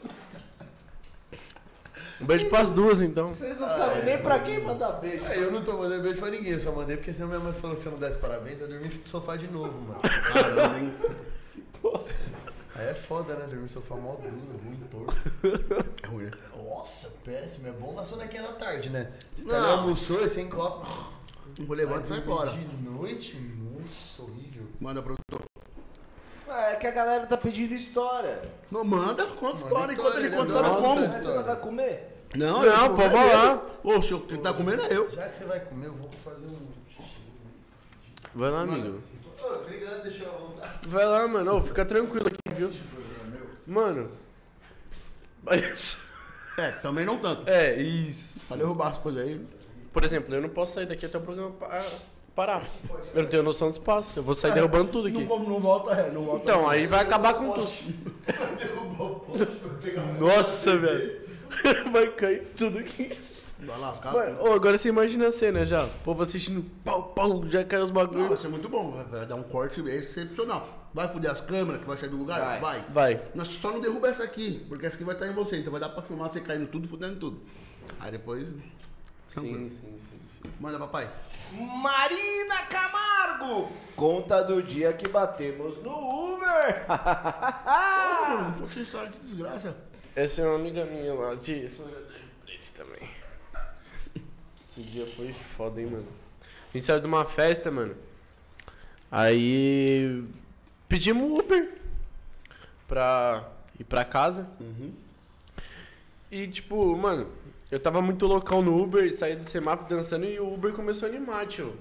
Speaker 4: Um Beijo pras duas, então.
Speaker 5: Vocês não
Speaker 6: É.
Speaker 5: sabem nem pra quem mandar beijo.
Speaker 3: É, Eu não tô mandando beijo pra ninguém, eu só mandei porque senão minha mãe falou que se eu não desse parabéns, eu dormi no sofá de novo, mano.
Speaker 2: Caramba, hein?
Speaker 3: Aí é foda, né? Dormir no sofá mó duro, ruim, torto.
Speaker 2: É ruim, né?
Speaker 3: Nossa, péssimo. É bom na só naquela tarde, né? Você tá
Speaker 2: Não.
Speaker 3: ali, almoçou e você encosta.
Speaker 2: Vou levantar e sai
Speaker 3: Aí,
Speaker 2: fora.
Speaker 3: De noite, nossa, horrível.
Speaker 2: Manda pro.
Speaker 5: É que a galera tá pedindo história.
Speaker 2: Não, manda, conta história. Enquanto ele
Speaker 3: né?
Speaker 2: conta história,
Speaker 3: Nossa,
Speaker 2: como?
Speaker 5: Mas você não vai comer?
Speaker 2: Não,
Speaker 4: Não,
Speaker 2: eu-
Speaker 4: pode falar.
Speaker 2: Oxe, o que tá comendo é eu.
Speaker 3: Já que você vai comer, eu vou fazer um.
Speaker 4: Vai lá, amigo.
Speaker 3: Ô, obrigado, deixa eu à vontade.
Speaker 4: Vai lá, mano. Ô, fica tranquilo aqui, viu? Mano. Mas-
Speaker 2: É, também não tanto.
Speaker 4: É, isso.
Speaker 2: Pra derrubar as coisas aí.
Speaker 4: Por exemplo, eu não posso sair daqui até o programa pa- ah, parar. Eu não tenho noção do espaço. Eu vou sair derrubando tudo
Speaker 2: Não,
Speaker 4: aqui.
Speaker 2: como- não volta, é, não volta.
Speaker 4: Então, aí vai acabar com tudo.
Speaker 3: Derrubar o poste, vou pegar um.
Speaker 4: Nossa, velho. Vai cair tudo aqui.
Speaker 2: Vai lá, ficar.
Speaker 4: Mano, ô, agora você imagina a cena já. O povo assistindo. Pau, pau, já caiu os
Speaker 2: Não, vai
Speaker 4: bagulhos.
Speaker 2: ser muito bom, vai, vai dar um corte excepcional. Vai foder as câmeras que vai sair do lugar? Vai.
Speaker 4: Vai.
Speaker 2: Nós só não derruba essa aqui, porque essa aqui vai estar em você, então vai dar pra filmar você caindo tudo, fudendo tudo. Aí depois,
Speaker 4: Sim, sim, sim. sim.
Speaker 2: manda papai.
Speaker 5: Marina Camargo! Conta do dia que batemos no Uber!
Speaker 4: Ah!
Speaker 2: Não vou ter história de desgraça.
Speaker 4: Essa é uma amiga minha lá. De... Essa é eu já dei preta também. Esse dia foi foda, hein, mano. A gente saiu de uma festa, mano. Aí. Pedimos Uber pra ir pra casa. E, tipo, mano, eu tava muito loucão no Uber, saí do semáforo dançando e o Uber começou a animar, tio.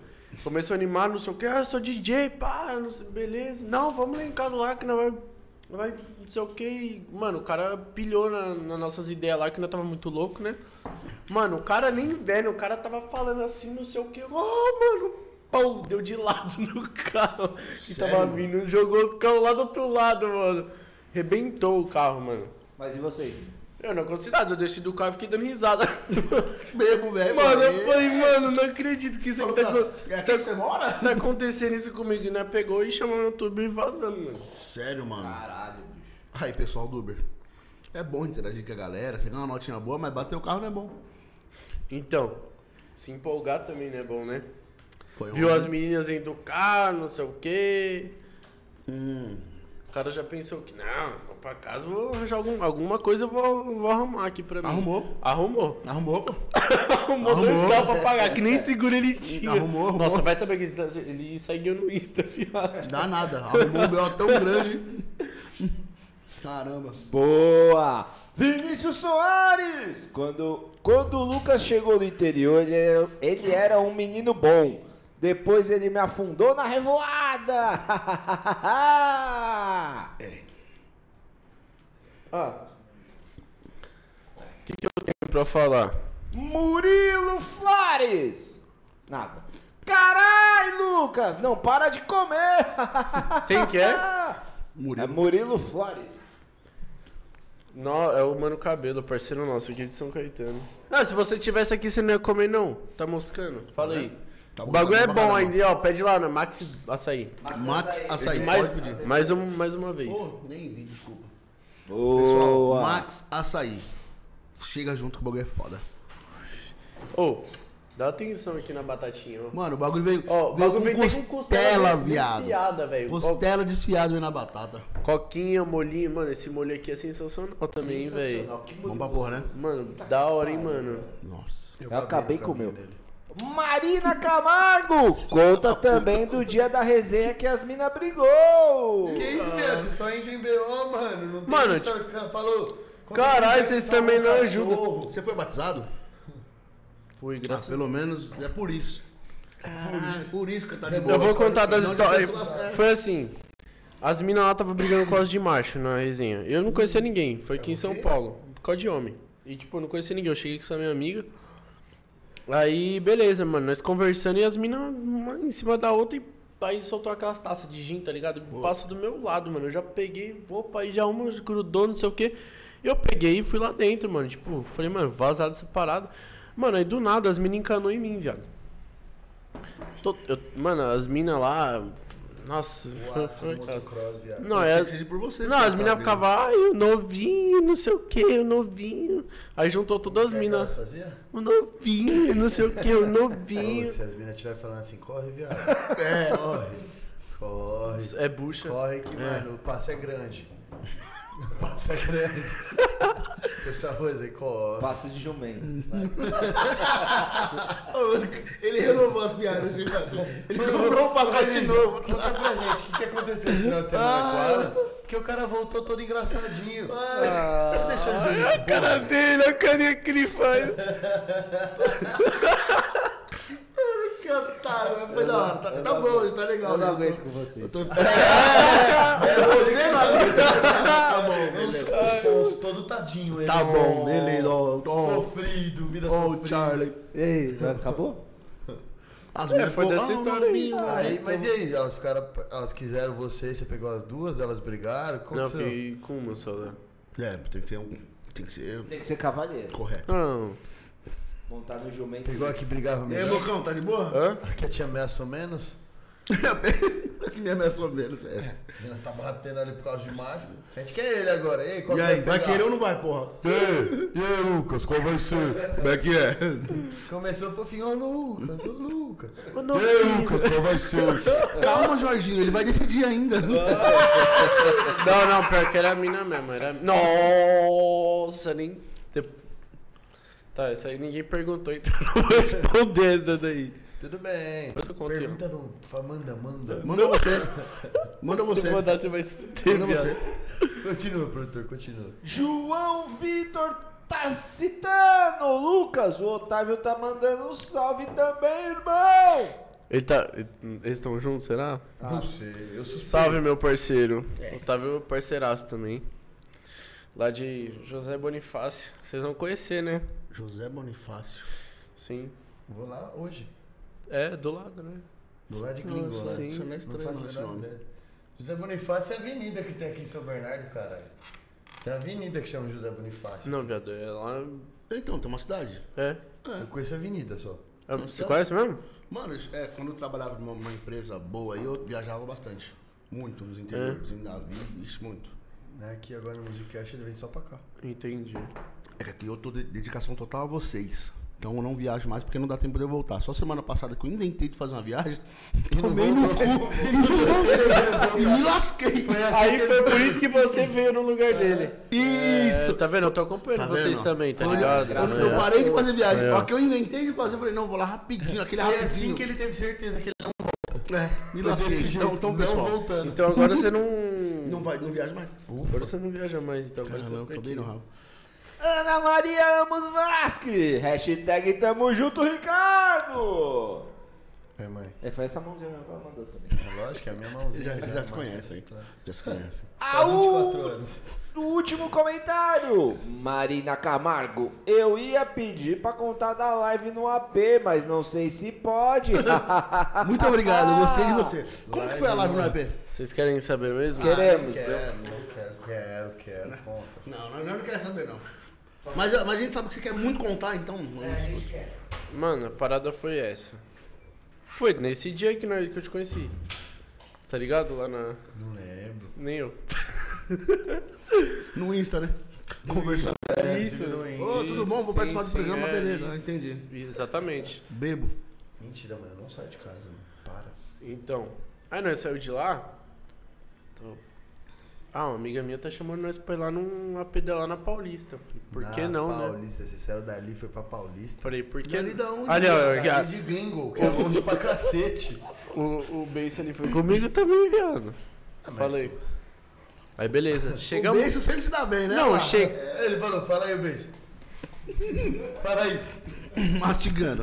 Speaker 4: Começou a animar, não sei o que, ah, eu sou DJ, pá, não sei, beleza. Não, vamos lá em casa lá que nós vai, nós vai não sei o que. E, Mano, o cara pilhou na- nas nossas ideias lá que nós tava muito louco, né? Mano, o cara nem vendo, o cara tava falando assim, não sei o que. Oh, mano, pau, deu de lado no carro que tava vindo, jogou o carro lá do outro lado, mano. Rebentou o carro, mano.
Speaker 5: Mas e vocês?
Speaker 4: Eu não aconteceu nada, eu desci do carro e fiquei dando risada.
Speaker 2: Bebo, velho.
Speaker 4: mano,
Speaker 2: aí.
Speaker 4: eu falei, mano, não acredito que isso aqui tá,
Speaker 2: É aqui que você mora?
Speaker 4: tá acontecendo isso comigo. E nós pegou e chamou no YouTube e vazando, mano.
Speaker 2: Sério, mano.
Speaker 5: Caralho, bicho.
Speaker 2: Aí, pessoal do Uber. É bom interagir com a galera, você ganha uma notinha boa, mas bater o carro não é bom.
Speaker 4: Então, se empolgar também não é bom, né?
Speaker 2: Foi um-
Speaker 4: Viu
Speaker 2: ontem.
Speaker 4: as meninas indo do carro, não sei o quê.
Speaker 2: Hum.
Speaker 4: O cara já pensou que, não, vou pra casa, vou arranjar algum, alguma coisa, eu vou, vou arrumar aqui pra mim.
Speaker 2: Arrumou.
Speaker 4: Arrumou.
Speaker 2: Arrumou, pô.
Speaker 4: arrumou, dois
Speaker 2: Arrumou.
Speaker 4: carros pra pagar, É que nem seguro ele tinha.
Speaker 2: Arrumou, arrumou.
Speaker 4: Nossa, vai saber que ele, tá- ele seguiu no Insta, fiado.
Speaker 2: Dá nada. Arrumou um B.O. tão grande. Caramba.
Speaker 5: Boa! Vinícius Soares! Quando, quando o Lucas chegou no interior, ele era, ele era um menino bom. Depois ele me afundou na revoada!
Speaker 4: Ah. O que, que eu tenho pra falar?
Speaker 5: Murilo Flores! Nada. Carai, Lucas! Não para de comer!
Speaker 4: Quem que é?
Speaker 5: É Murilo Flores.
Speaker 4: Não, é o Mano Cabelo, parceiro nosso aqui de São Caetano. Ah, se você tivesse aqui, você não ia comer, não. Tá moscando? Fala aí.
Speaker 2: Tá
Speaker 4: o bagulho é
Speaker 2: moscando pra
Speaker 4: bom
Speaker 2: caramba.
Speaker 4: ainda, ó. Pede lá na Max Açaí.
Speaker 2: Max Açaí,
Speaker 4: Mais,
Speaker 2: pode pedir.
Speaker 4: mais, um, mais uma vez.
Speaker 3: Pô, nem vi, desculpa.
Speaker 2: Pessoal,
Speaker 5: Boa.
Speaker 2: Max Açaí. Chega junto que o bagulho é foda.
Speaker 4: Ô, dá atenção aqui na batatinha, ó.
Speaker 2: Mano, o bagulho veio,
Speaker 4: Ó, o
Speaker 2: veio
Speaker 4: bagulho
Speaker 2: com
Speaker 4: vem até
Speaker 2: costela,
Speaker 4: com costela
Speaker 2: viado.
Speaker 4: desfiada, velho.
Speaker 2: Costela desfiada veio na batata.
Speaker 4: Coquinha, molhinho. Mano, esse molho aqui é sensacional também, velho.
Speaker 2: Vamos pra porra, né?
Speaker 4: Mano, da hora, hein, mano.
Speaker 2: Nossa.
Speaker 5: Eu acabei com o meu. Marina Camargo! Conta também do dia da resenha que as mina brigou!
Speaker 3: Que
Speaker 2: Ah.
Speaker 3: isso, viado? Você só entra em BO, mano. Não tem
Speaker 4: Mano, tipo,
Speaker 3: história que você falou. quando
Speaker 4: Caralho,
Speaker 3: eu fui
Speaker 4: vocês
Speaker 3: salvar um
Speaker 4: também não
Speaker 3: cachorro,
Speaker 2: Você foi batizado?
Speaker 4: Fui,
Speaker 2: Ah,
Speaker 4: graças
Speaker 2: pelo menos é por isso. por isso. Por isso que tá de boa.
Speaker 4: Eu vou contar das
Speaker 2: Senão já
Speaker 4: histórias. Foi assim. As minas lá tava brigando por causa de macho na resenha. Eu não conhecia ninguém. Foi aqui em São Paulo. Por causa de homem. E, tipo, eu não conhecia ninguém. Eu cheguei com essa minha amiga. Aí, beleza, mano. Nós conversando e as minas uma em cima da outra e aí soltou aquelas taças de gin, tá ligado? Passa do meu lado, mano. Eu já peguei, opa, aí já uma grudou, não sei o quê. Eu peguei e fui lá dentro, mano. Tipo, falei, mano, vazado essa parada. Mano, aí do nada as minas encanou em mim, viado. Tô- eu- mano, as minas lá. Nossa,
Speaker 2: Uau,
Speaker 4: foi caos.
Speaker 2: motocross, viado.
Speaker 4: Não,
Speaker 2: Eu
Speaker 4: é-
Speaker 2: tinha que ser por vocês,
Speaker 4: Não,
Speaker 2: cara,
Speaker 4: as meninas
Speaker 2: tá
Speaker 4: ficavam, ai, o novinho, não sei o que, o novinho. Aí juntou todas
Speaker 2: É,
Speaker 4: as
Speaker 3: Minas
Speaker 4: minas,
Speaker 3: fazia?
Speaker 4: o novinho, não sei o que, o novinho.
Speaker 3: Ô, se as minas estiverem falando assim, corre, viado.
Speaker 2: É.
Speaker 3: Corre. Corre.
Speaker 4: É bucha.
Speaker 3: Corre que, mano, o passo é grande. O passo é grande. Essa coisa aí, corre.
Speaker 5: Passa de jumento.
Speaker 2: ligado? Ô, mano, Ele renovou as piadas, assim, cara. Ele comprou um pacote novo. Ah,
Speaker 3: Conta pra gente, o que, que aconteceu no final de semana com ela? Porque o cara voltou todo engraçadinho.
Speaker 2: Ah.
Speaker 3: Você deixou ele dormir com
Speaker 4: cara dele, a carinha que ele faz.
Speaker 2: Tá, foi da hora. Tá, tá bom, hoje tá legal.
Speaker 5: Eu não
Speaker 2: hoje, tô-
Speaker 5: aguento com vocês.
Speaker 2: Eu tô ficando. É você, mano. Tá bom, beleza.
Speaker 3: o sonso todo tadinho.
Speaker 2: Tá
Speaker 3: ele,
Speaker 2: bom,
Speaker 3: ó,
Speaker 2: beleza. Ó, ó,
Speaker 3: Sofrido, vida
Speaker 2: ó, o
Speaker 3: sofrida.
Speaker 2: Charlie.
Speaker 5: Ei, acabou?
Speaker 2: As
Speaker 4: É, foi
Speaker 2: ficou,
Speaker 4: dessa
Speaker 2: "Ah,
Speaker 4: história aí.
Speaker 3: Aí, mas e aí? Elas ficaram. Elas quiseram você, você pegou as duas, elas brigaram? O que
Speaker 4: Não,
Speaker 3: aconteceu?
Speaker 4: fiquei com uma só, né?
Speaker 2: É, tem que ser um. Tem que ser
Speaker 5: Tem que ser cavaleiro.
Speaker 2: correto.
Speaker 4: Não.
Speaker 5: Montar no jumento.
Speaker 3: Pegou a que brigava
Speaker 2: E aí,
Speaker 3: melhor.
Speaker 2: Bocão, tá de boa?
Speaker 4: Hã?
Speaker 3: A que te ameaçou menos?
Speaker 2: Tá que me ameaçou menos, velho.
Speaker 3: A menina tá batendo ali por causa de mágico. A gente quer ele agora. Ei, qual
Speaker 2: E
Speaker 3: você
Speaker 2: aí, vai
Speaker 3: pegar?
Speaker 2: querer ou não vai, porra?
Speaker 3: Ei, e aí, Lucas, qual vai ser?
Speaker 2: Como é que é?
Speaker 3: Começou fofinho, ô Lucas, ô Lucas. Ô,
Speaker 4: Não,
Speaker 3: Lucas, qual vai ser?
Speaker 2: Calma, Jorginho, ele vai decidir ainda.
Speaker 4: não, não, pior que era a mina mesmo. Era... Nossa, nem. de- Tá, isso aí ninguém perguntou, então eu não vou responder essa daí.
Speaker 3: Tudo bem.
Speaker 4: Depois eu conto,
Speaker 3: Pergunta no. fa- Manda, manda.
Speaker 2: Manda você. Manda
Speaker 4: Se
Speaker 2: você.
Speaker 4: eu mandar, você vai se fuder,
Speaker 2: Manda
Speaker 4: viado.
Speaker 2: você.
Speaker 3: Continua, produtor, continua.
Speaker 5: João Vitor Tarcitano. Lucas, o Otávio tá mandando um salve também, irmão.
Speaker 4: Ele tá. Eles estão juntos, será?
Speaker 3: Não sei, eu suspeito.
Speaker 4: Salve, meu parceiro. Otávio parceiraço também. Lá de José Bonifácio. Vocês vão conhecer, né?
Speaker 2: José Bonifácio.
Speaker 4: Sim.
Speaker 3: Vou lá hoje.
Speaker 4: É, do lado, né?
Speaker 3: Do lado de
Speaker 2: Nossa,
Speaker 3: Gringola.
Speaker 4: sim.
Speaker 2: Isso não é
Speaker 3: Não né?
Speaker 2: estranho,
Speaker 3: faz
Speaker 2: não,
Speaker 3: a
Speaker 2: esse
Speaker 3: menor
Speaker 2: nome.
Speaker 3: ideia. José Bonifácio é a avenida que tem aqui em São Bernardo, caralho. Tem a avenida que chama José Bonifácio.
Speaker 4: Não, viado, é lá.
Speaker 2: Então, tem uma cidade.
Speaker 4: É.
Speaker 3: Eu conheço a avenida só.
Speaker 4: É,
Speaker 2: Não
Speaker 4: Você
Speaker 2: sei.
Speaker 4: conhece mesmo?
Speaker 2: Mano, é, quando eu trabalhava numa numa empresa boa aí, eu viajava bastante. Muito, nos interiores, em navio, isso, muito.
Speaker 3: Né? Aqui agora no Musicast ele vem só pra cá.
Speaker 4: Entendi.
Speaker 2: É que aqui eu tô de dedicação total a vocês. Então eu não viajo mais porque não dá tempo de eu voltar. Só semana passada que eu inventei de fazer uma viagem, tomei no cu e não voltei. E me lasquei. assim
Speaker 4: Aí foi por isso que você veio no lugar dele.
Speaker 2: Isso!
Speaker 4: É, tá vendo? Eu tô acompanhando
Speaker 2: Tá
Speaker 4: vocês
Speaker 2: vendo?
Speaker 4: também, tá
Speaker 2: Foi-
Speaker 4: ligado?
Speaker 2: Eu, eu parei de fazer viagem.
Speaker 4: Aí, ó.
Speaker 2: Ó, que eu inventei de fazer, eu falei, não, vou lá rapidinho, aquele
Speaker 3: Foi
Speaker 2: rapidinho.
Speaker 3: assim que ele teve certeza que ele não
Speaker 2: É, me
Speaker 3: Foi
Speaker 2: lasquei.
Speaker 3: desse jeito,
Speaker 2: Então, então
Speaker 3: não
Speaker 2: pessoal,
Speaker 3: voltando.
Speaker 4: Então agora você não.
Speaker 2: não, vai, não viaja mais.
Speaker 4: Agora você não viaja mais, então. Agora
Speaker 2: Caramba,
Speaker 4: você
Speaker 2: eu
Speaker 4: fica
Speaker 2: acabei
Speaker 4: aqui.
Speaker 2: no rabo.
Speaker 5: Ana Maria Amos Vasque. Hashtag tamo junto, Ricardo.
Speaker 3: É, mãe.
Speaker 5: É, foi essa mãozinha mesmo que ela mandou também.
Speaker 3: É lógico, é a minha mãozinha.
Speaker 2: Já, já se
Speaker 3: mãe.
Speaker 2: conhece aí. Já se conhece.
Speaker 5: Ah,
Speaker 3: Só
Speaker 5: o
Speaker 3: 24 anos.
Speaker 5: o último comentário. Marina Camargo. Eu ia pedir pra contar da live no AP, mas não sei se pode. Ah,
Speaker 2: Muito obrigado, gostei de você. Como
Speaker 3: Live,
Speaker 2: que foi a live no
Speaker 3: né?
Speaker 2: IP?
Speaker 4: Vocês querem saber mesmo?
Speaker 5: Queremos.
Speaker 3: Quero, não quero, quero, quero. Conta.
Speaker 2: Não, não, não quero saber, não. Mas, mas a gente sabe que você quer muito contar, então.
Speaker 6: É, a gente quer.
Speaker 4: Mano, a parada foi essa. Foi nesse dia que, nós, que eu te conheci. Tá ligado? Lá na.
Speaker 3: Não lembro.
Speaker 4: Nem eu.
Speaker 2: No Insta, né? Conversando.
Speaker 4: isso.
Speaker 2: Ô, tudo bom? Vou participar do programa, beleza. Ah, entendi.
Speaker 4: é, Exatamente.
Speaker 2: Bebo.
Speaker 3: Mentira, mano. Não sai de casa, mano. Para.
Speaker 4: Então. Aí nós saiu de lá. Tô- Ah, uma amiga minha tá chamando nós pra ir lá num AP dela na Paulista. Eu Falei, por que
Speaker 3: Na
Speaker 4: não, né?
Speaker 3: Paulista, você saiu dali, foi pra Paulista.
Speaker 4: Falei, por que
Speaker 2: Dali da onde?
Speaker 4: Ali, ó,
Speaker 3: Dali
Speaker 4: cara,
Speaker 3: de gringo, que é longe pra cacete.
Speaker 4: o, o Bass ali foi comigo também, viado.
Speaker 3: Ah, mas-
Speaker 4: Falei. Aí beleza,
Speaker 2: O
Speaker 4: chegamos.
Speaker 2: beijo sempre se dá bem, né?
Speaker 4: Não,
Speaker 2: Lá?
Speaker 4: che...
Speaker 3: É, Ele falou, fala aí, beijo. fala aí.
Speaker 2: Mastigando.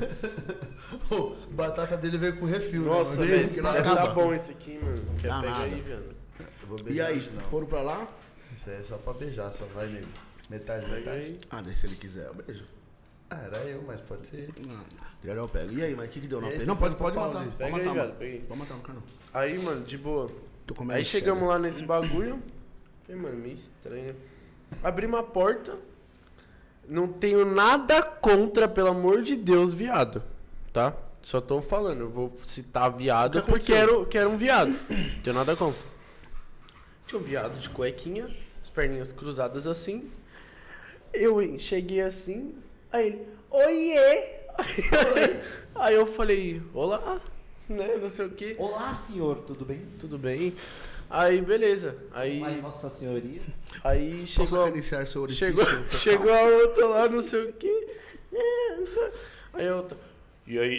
Speaker 3: Ô, batata dele veio com refil. né,
Speaker 4: Nossa,
Speaker 3: mano?
Speaker 4: velho,
Speaker 2: que
Speaker 4: esse
Speaker 2: não
Speaker 4: cara tá
Speaker 2: acaba.
Speaker 4: bom esse aqui, mano. Quer
Speaker 2: Dá
Speaker 4: pegar
Speaker 2: nada.
Speaker 4: aí, viado.
Speaker 3: Eu vou
Speaker 2: E
Speaker 3: beijar,
Speaker 2: aí,
Speaker 3: acho não.
Speaker 2: foram pra lá?
Speaker 3: Isso aí é só pra beijar, só vai nele. Metade,
Speaker 4: Pega
Speaker 3: metade.
Speaker 4: aí.
Speaker 2: Ah, daí se ele quiser, eu beijo.
Speaker 3: Ah, era eu, mas pode ser.
Speaker 2: Não, já eu pego. E aí, mas o que, que deu na
Speaker 3: E aí,
Speaker 2: pele?
Speaker 3: vocês
Speaker 2: Não, pode,
Speaker 3: foram
Speaker 2: pode
Speaker 3: pra
Speaker 2: matar.
Speaker 3: Paulista.
Speaker 2: Pode
Speaker 4: Pega aí,
Speaker 2: matar,
Speaker 4: velho,
Speaker 2: mano.
Speaker 4: pega aí.
Speaker 2: Pode matar, não quero não.
Speaker 4: Aí, mano, de boa.
Speaker 2: Tô comendo
Speaker 4: Aí chegamos lá nesse bagulho. Falei, mano, meio estranho. né? Abri uma porta. Não tenho nada contra, pelo amor de Deus, viado. Tá? Só tô falando, eu vou citar viado
Speaker 2: O que
Speaker 4: porque
Speaker 2: aconteceu?
Speaker 4: era, o- que era um viado. Não tenho nada contra. Tinha um viado de cuequinha, as perninhas cruzadas assim. Eu cheguei assim, aí ele, oiê! aí eu falei, olá, né? Não sei o que.
Speaker 5: Olá, senhor, tudo bem?
Speaker 4: Tudo bem? Aí, beleza. Aí,
Speaker 5: Vai, Vossa Senhoria.
Speaker 4: aí
Speaker 2: Posso
Speaker 4: chegou. a-
Speaker 2: acariciar seu orifício?
Speaker 4: Chegou, chegou a outra lá, não sei o quê. É, não sei- Aí a outra. E aí?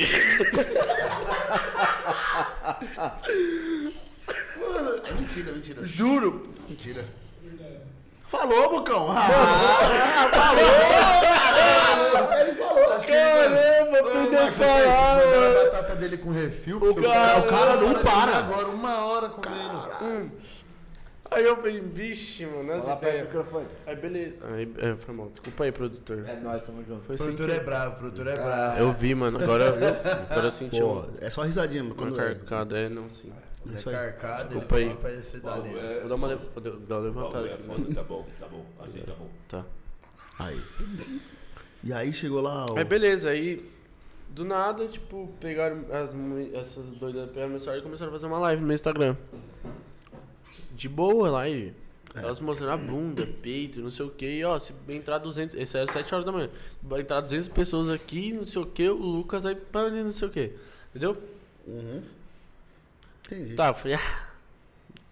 Speaker 2: É mentira, mentira.
Speaker 4: Juro.
Speaker 2: Mentira. Falou, Bocão. Ah,
Speaker 4: Caramba,
Speaker 3: Ô,
Speaker 4: fui
Speaker 3: Marcos, vocês
Speaker 4: falar,
Speaker 3: mandaram
Speaker 4: mano.
Speaker 3: a batata dele com refil.
Speaker 4: O
Speaker 3: porque
Speaker 4: cara-
Speaker 2: não
Speaker 3: de
Speaker 2: para.
Speaker 3: comer Agora, uma hora comendo.
Speaker 4: Aí eu falei, vixe, mano, essa
Speaker 5: Lá perto do
Speaker 4: ideia.
Speaker 5: microfone.
Speaker 4: Aí beleza. Aí, é, foi mal. Desculpa aí, produtor.
Speaker 5: É nóis, tamo junto.
Speaker 4: Foi
Speaker 3: O
Speaker 4: sem
Speaker 3: produtor é
Speaker 4: querer.
Speaker 3: bravo, o produtor é bravo.
Speaker 4: Eu vi, mano. Agora eu, agora eu senti um
Speaker 2: Pô,
Speaker 4: uma,
Speaker 2: é só risadinha, mano.
Speaker 4: uma
Speaker 2: Quando é.
Speaker 4: carcada. É, não, sim.
Speaker 3: Ele é
Speaker 2: Isso aí.
Speaker 3: carcado, ele
Speaker 4: Desculpa aí.
Speaker 3: não aparece dali.
Speaker 4: Vou dar uma, le- vou dar- dar uma levantada aqui. né?
Speaker 1: tá bom, tá bom. Assim tá bom.
Speaker 4: Tá.
Speaker 2: é. Aí. E aí chegou lá o...
Speaker 4: Aí beleza, aí do nada, tipo, pegaram as, mu- essas doidas, pegaram meu celular e começaram a fazer uma live no meu Instagram. De boa live.
Speaker 2: É.
Speaker 4: Elas mostrando a bunda, peito, não sei o que. E ó, se entrar 200. Esse era 7 horas da manhã. Vai entrar 200 pessoas aqui, não sei o que. O Lucas aí, pá, ali, não sei o que. Entendeu?
Speaker 2: Entendi.
Speaker 4: Tá, eu falei, ah,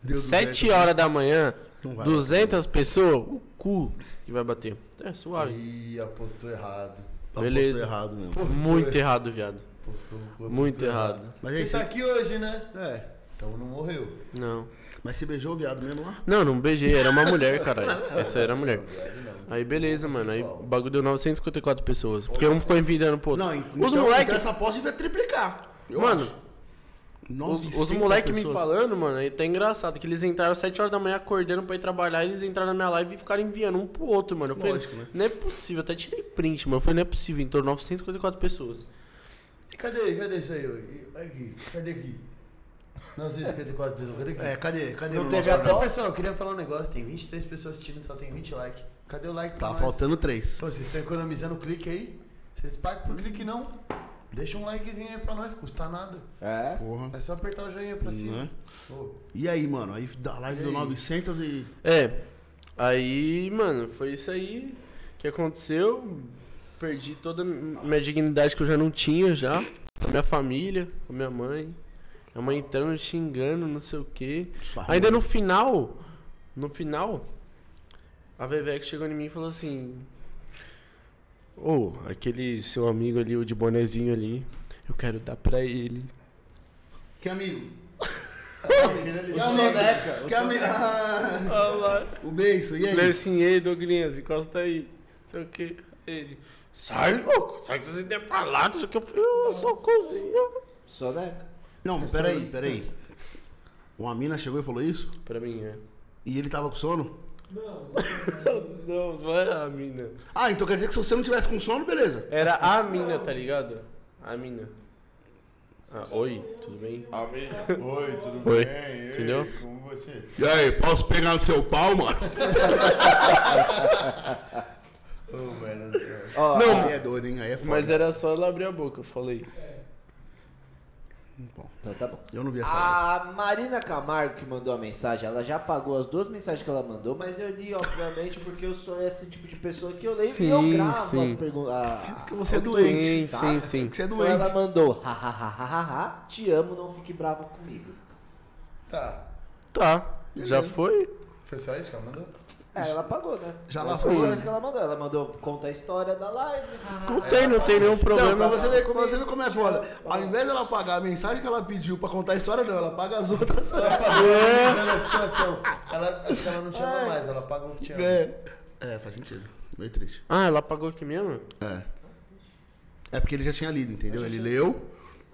Speaker 2: Deu
Speaker 4: 7 horas da manhã,
Speaker 2: Não vai
Speaker 4: 200 pessoas, o cu que vai bater. É suave.
Speaker 3: Ih, apostou errado.
Speaker 4: Beleza.
Speaker 2: Postou errado mesmo.
Speaker 4: Muito errado, viado.
Speaker 3: Apostou,
Speaker 2: um
Speaker 3: apostou
Speaker 4: Muito errado.
Speaker 2: Mas é
Speaker 3: Você
Speaker 2: isso.
Speaker 3: tá aqui hoje, né?
Speaker 2: É.
Speaker 3: Então não morreu.
Speaker 4: Não.
Speaker 2: Mas você beijou o viado mesmo lá?
Speaker 4: Não, não beijei, era uma mulher, caralho. Essa era a mulher. Aí beleza, mano. Aí o bagulho deu 954 pessoas. Porque um ficou envidando pro outro.
Speaker 2: Não,
Speaker 4: os
Speaker 2: então,
Speaker 4: moleque.
Speaker 2: então essa aposta devia triplicar. eu
Speaker 4: mano,
Speaker 2: acho.
Speaker 4: os,
Speaker 2: 900
Speaker 4: os moleque me
Speaker 2: pessoas.
Speaker 4: falando, mano, aí tá engraçado. Que eles entraram às 7 horas da manhã acordando pra ir trabalhar. Eles entraram na minha live e ficaram enviando um pro outro, mano. Eu falei,
Speaker 2: Lógico, né?
Speaker 4: não é possível. Até tirei print, mano. Foi não é possível. Entrou 954 pessoas.
Speaker 3: E cadê? Cadê isso aí? ô? E- Aqui, cadê aqui? 954 pessoas, cadê aqui?
Speaker 2: É, cadê? Cadê
Speaker 3: não
Speaker 2: o
Speaker 3: teve
Speaker 2: nosso
Speaker 3: até.
Speaker 2: canal?
Speaker 3: Pessoal, eu queria falar um negócio: tem 23 pessoas assistindo, só tem 20 likes. Cadê o like? pra
Speaker 2: Tá
Speaker 3: nós?
Speaker 2: faltando três.
Speaker 3: Pô, vocês estão economizando o clique aí? Vocês pagam por clique não? Deixa um likezinho aí pra nós, custa nada.
Speaker 5: É? assim.
Speaker 2: Porra.
Speaker 3: É só apertar o joinha pra cima.
Speaker 2: Né?
Speaker 3: Ô,
Speaker 2: E aí, mano? Aí da live
Speaker 3: E
Speaker 2: deu
Speaker 3: aí?
Speaker 2: 900 e.
Speaker 4: É. Aí, mano, foi isso aí que aconteceu. Perdi toda a minha dignidade que eu já não tinha já. Com a minha família, com a minha mãe. Minha mãe entrando, xingando, não sei o quê.
Speaker 2: Sua
Speaker 4: Ainda
Speaker 2: raiva.
Speaker 4: no final, no final, a Vevec chegou em mim e falou assim: Ô, aquele seu amigo ali, o de bonezinho ali, eu quero dar pra ele.
Speaker 2: Que amigo?
Speaker 5: O Soneca. o
Speaker 2: Que amigo? Ah,
Speaker 4: Olha lá.
Speaker 2: o beijo, e aí?
Speaker 4: Falei assim, ei, Douglas, encosta tá aí. Não sei o que. Ele. Sai, louco, sai que você tem pra lá, não sei o que. Eu falei, eu sou cozinha.
Speaker 5: Soneca.
Speaker 2: Não, peraí, peraí. Uma mina chegou e falou isso?
Speaker 4: Pra mim, é.
Speaker 2: E ele tava com sono?
Speaker 4: Não, não era a mina.
Speaker 2: Ah, então quer dizer que se você não tivesse com sono, beleza.
Speaker 4: Era a mina, tá ligado? A mina. Ah, oi, tudo bem?
Speaker 2: Ah,
Speaker 7: Oi, tudo
Speaker 4: Oi,
Speaker 7: bem? Ei,
Speaker 4: entendeu?
Speaker 7: Como você?
Speaker 2: E aí, posso pegar no seu pau, mano?
Speaker 3: mano.
Speaker 5: Ó,
Speaker 2: Não, aí é doido, hein? Aí é foda.
Speaker 4: Mas era só ela abrir a boca, eu falei.
Speaker 5: Então tá bom.
Speaker 2: Eu não vi essa.
Speaker 5: A Marina Camargo que mandou a mensagem, ela já apagou as duas mensagens que ela mandou, mas eu li, obviamente, porque eu sou esse tipo de pessoa que eu leio e eu
Speaker 4: Sim,
Speaker 5: gravo
Speaker 4: sim.
Speaker 5: as perguntas.
Speaker 2: Porque você é doente.
Speaker 4: Sim,
Speaker 5: tá?
Speaker 4: sim, sim.
Speaker 2: Porque você é
Speaker 5: Então
Speaker 2: doente.
Speaker 5: ela mandou, hahaha, te amo, não fique brava comigo.
Speaker 3: Tá.
Speaker 2: é-
Speaker 4: Tá, já foi?
Speaker 3: Foi só isso que ela mandou?
Speaker 5: É, ela apagou, né?
Speaker 2: Já lá
Speaker 5: foi.
Speaker 2: foi.
Speaker 5: As que ela mandou, ela mandou, conta a história da live. hahaha.
Speaker 4: Não tem, não tem nenhum
Speaker 2: Não,
Speaker 4: problema.
Speaker 2: pra você, ver, pra você ver como é foda. Ao invés dela pagar a mensagem que ela pediu pra contar a história, não, ela paga as outras.
Speaker 3: Ela a situação. Ela, acho que ela não te ama mais, ela paga o que te ama.
Speaker 2: É. é, faz sentido. Meio triste.
Speaker 4: Ah, ela apagou aqui mesmo?
Speaker 2: É. É porque ele já tinha lido, entendeu? Ele leu,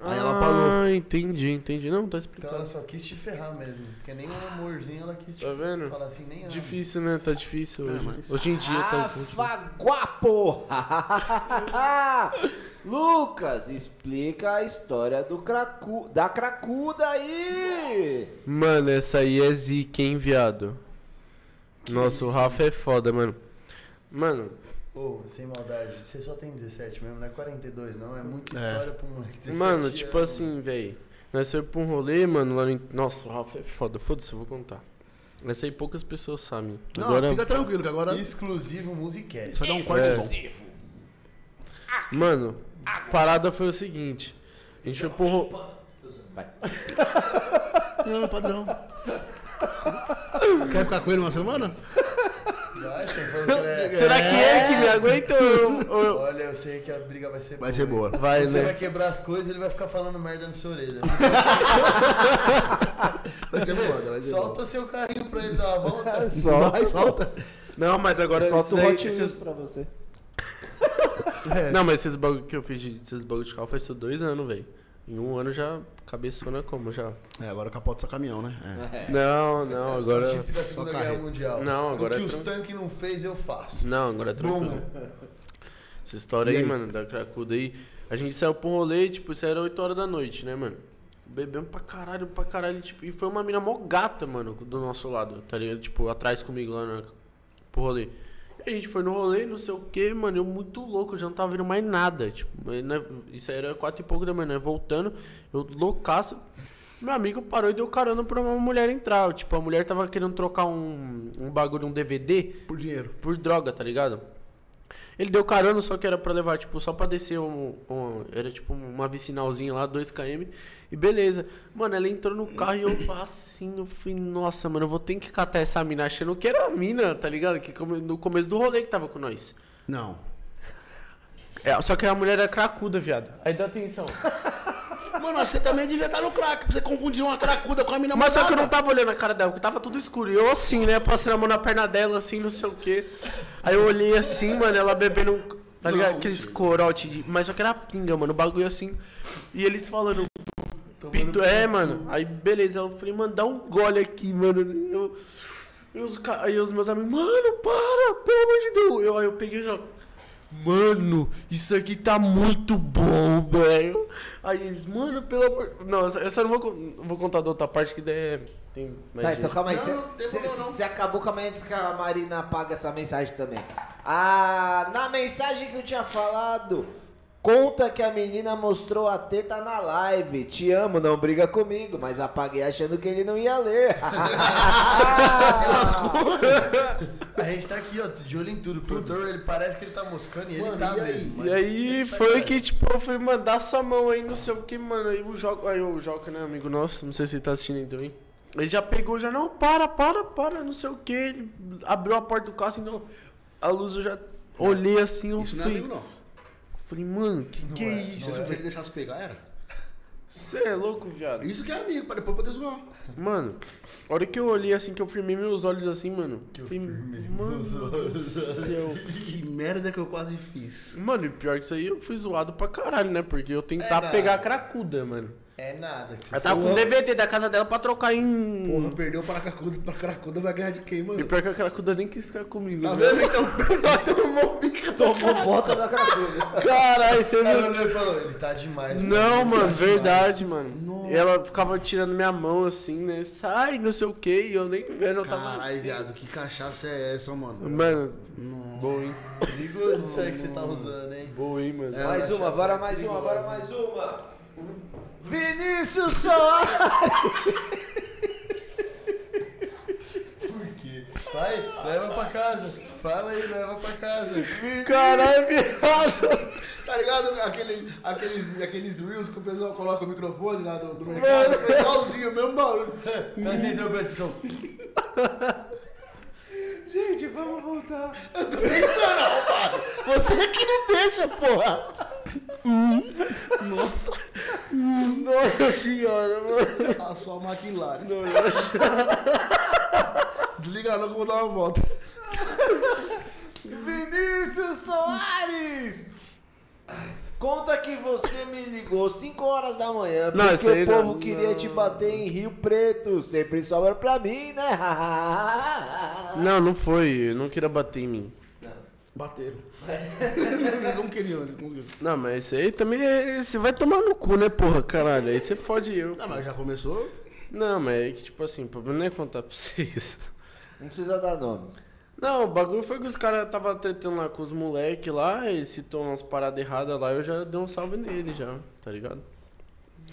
Speaker 2: aí ela apagou.
Speaker 4: Ah, entendi, entendi. Não, tá
Speaker 3: Então
Speaker 4: explicado.
Speaker 3: ela só quis te ferrar mesmo. Porque nem um amorzinho ela quis te
Speaker 4: Tá vendo?
Speaker 3: falar assim, nem amo.
Speaker 4: Difícil, né? Tá difícil hoje.
Speaker 2: mas-
Speaker 4: Hoje em dia tá difícil.
Speaker 2: né?
Speaker 5: Rafa Guapo! Lucas, explica a história do cracu, da cracuda aí!
Speaker 4: Mano, essa aí é zica, hein, viado? Nossa, o Rafa é foda, mano. Mano,
Speaker 3: Ô, sem maldade, você só tem 17 mesmo, não é 42 não, é muita
Speaker 2: É.
Speaker 3: história pra um moleque de 17
Speaker 4: Mano, tipo
Speaker 3: anos.
Speaker 4: assim, velho. Nós saímos pra um rolê, mano, lá no... Nossa, o Rafa é foda. Foda-se, eu vou contar. Essa aí poucas pessoas sabem.
Speaker 2: Não,
Speaker 4: Agora,
Speaker 2: fica tranquilo, que agora
Speaker 3: Exclusivo Musicast.
Speaker 2: só dá um corte
Speaker 4: É.
Speaker 2: bom.
Speaker 4: mano, a parada foi o seguinte. A gente foi pro rolê...
Speaker 2: Não, é padrão. Quer ficar com ele uma semana?
Speaker 3: Vai, você foi o Greg.
Speaker 4: Será que é que me aguenta ou- ou... eu-
Speaker 3: Olha, eu sei que a briga vai ser
Speaker 2: Vai ser boa.
Speaker 4: Vai,
Speaker 3: Você
Speaker 4: né?
Speaker 3: vai quebrar as coisas ele vai ficar falando merda na sua orelha.
Speaker 2: Vai ser boa, vai ser boa.
Speaker 3: Solta seu carrinho pra ele dar uma volta.
Speaker 2: Vai, solta.
Speaker 4: Não, mas agora...
Speaker 5: Solta o
Speaker 4: isso daí-
Speaker 5: Hot Wheels
Speaker 4: esses-
Speaker 5: pra você.
Speaker 4: Não, mas esses bagulho que eu fiz, de, esses bagulho de carro faz só dois anos, velho. Em um ano já cabeçona como já.
Speaker 2: É, agora capota seu caminhão,
Speaker 4: É.
Speaker 2: né?
Speaker 5: É.
Speaker 4: Não, não,
Speaker 3: Sou
Speaker 4: agora.
Speaker 3: Tipo da Segunda Guerra
Speaker 2: carrinho.
Speaker 3: Mundial.
Speaker 4: Não, agora
Speaker 3: O que
Speaker 4: é
Speaker 3: os
Speaker 4: tran-
Speaker 3: tanques não fez, eu faço.
Speaker 4: Não, agora é tranquilo. Essa história
Speaker 2: E
Speaker 4: aí,
Speaker 2: aí?
Speaker 4: mano, da cracuda aí. A gente saiu pro rolê, tipo, isso era 8 horas da noite, né, mano? Bebemos pra caralho, pra caralho, tipo, e foi uma mina mó gata, mano, do nosso lado, tá ligado? Tipo, atrás comigo lá na, pro rolê. E a gente foi no rolê, não sei o que, mano, eu muito louco, eu já não tava vendo mais nada, tipo, mas, né, isso aí era quatro e pouco da manhã, né? voltando, eu loucaço, meu amigo parou e deu carona pra uma mulher entrar, tipo, a mulher tava querendo trocar um, um bagulho, um DVD,
Speaker 2: Por dinheiro.
Speaker 4: por droga, tá ligado? Ele deu carona, só que era pra levar, tipo, só pra descer um. um- era tipo uma vicinalzinha lá, 2km. E beleza. Mano, ela entrou no carro e eu assim, eu falei, nossa, mano, eu vou ter que catar essa mina, achando que era a mina, tá ligado? Que come- no começo do rolê que tava com nós.
Speaker 2: Não.
Speaker 4: É, só que a mulher era cracuda, viado. Aí dá atenção.
Speaker 2: Mano, você também devia estar no crack, pra você confundir uma cracuda com a mina
Speaker 4: Mas só que eu
Speaker 2: mandada.
Speaker 4: não tava olhando a cara dela, porque tava tudo escuro. E eu assim, né? Passando a mão na perna dela, assim, não sei o quê. Aí eu olhei assim, mano, ela bebendo. um- Tá ligado? Aqueles corote de. Mas só que era pinga, mano. O bagulho assim. E eles falando.
Speaker 5: Então,
Speaker 4: Pinto, é, mano. Aí beleza. Eu falei, mano, dá um gole aqui, mano. Eu, eu- os ca- aí os meus amigos, mano, para, pelo amor de Deus. Eu, aí eu peguei e já. Mano, isso aqui tá muito bom, velho. Aí eles, mano, pelo amor. Não, eu só não vou, con- vou contar da outra parte que daí é- tem mais.
Speaker 5: Tá,
Speaker 4: gente.
Speaker 5: então calma aí.
Speaker 2: Não, não tem problema, não.
Speaker 5: Você acabou com a manhã antes que a Marina apaga essa mensagem também. Ah, na mensagem que eu tinha falado, conta que a menina mostrou a teta na live. Te amo, não briga comigo, mas apaguei achando que ele não ia ler.
Speaker 3: A gente tá aqui, ó, de olho em tudo. O produtor, ele parece que ele tá moscando e ele
Speaker 2: Mano,
Speaker 3: tá
Speaker 2: e aí?
Speaker 3: mesmo. mas-
Speaker 4: E aí foi que, tipo, eu fui mandar sua mão aí, não sei o que, mano. Aí o Joca, aí o Joca, né, amigo nosso, não sei se ele tá assistindo aí também. Ele já pegou, já, não, para, para, para, não sei o que. Ele abriu a porta do carro, assim, não. A luz eu já olhei assim, eu
Speaker 2: Isso não é
Speaker 4: fui.
Speaker 2: amigo, não.
Speaker 4: falei, mano, que que é
Speaker 2: Isso,
Speaker 4: isso,
Speaker 2: se ele
Speaker 4: velho?
Speaker 2: deixasse pegar, era.
Speaker 4: Você é louco, viado?
Speaker 2: Isso que é amigo, pra depois poder zoar.
Speaker 4: Mano, a hora que eu olhei assim, que eu firmei meus olhos assim, mano. Que eu firmei mano do céu.
Speaker 2: Que merda que eu quase fiz.
Speaker 4: Mano, e pior que isso aí, eu fui zoado pra caralho, né? Porque eu
Speaker 3: É,
Speaker 4: tentava
Speaker 3: não.
Speaker 4: pegar a cracuda, mano.
Speaker 3: É nada. que você
Speaker 4: Ela tava com um DVD da casa dela pra trocar em.
Speaker 2: Porra, perdeu pra cracuda, pra cracuda vai ganhar de quem,
Speaker 4: E
Speaker 2: mano?
Speaker 4: pior que a cracuda nem quis ficar comigo.
Speaker 2: Tá
Speaker 4: né?
Speaker 2: vendo? Então, perdeu, tomou um bico.
Speaker 5: Tomou bota da cracuda.
Speaker 4: Caralho, você
Speaker 3: Ela é
Speaker 4: viu?
Speaker 3: olhou e falou, ele tá demais.
Speaker 4: Não, mano,
Speaker 3: ele tá
Speaker 4: verdade, mano. E ela ficava tirando minha mão assim, né? Sai, não sei o que, e eu nem vendo, eu tava.
Speaker 2: Caralho, viado, que cachaça é essa, mano?
Speaker 4: Mano, boa, hein?
Speaker 3: demais. Perigoso isso aí que você tá usando, hein?
Speaker 4: Boa, hein, mano.
Speaker 3: É.
Speaker 5: Mais
Speaker 3: Ela
Speaker 5: uma,
Speaker 3: achava
Speaker 5: bora
Speaker 3: que
Speaker 5: mais
Speaker 3: era
Speaker 5: uma,
Speaker 3: perigosa.
Speaker 5: bora mais uma. Vinícius Soares!
Speaker 3: Por quê? Vai, leva pra casa. Fala aí, leva pra casa.
Speaker 4: Caralho, viado.
Speaker 2: Tá ligado? Aqueles, aqueles, aqueles reels que o pessoal coloca o microfone lá do, do mercado. Foi igualzinho, o mesmo barulho.
Speaker 3: Presta atenção pra esse som.
Speaker 5: Gente, vamos voltar.
Speaker 4: é
Speaker 2: Você que não deixa, porra.
Speaker 4: Nossa senhora, mano.
Speaker 2: A sua maquilária. Desliga não que eu vou dar uma volta.
Speaker 5: Vinícius Soares! Conta que você me ligou 5 horas da manhã
Speaker 4: Não,
Speaker 5: porque
Speaker 4: isso aí
Speaker 5: o povo
Speaker 4: não-
Speaker 5: queria te bater em Rio Preto. Sempre sobra pra mim, né?
Speaker 4: Não, não foi. eu Não queria bater em mim.
Speaker 2: Bateram. Eles não queriam, eles conseguiram.
Speaker 4: Não, mas esse aí também é. Você vai tomar no cu, né, porra, caralho? Aí você fode eu.
Speaker 2: Não, Ah, mas já começou.
Speaker 4: Não, mas é que, tipo assim, o problema não é contar pra vocês.
Speaker 5: Não precisa dar nomes.
Speaker 4: Não, o bagulho foi que os caras tava tretando lá com os moleque lá, ele citou umas paradas erradas lá, eu já dei um salve nele já, tá ligado?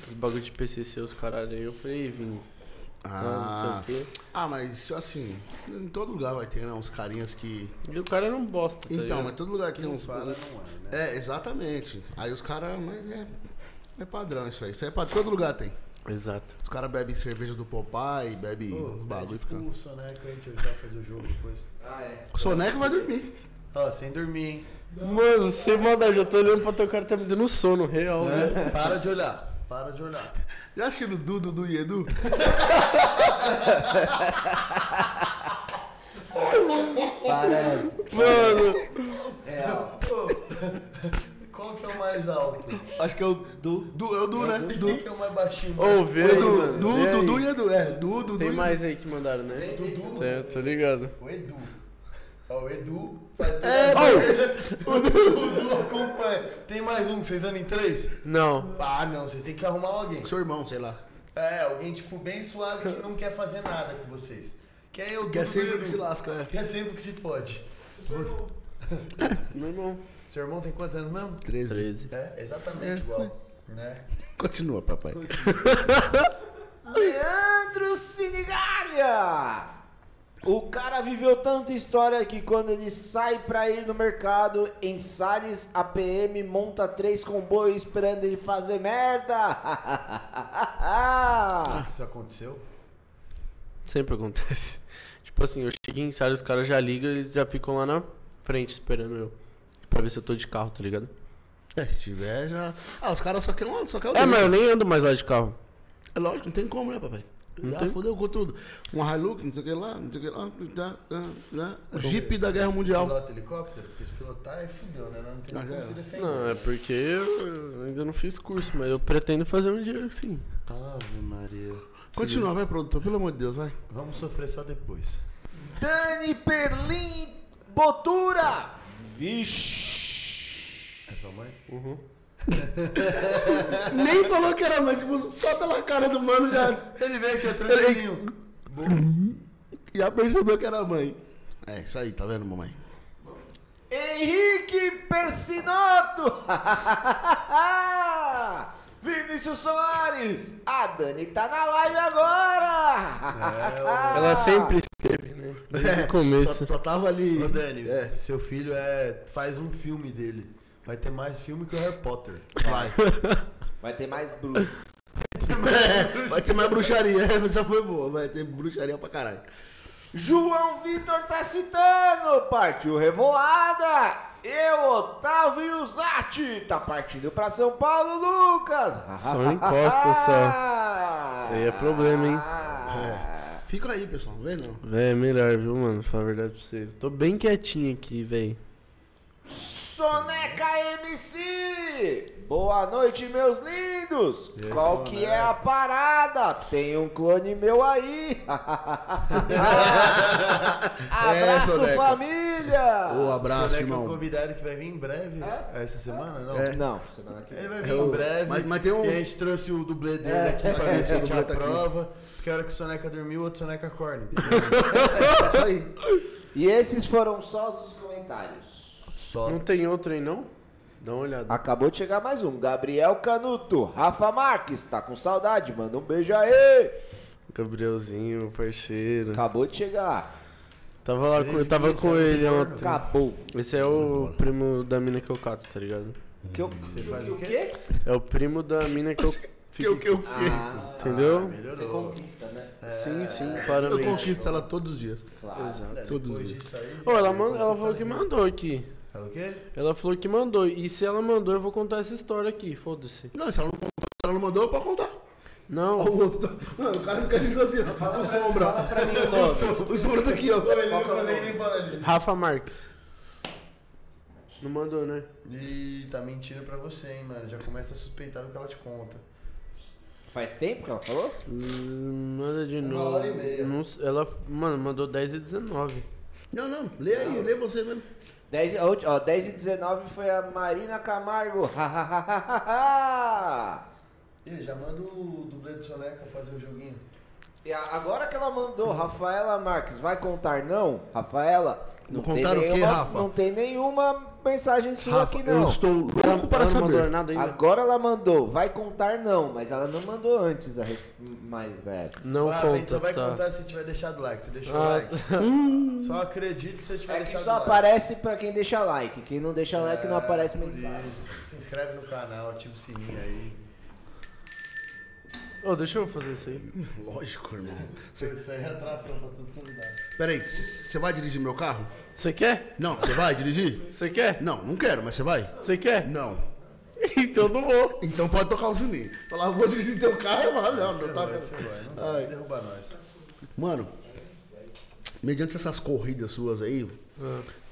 Speaker 4: Os bagulho de PCC, os caralho aí, eu falei, "Ei, Vini, ah,
Speaker 2: Ah,
Speaker 4: não sei o quê.
Speaker 2: ah, mas assim, em todo lugar vai ter né, uns carinhas que.
Speaker 4: E o cara era um bosta, tá
Speaker 2: Então, mas
Speaker 4: ligado?
Speaker 2: todo lugar que não
Speaker 3: Fala
Speaker 2: fala.
Speaker 3: não é, né?
Speaker 2: É, exatamente. Aí os caras, mas é. É padrão isso aí. Isso aí é pra todo lugar tem.
Speaker 4: Exato.
Speaker 2: Os caras bebem cerveja do Popeye, bebem os bagulho e fica.
Speaker 3: tipo O Soneca, a gente já fez o jogo depois.
Speaker 5: Ah, é.
Speaker 2: Soneca vai dormir.
Speaker 3: Ó, sem dormir, hein?
Speaker 4: Mano, sem maldade, eu tô olhando pra teu cara, tá me dando sono real,
Speaker 3: É?
Speaker 4: né?
Speaker 8: Para de olhar.
Speaker 3: Para de olhar.
Speaker 2: Já assistiram o Dudu do Edu?
Speaker 5: Parece.
Speaker 4: Mano,
Speaker 5: Real.
Speaker 3: Qual que é o mais alto?
Speaker 2: Acho que é o Du. Du, é o Du, né?
Speaker 3: E
Speaker 2: Du.
Speaker 3: quem que é o mais baixinho?
Speaker 4: ô, vê aí,
Speaker 2: Edu,
Speaker 4: mano. vê
Speaker 2: Du,
Speaker 4: aí.
Speaker 2: Dudu e Edu. É, Du, Dudu.
Speaker 4: Tem
Speaker 2: e-
Speaker 4: mais aí que mandaram, né?
Speaker 3: Dudu?
Speaker 4: É, tô ligado.
Speaker 3: O Edu. Ó, o Edu faz toda
Speaker 4: É,
Speaker 3: a
Speaker 4: mano.
Speaker 3: merda. O Dudu, o Dudu acompanha. Tem mais um, vocês andam em três?
Speaker 4: Não.
Speaker 3: Ah, não, vocês têm que arrumar alguém.
Speaker 2: Seu irmão, sei lá.
Speaker 3: É, alguém, tipo, bem suave que não quer fazer nada com vocês. Que é eu,
Speaker 2: Que é
Speaker 3: Dudu,
Speaker 2: sempre
Speaker 3: Edu.
Speaker 2: que se lasca, é.
Speaker 3: Que é sempre que se pode.
Speaker 4: Meu irmão.
Speaker 3: Seu irmão tem quantos anos mesmo?
Speaker 2: 13.
Speaker 4: 13.
Speaker 3: É, exatamente igual. Né?
Speaker 2: Continua, papai.
Speaker 5: Leandro Sinigalha! O cara viveu tanta história que quando ele sai pra ir no mercado, em Salles, a PM monta três comboios esperando ele fazer merda!
Speaker 2: Ah.
Speaker 3: Isso aconteceu?
Speaker 4: Sempre acontece. Tipo assim, eu chego em ensaio, os caras já ligam e eles já ficam lá na frente esperando eu. Pra ver se eu tô de carro, tá ligado?
Speaker 2: É, se tiver, já. Ah, os caras só querem só querem o
Speaker 4: É,
Speaker 2: dele.
Speaker 4: mas eu nem ando mais lá de carro.
Speaker 2: É lógico, não tem como, né, papai? já
Speaker 4: tem.
Speaker 2: fodeu com tudo. Um Hilux, não sei o que lá, não sei o que lá. Já, já, já. O Jeep da Guerra Mundial.
Speaker 3: Pilota helicóptero? Porque se pilotar é fudeu, né? Não tem
Speaker 2: Ah, já
Speaker 3: como
Speaker 2: era.
Speaker 3: se defender.
Speaker 4: Não, é porque eu ainda não fiz curso, mas eu pretendo fazer um dia assim.
Speaker 3: Ave Maria.
Speaker 2: Continua, vai, produtor, pelo amor de Deus, vai.
Speaker 3: Vamos sofrer só depois.
Speaker 5: Dani Perlim Botura! Vixe!
Speaker 3: É sua mãe?
Speaker 2: Nem falou que era, mas tipo, só pela cara do mano já,
Speaker 3: Ele veio aqui, ó, tranquilinho.
Speaker 2: já percebeu que era a mãe. É, isso aí, tá vendo, mamãe?
Speaker 5: Henrique Persinoto! Vinícius Soares! A Dani tá na live agora!
Speaker 4: Ela sempre esteve, né?
Speaker 3: É,
Speaker 4: Desde o
Speaker 2: Só,
Speaker 4: começo.
Speaker 2: só tava ali.
Speaker 3: Ô, Dani, seu filho é, faz um filme dele. Vai ter mais filme que o Harry Potter.
Speaker 2: Vai.
Speaker 5: Vai ter mais bruxo.
Speaker 2: Vai ter mais bruxaria. Essa foi boa, vai ter bruxaria pra caralho.
Speaker 5: João Vitor Tacitano! Partiu revoada! Eu, Otávio Zatti! Tá partindo pra São Paulo, Lucas!
Speaker 4: Só encosta,
Speaker 5: só.
Speaker 4: Aí é problema, hein?
Speaker 2: Fica aí, pessoal, não vem não.
Speaker 4: Véi, é melhor, viu, mano? Falar a verdade pra você. Tô bem quietinho aqui, véi.
Speaker 5: Soneca MC! Boa noite, meus lindos! Qual que é a parada? Tem um clone meu aí! Abraço,
Speaker 2: Soneca.
Speaker 5: família!
Speaker 2: Ô, abraço,
Speaker 3: Soneca é um
Speaker 2: irmão.
Speaker 3: convidado que vai vir em breve. É essa semana? Não.
Speaker 5: Não, semana que vem.
Speaker 3: Ele vai vir
Speaker 2: É o-
Speaker 3: em breve.
Speaker 2: mas- mas tem um-
Speaker 3: E a gente trouxe o dublê dele aqui pra
Speaker 2: é,
Speaker 3: ver se
Speaker 2: o
Speaker 3: a gente
Speaker 2: dublê tá aqui.
Speaker 3: aprova. Porque a hora que o Soneca dormiu, o outro Soneca corne. entendeu?
Speaker 2: É isso aí.
Speaker 5: E esses foram só os comentários.
Speaker 3: Só.
Speaker 4: Não tem outro aí, não? Dá uma olhada.
Speaker 5: Acabou de chegar mais um. Gabriel Canuto, Rafa Marques, tá com saudade, manda um beijo aí.
Speaker 4: Gabrielzinho, parceiro.
Speaker 5: Acabou de chegar.
Speaker 4: Tava lá com, eu tava
Speaker 3: é
Speaker 4: com ele ontem.
Speaker 5: Acabou.
Speaker 4: Esse é o primo da mina que eu cato, tá ligado?
Speaker 5: Que eu,
Speaker 3: Você faz
Speaker 5: o
Speaker 3: o
Speaker 5: quê?
Speaker 4: É o primo da mina que eu
Speaker 2: Que eu, que eu fiz.
Speaker 5: Ah,
Speaker 4: Entendeu?
Speaker 5: você conquista, né?
Speaker 4: sim, sim,
Speaker 2: Eu
Speaker 4: claramente.
Speaker 2: conquisto ela todos os dias.
Speaker 5: Claro.
Speaker 4: Exato.
Speaker 2: Todos os
Speaker 3: Depois
Speaker 2: dias.
Speaker 3: disso aí.
Speaker 4: Ô, ela, manda, ela falou que mandou aqui.
Speaker 3: Fala o quê?
Speaker 4: Ela falou que mandou. E se ela mandou, eu vou contar essa história aqui, foda-se.
Speaker 2: Não, se ela não, contou, se ela não mandou, eu posso contar. Ó,
Speaker 4: Não,
Speaker 2: o outro tá. Mano, o cara fica ali sozinho. O sombra. O so- O sombra tá aqui, ó.
Speaker 3: Ele não consegue nem falar ali.
Speaker 4: Rafa Marques. Não mandou, né?
Speaker 3: Ih, tá mentindo pra você, hein, mano. Já começa a suspeitar do que ela te conta.
Speaker 5: Faz tempo que ela falou?
Speaker 4: Hum, Manda de
Speaker 3: Uma
Speaker 4: novo.
Speaker 3: hora e meia.
Speaker 4: Não s- ela, mano, mandou 10 e 19.
Speaker 2: Não, não. Lê aí, lê você mesmo.
Speaker 5: 10, a ulti- ó, 10 e 19 foi a Marina Camargo.
Speaker 3: Ih, já manda o dublê do Soneca fazer o joguinho.
Speaker 5: E a- agora que ela mandou, Rafaela Marques, vai contar não? Rafaela,
Speaker 2: Não contar o quê,
Speaker 5: nenhuma,
Speaker 2: Rafa?
Speaker 5: Não tem nenhuma mensagem sua
Speaker 2: Rafa,
Speaker 5: aqui
Speaker 2: eu
Speaker 5: não.
Speaker 2: estou louco
Speaker 4: Ela,
Speaker 2: para
Speaker 4: ela não mandou
Speaker 2: saber.
Speaker 4: nada ainda?
Speaker 5: Agora ela mandou, vai contar não, mas ela não mandou antes a res- mais velho.
Speaker 4: Não
Speaker 7: Ah, a gente
Speaker 4: conta,
Speaker 7: só vai
Speaker 4: tá.
Speaker 7: contar se tiver deixado o like. Se deixou
Speaker 4: Ah.
Speaker 7: o like. Só acredito se tiver
Speaker 5: É que
Speaker 7: deixado
Speaker 5: só
Speaker 7: o like.
Speaker 5: aparece pra quem deixa like, quem não deixa like não aparece mensagem.
Speaker 7: Isso. Se inscreve no canal, ativa o sininho aí.
Speaker 4: Ô, deixa eu fazer isso aí.
Speaker 2: Lógico, irmão.
Speaker 7: Isso aí é atração pra todos os convidados.
Speaker 2: Peraí, você vai dirigir meu carro?
Speaker 4: Você quer?
Speaker 2: Não, você vai dirigir?
Speaker 4: Você quer?
Speaker 2: Não, não quero, mas você vai?
Speaker 4: Você quer?
Speaker 2: Não.
Speaker 4: Então eu não vou.
Speaker 2: Então pode tocar o sininho. Falar, vou dirigir teu carro, mano. Não, meu tá.
Speaker 7: Vai, não vai derrubar nós.
Speaker 2: Mano, mediante essas corridas suas aí,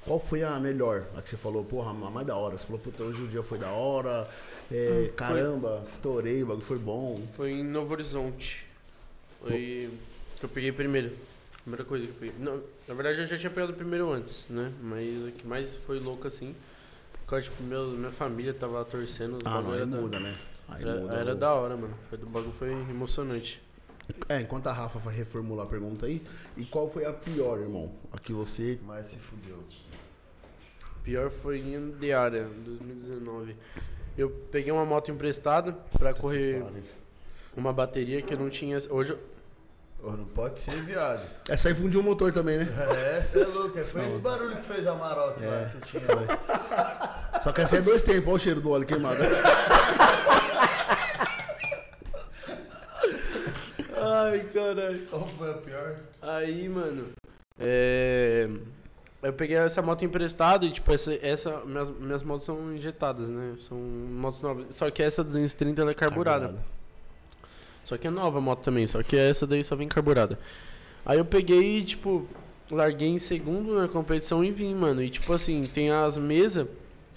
Speaker 2: qual foi a melhor? A que você falou, porra, a mais da hora. Você falou, puta, hoje o dia foi da hora. é, caramba, estourei, o bagulho foi bom.
Speaker 4: Foi em Novo Horizonte. Foi que eu peguei primeiro. Primeira coisa que eu peguei. Não, na verdade eu já tinha pegado primeiro antes, né? Mas o que mais foi louco assim, por causa tipo, meu, minha família tava torcendo os
Speaker 2: Ah, não,
Speaker 4: bagulho
Speaker 2: aí
Speaker 4: era é da-
Speaker 2: muda, né? Aí né?
Speaker 4: era,
Speaker 2: muda.
Speaker 4: era
Speaker 2: o-
Speaker 4: da hora, mano. Foi, o bagulho foi emocionante.
Speaker 2: É, enquanto a Rafa vai reformular a pergunta aí, e qual foi a pior, irmão? A que você.
Speaker 7: Mas se fudeu.
Speaker 4: Pior foi em Diária, 2019. Eu peguei uma moto emprestada pra correr uma bateria que eu não tinha. Hoje eu-
Speaker 7: Ô, não pode ser, viado.
Speaker 2: Essa aí fundiu o motor também, né?
Speaker 7: É, você é louco. é, Foi esse barulho que fez a maroca lá que você tinha. velho.
Speaker 2: Só que essa é dois tempos, olha o cheiro do óleo queimado.
Speaker 4: Ai, caralho.
Speaker 7: Qual foi a pior?
Speaker 4: Aí, mano. É. Eu peguei essa moto emprestada e, tipo, essa. essa minhas, minhas motos são injetadas, né? São motos novas. Só que essa 230 ela é carburada. Só que é nova a moto também, só que essa daí só vem carburada. Aí eu peguei e, tipo, larguei em segundo na competição e vim, mano. E, tipo assim, tem as mesas.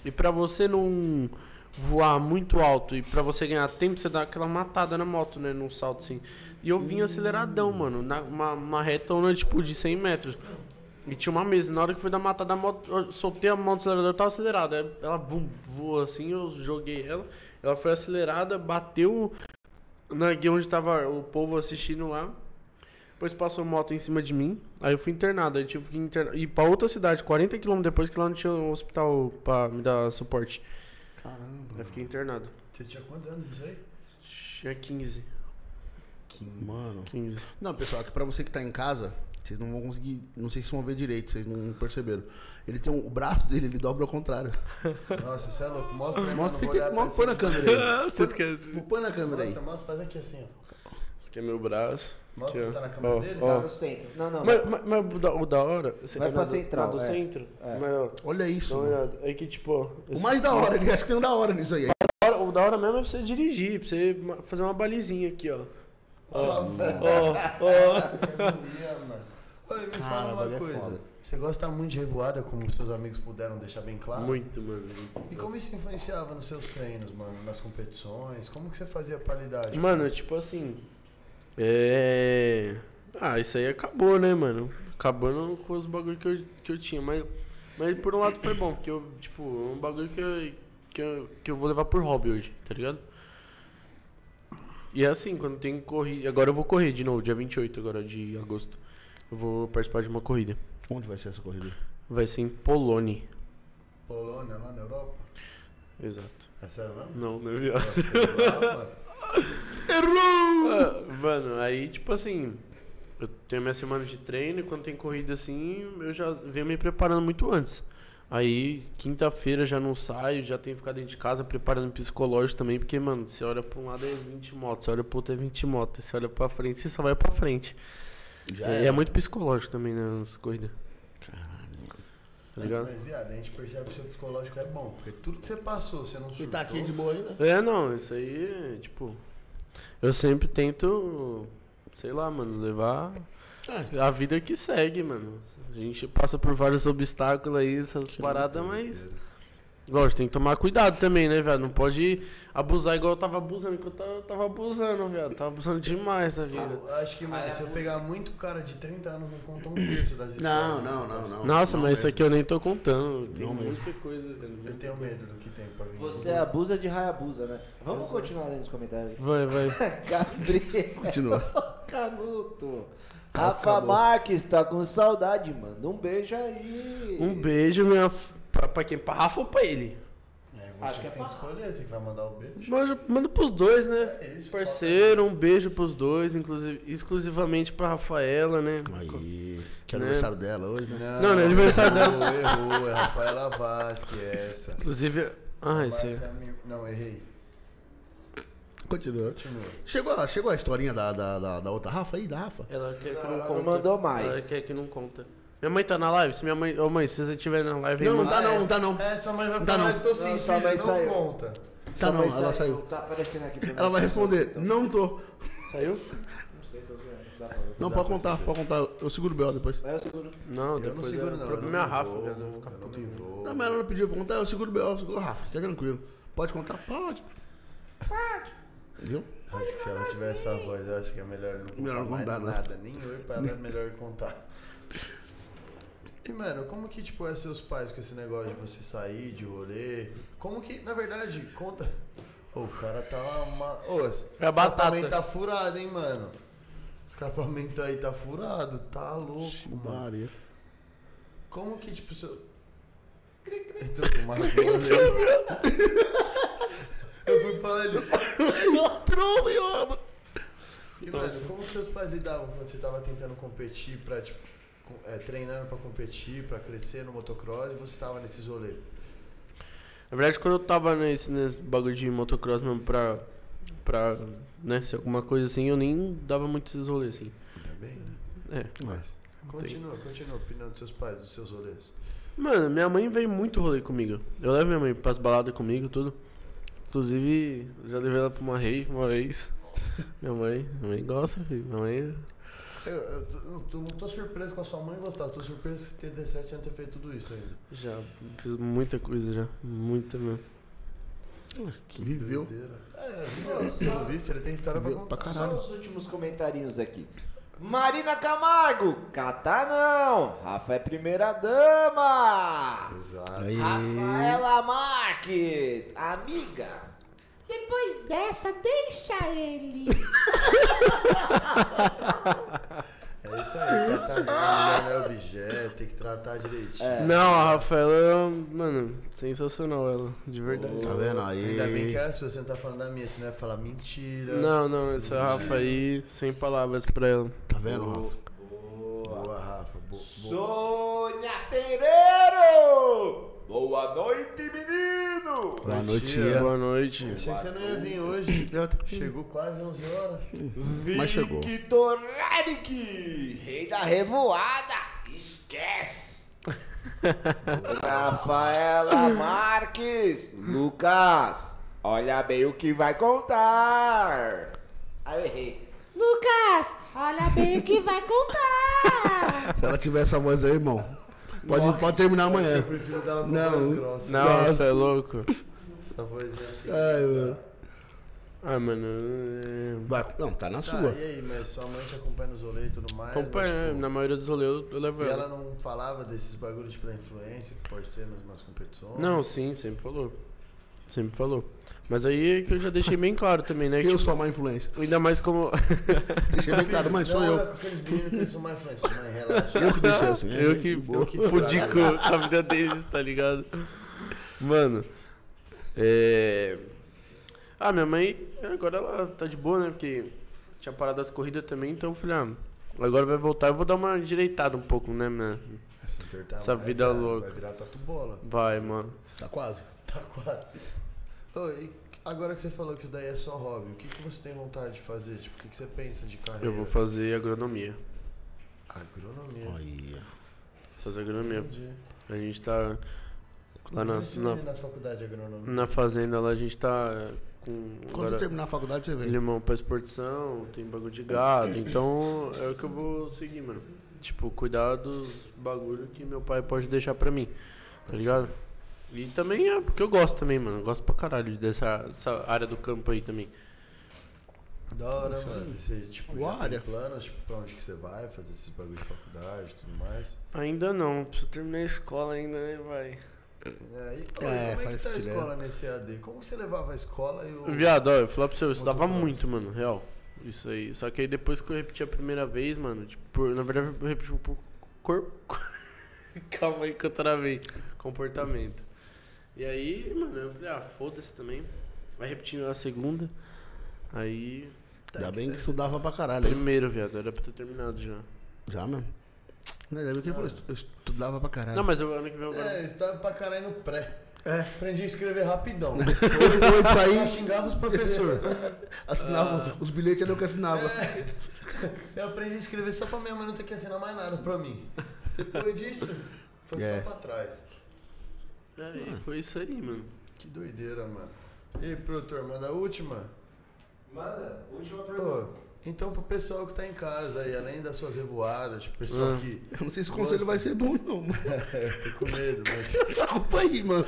Speaker 4: E pra você não voar muito alto e pra você ganhar tempo, você dá aquela matada na moto, né? Num salto assim. E eu vim aceleradão, mano. Na, uma, uma retona, tipo, de 100 metros. E tinha uma mesa. Na hora que foi dar matada, a moto, eu soltei a moto do acelerador, tava acelerada. Aí Ela vum, voou assim, eu joguei ela. Ela foi acelerada, bateu na guia onde tava o povo assistindo lá. Depois passou moto em cima de mim. Aí eu fui internado. Aí eu tive que interna- ir pra outra cidade, 40 km depois, que lá não tinha um hospital pra me dar suporte. Caramba. Aí fiquei internado. é
Speaker 7: Você tinha quantos anos isso aí?
Speaker 4: Tinha 15.
Speaker 2: Mano.
Speaker 4: 15.
Speaker 2: Não, pessoal, que pra você que tá em casa, vocês não vão conseguir. Não sei se vão ver direito, vocês não perceberam. Ele tem um- o braço dele, ele dobra ao contrário.
Speaker 7: Nossa, você é louco. Mostra aí, mano,
Speaker 2: Mostra, você tem,
Speaker 7: eu vou olhar
Speaker 2: mostra, põe na
Speaker 7: pra
Speaker 2: câmera
Speaker 4: Ah, você esquece.
Speaker 2: aí. Tipo, Põe na câmera
Speaker 7: esse-
Speaker 2: aí.
Speaker 7: Mostra, mostra, faz aqui assim, ó.
Speaker 4: Esse aqui é meu braço.
Speaker 7: Mostra
Speaker 4: Aqui,
Speaker 7: que tá
Speaker 4: ó.
Speaker 7: na câmera
Speaker 4: Ó,
Speaker 7: dele?
Speaker 4: ó.
Speaker 5: Tá no centro. Não, não.
Speaker 4: Mas, mas- mas o, da, o da hora. você-
Speaker 5: Vai
Speaker 4: é
Speaker 5: pra
Speaker 4: na do-
Speaker 5: central,
Speaker 4: na do
Speaker 5: é.
Speaker 4: centro? Mas, ó,
Speaker 2: Olha
Speaker 4: dá
Speaker 2: isso.
Speaker 4: uma
Speaker 2: mano.
Speaker 4: olhada. É que, tipo. ó,
Speaker 2: O
Speaker 4: esse-
Speaker 2: mais da hora, ele acha que tem um da hora nisso aí.
Speaker 4: da hora- o da hora mesmo é pra você dirigir, pra você ma- fazer uma balizinha aqui, ó.
Speaker 7: Ó, velho.
Speaker 4: Ó, ó.
Speaker 7: Oi, me
Speaker 2: Cara, o
Speaker 7: fala
Speaker 2: bagulho
Speaker 7: uma
Speaker 2: é
Speaker 7: coisa.
Speaker 2: foda.
Speaker 7: Você gosta muito de revoada, como seus amigos puderam deixar bem claro?
Speaker 4: Muito, mano. muito.
Speaker 7: E como isso influenciava nos seus treinos, mano? Nas competições? Como que você fazia pra lidar? tipo?
Speaker 4: Mano, tipo assim. É. Ah, isso aí acabou, né, mano? Acabando com os bagulho que eu, que eu tinha. Mas, mas por um lado foi bom, porque eu, tipo, é um bagulho que eu, que, eu, que eu vou levar por hobby hoje, tá ligado? E é assim, quando tem corrida. Agora eu vou correr de novo, dia 28 agora de agosto. Eu vou participar de uma corrida.
Speaker 2: Onde vai ser essa corrida?
Speaker 4: Vai ser em Polônia.
Speaker 7: Polônia, lá na Europa?
Speaker 4: Exato.
Speaker 7: É sério mesmo?
Speaker 4: Não, não é viado.
Speaker 7: Sei lá, mano.
Speaker 4: Tá Ah, Mano, aí tipo assim, eu tenho minha semana de treino e quando tem corrida assim, eu já venho me preparando muito antes. Aí, quinta-feira já não saio, já tenho que ficar dentro de casa preparando psicológico também, porque, mano, você olha pra um lado é 20 motos, você olha pro outro é 20 motos, você olha pra frente, você só vai pra frente.
Speaker 2: Já
Speaker 4: e
Speaker 2: era.
Speaker 4: é muito psicológico também né, nas corridas. Tá ligado?
Speaker 7: Mas, viado, a gente percebe que o seu psicológico é bom. Porque tudo que você passou, você não
Speaker 2: Ele
Speaker 3: é
Speaker 7: surtou.
Speaker 2: tá aqui de boa ainda.
Speaker 4: É, não, isso aí, tipo. Eu sempre tento, sei lá, mano, levar
Speaker 2: É.
Speaker 4: a vida que segue, mano. A gente passa por vários obstáculos aí, essas paradas, mas. Lógico, tem que tomar cuidado também, né, velho? Não pode abusar igual eu tava abusando, que eu tava, eu tava abusando, velho. Tava abusando demais da vida.
Speaker 3: Eu acho que, mano, se eu pegar muito cara de 30 anos, não conta um terço das histórias.
Speaker 2: Não, não, não, Ah, não.
Speaker 4: Nossa, mas isso aqui eu nem tô contando. Tem muita coisa,
Speaker 3: Eu
Speaker 2: é.
Speaker 4: velho.
Speaker 3: tenho medo do que tem pra vir.
Speaker 5: Você é abusa de raiabusa, né? Vamos continuar lendo os comentários.
Speaker 4: Vai, vai.
Speaker 5: Gabriel
Speaker 2: Continua.
Speaker 5: Canuto. Rafa Marques tá com saudade, manda um beijo aí.
Speaker 4: Um beijo, minha. f- Pra, pra quem? Pra Rafa ou pra ele?
Speaker 3: É, você tem que escolher, você que vai mandar o beijo.
Speaker 4: Manda, manda pros dois, né?
Speaker 3: É isso,
Speaker 4: Parceiro, um beijo pros dois, inclusive, exclusivamente pra Rafaela, né?
Speaker 2: Aí, que é
Speaker 4: Né?
Speaker 2: aniversário dela hoje, né?
Speaker 4: Não, não é aniversário dela.
Speaker 3: Errou, errou, é Rafaela Vasque, é essa.
Speaker 4: Inclusive. Ah, esse
Speaker 3: Vasque
Speaker 4: é.
Speaker 3: é mi- Não, errei.
Speaker 2: Continua. Chegou, a- chegou a historinha da, da, da, da outra Rafa aí, da Rafa?
Speaker 4: Ela quer que não,
Speaker 5: ela não
Speaker 4: conta.
Speaker 5: mandou mais.
Speaker 4: Ela quer que não conta. Minha mãe tá na live? Se minha mãe. Ô mãe, se você estiver na live,
Speaker 2: Não,
Speaker 4: aí,
Speaker 2: não
Speaker 4: manda-
Speaker 2: tá não, não tá não.
Speaker 3: É, sua mãe vai
Speaker 2: Tá,
Speaker 3: falar,
Speaker 2: não.
Speaker 3: eu tô sem
Speaker 5: Não, sua
Speaker 3: filho,
Speaker 5: mãe
Speaker 3: não
Speaker 5: saiu.
Speaker 3: conta.
Speaker 2: Tá não,
Speaker 5: Mas
Speaker 2: ela saiu.
Speaker 5: Tá aparecendo aqui pra mim.
Speaker 2: Ela vai responder, não tô.
Speaker 4: Saiu?
Speaker 5: Tá
Speaker 2: Não, pode contar, pode contar. Eu seguro o B.O. depois.
Speaker 5: Vai, eu seguro.
Speaker 4: Não,
Speaker 3: Eu não
Speaker 4: depois
Speaker 3: seguro,
Speaker 4: é-
Speaker 3: não.
Speaker 4: O
Speaker 3: eu
Speaker 4: problema
Speaker 3: não
Speaker 4: é a
Speaker 3: me
Speaker 4: Rafa,
Speaker 3: envolvo,
Speaker 4: velho. Ela fica
Speaker 3: eu
Speaker 4: puta.
Speaker 3: não me envolvo.
Speaker 2: Não, mas ela não pediu pra contar, eu seguro o B.O., eu seguro a Rafa, fica tranquilo. Pode contar? Pode. Viu?
Speaker 3: Acho que se ela tiver essa voz, eu acho que é melhor não contar,
Speaker 2: Melhor não
Speaker 3: mais
Speaker 2: contar, né?
Speaker 3: nada. Nem oi pra ela é melhor contar. E, mano, como que, tipo, é seus pais com esse negócio de você sair de rolê? Como que, na verdade, conta... Ô, o cara tá uma... Ô, esse
Speaker 4: É a batata.
Speaker 3: escapamento tá furado, hein, mano? Escapamento aí tá furado, tá louco, mano.
Speaker 2: Maria.
Speaker 3: Como que, tipo, seu. Entrou fumar agora. Eu fui falar ele.
Speaker 2: Entrou, Rihanna.
Speaker 3: E, mano, como que seus pais lidavam quando você tava tentando competir pra, tipo, com- é, treinando pra competir, pra crescer no motocross e você tava nesses rolês?
Speaker 4: Na verdade, quando eu tava nesse, nesse bagulho de motocross mesmo pra, pra né, ser alguma coisa assim, eu nem dava muito esses rolês, assim.
Speaker 3: Ainda bem, né?
Speaker 4: É.
Speaker 3: Mas. Continua, continua, opinião dos seus pais, dos seus rolês.
Speaker 4: Mano, minha mãe vem muito rolê comigo. Eu levo minha mãe pras baladas comigo, tudo. Inclusive, eu já levei ela pra uma rave uma vez. Minha mãe, minha mãe gosta, filho. Minha mãe...
Speaker 3: Eu, eu tô- eu tô- não tô surpreso com a sua mãe gostar, eu tô surpreso que ter 17 anos ter feito tudo isso ainda.
Speaker 4: Já fiz muita coisa já. Muita mesmo.
Speaker 2: Viveu.
Speaker 3: Doideira.
Speaker 5: Só-
Speaker 3: Pelo visto, ele tem história pra
Speaker 2: Viveu
Speaker 3: contar.
Speaker 2: pra
Speaker 5: Só
Speaker 2: caralho.
Speaker 5: os últimos comentários aqui. Marina Camargo, catar não. Rafa é primeira dama.
Speaker 3: Exato.
Speaker 2: Aí.
Speaker 5: Rafaela Marques, amiga.
Speaker 9: Depois dessa, deixa ele.
Speaker 3: É isso aí, tratar bem, não é objeto, tem que tratar direitinho.
Speaker 2: É.
Speaker 4: Não, a Rafaela, mano, sensacional ela, de verdade.
Speaker 2: Tá vendo
Speaker 3: Ainda bem
Speaker 2: aí?
Speaker 3: que é a sua, você não tá falando da minha, senão ia falar mentira.
Speaker 4: Não, não, essa Rafa aí, sem palavras pra ela.
Speaker 2: Tá vendo, Rafa?
Speaker 3: Boa, Rafa, bo- boa.
Speaker 5: Sônia Tereiro. Boa noite, menino.
Speaker 2: Boa
Speaker 3: Boa
Speaker 2: noite,
Speaker 3: tia.
Speaker 2: Ian.
Speaker 4: Boa noite.
Speaker 3: Achei que você não ia vir hoje. Chegou quase 11 horas.
Speaker 2: Mas chegou.
Speaker 5: Victor Eric, rei da revoada. Esquece. Rafaela Marques, Lucas, olha bem o que vai contar. Ah, eu errei.
Speaker 9: Lucas, olha bem o que vai contar.
Speaker 2: Se ela tiver essa voz aí, irmão. Pode, pode terminar amanhã.
Speaker 3: Eu prefiro dar uma
Speaker 2: Não.
Speaker 3: voz grossa.
Speaker 4: Nossa, é louco.
Speaker 3: Essa voz é...
Speaker 2: Ai, mano.
Speaker 4: Ah, mano, é...
Speaker 2: Vai, não, tá na
Speaker 3: Tá,
Speaker 2: sua.
Speaker 3: e aí, mas sua mãe te acompanha nos rolês e tudo mais?
Speaker 4: acompanha,
Speaker 3: mas,
Speaker 4: na maioria dos rolês eu, eu levo
Speaker 3: tipo, E ela
Speaker 4: ela.
Speaker 3: não falava desses bagulhos, tipo, da influência que pode ter nas, nas competições?
Speaker 4: Não, sim, sempre falou. Sempre falou. Mas aí é que eu já deixei bem claro também, né? que,
Speaker 2: Eu sou a má influência.
Speaker 4: tipo, ainda mais como...
Speaker 2: Deixei bem claro, é mãe, sou
Speaker 3: Não,
Speaker 2: eu.
Speaker 3: olha com Aqueles meninos que eles são mais influência. Mãe, relaxa.
Speaker 2: Eu que deixei assim.
Speaker 4: eu que
Speaker 3: boa.
Speaker 4: fudi com a vida deles, tá ligado? Mano, é... Ah, minha mãe, agora ela tá de boa, né? Porque tinha parado as corridas também, então eu falei, ah, agora vai voltar, eu vou dar uma direitada um pouco, né, minha?
Speaker 3: Essa, torta
Speaker 4: Essa
Speaker 3: vai,
Speaker 4: vida
Speaker 3: cara,
Speaker 4: louca.
Speaker 3: Vai virar tatu bola.
Speaker 4: Vai, mano.
Speaker 2: Tá quase.
Speaker 3: Tá quase. Ô, e agora que você falou que isso daí é só hobby, o que, que você tem vontade de fazer? Tipo, o que, que você pensa de carreira?
Speaker 4: Eu vou fazer agronomia.
Speaker 3: Agronomia.
Speaker 2: Olha.
Speaker 4: Fazer agronomia.
Speaker 3: Entendi.
Speaker 4: A gente tá lá na,
Speaker 3: Você
Speaker 4: na,
Speaker 3: vem na faculdade de agronomia.
Speaker 4: na fazenda, lá a gente tá com
Speaker 2: Quando você
Speaker 4: agora
Speaker 2: terminar a faculdade, você vem.
Speaker 4: limão pra exportação, tem bagulho de gado, então é o que eu vou seguir, mano. Tipo, cuidar dos bagulho que meu pai pode deixar pra mim, tá ligado? E também é porque eu gosto também, mano. Eu gosto pra caralho dessa, dessa área do campo aí também.
Speaker 3: Da hora, mano. Você, tipo, já
Speaker 2: Uara.
Speaker 3: tem planos, tipo, pra onde que você vai fazer esses bagulho de faculdade e tudo mais.
Speaker 4: Ainda não, preciso terminar a escola ainda, né, vai?
Speaker 3: É, e,
Speaker 10: É,
Speaker 3: pô, como é
Speaker 10: faz
Speaker 3: que tá a
Speaker 10: sentido,
Speaker 3: escola nesse AD? Como que você levava a escola e o...
Speaker 4: Viado, ó, eu falava pra você, eu estudava
Speaker 3: Motocross.
Speaker 4: muito, mano, real. Isso aí. Só que aí depois que eu repeti a primeira vez, mano, tipo, por- na verdade eu repeti por corpo. Calma aí que eu travei. Comportamento. E aí, mano, eu falei, ah, foda-se também. Vai repetindo a segunda. Aí.
Speaker 2: Ainda bem Tá, que estudava pra caralho. hein?
Speaker 4: Primeiro, viado, era pra ter terminado já.
Speaker 2: Já mesmo. Ainda bem que ele falou, estu- eu estudava pra caralho.
Speaker 4: Não, mas eu, ano que vem
Speaker 3: É,
Speaker 4: agora.
Speaker 3: eu estava pra caralho no pré.
Speaker 2: É.
Speaker 3: Aprendi a escrever rapidão.
Speaker 2: Depois
Speaker 3: Só
Speaker 2: aí
Speaker 3: xingava os professores.
Speaker 2: assinava,
Speaker 4: Ah.
Speaker 2: os bilhetes era eu que assinava.
Speaker 3: É. Eu aprendi a escrever só pra minha mãe não ter que ensinar mais nada pra mim. Depois disso, foi
Speaker 2: É.
Speaker 3: só pra trás.
Speaker 4: É, e foi isso aí, mano.
Speaker 3: Que doideira, mano. E aí, produtor, manda a última?
Speaker 5: Manda, última
Speaker 3: Ô, então, pro pessoal que tá em casa aí, além das suas revoadas, tipo, pessoal
Speaker 4: Ah.
Speaker 3: que.
Speaker 2: Eu não sei se o conselho vai ser bom, não. mano.
Speaker 3: Tô com medo, mas.
Speaker 2: Desculpa aí, mano.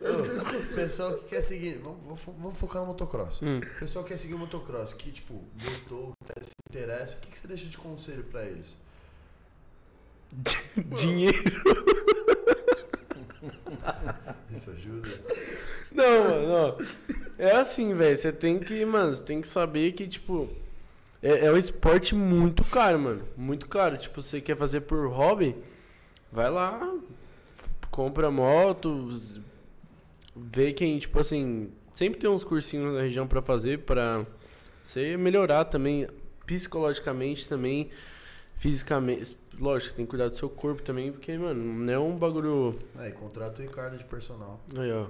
Speaker 3: Ô, pessoal que quer seguir. Vamos, vamos fo- vamos focar no motocross.
Speaker 4: Hum.
Speaker 3: Pessoal que quer seguir o motocross, que, tipo, gostou, que tá- se interessa, o que, que você deixa de conselho pra eles?
Speaker 4: Dinheiro.
Speaker 3: Isso ajuda?
Speaker 4: Não, mano, ó. É assim, velho. Você tem que, mano, você tem que saber que, tipo. É, é um esporte muito caro, mano. Muito caro. Tipo, você quer fazer por hobby, vai lá, f- compra moto, z- vê quem, tipo assim. Sempre tem uns cursinhos na região pra fazer pra você melhorar também, psicologicamente também, fisicamente. Lógico, tem que cuidar do seu corpo também, porque, mano, não é um bagulho.
Speaker 3: Aí, contrata o Ricardo de personal.
Speaker 4: Aí, ó.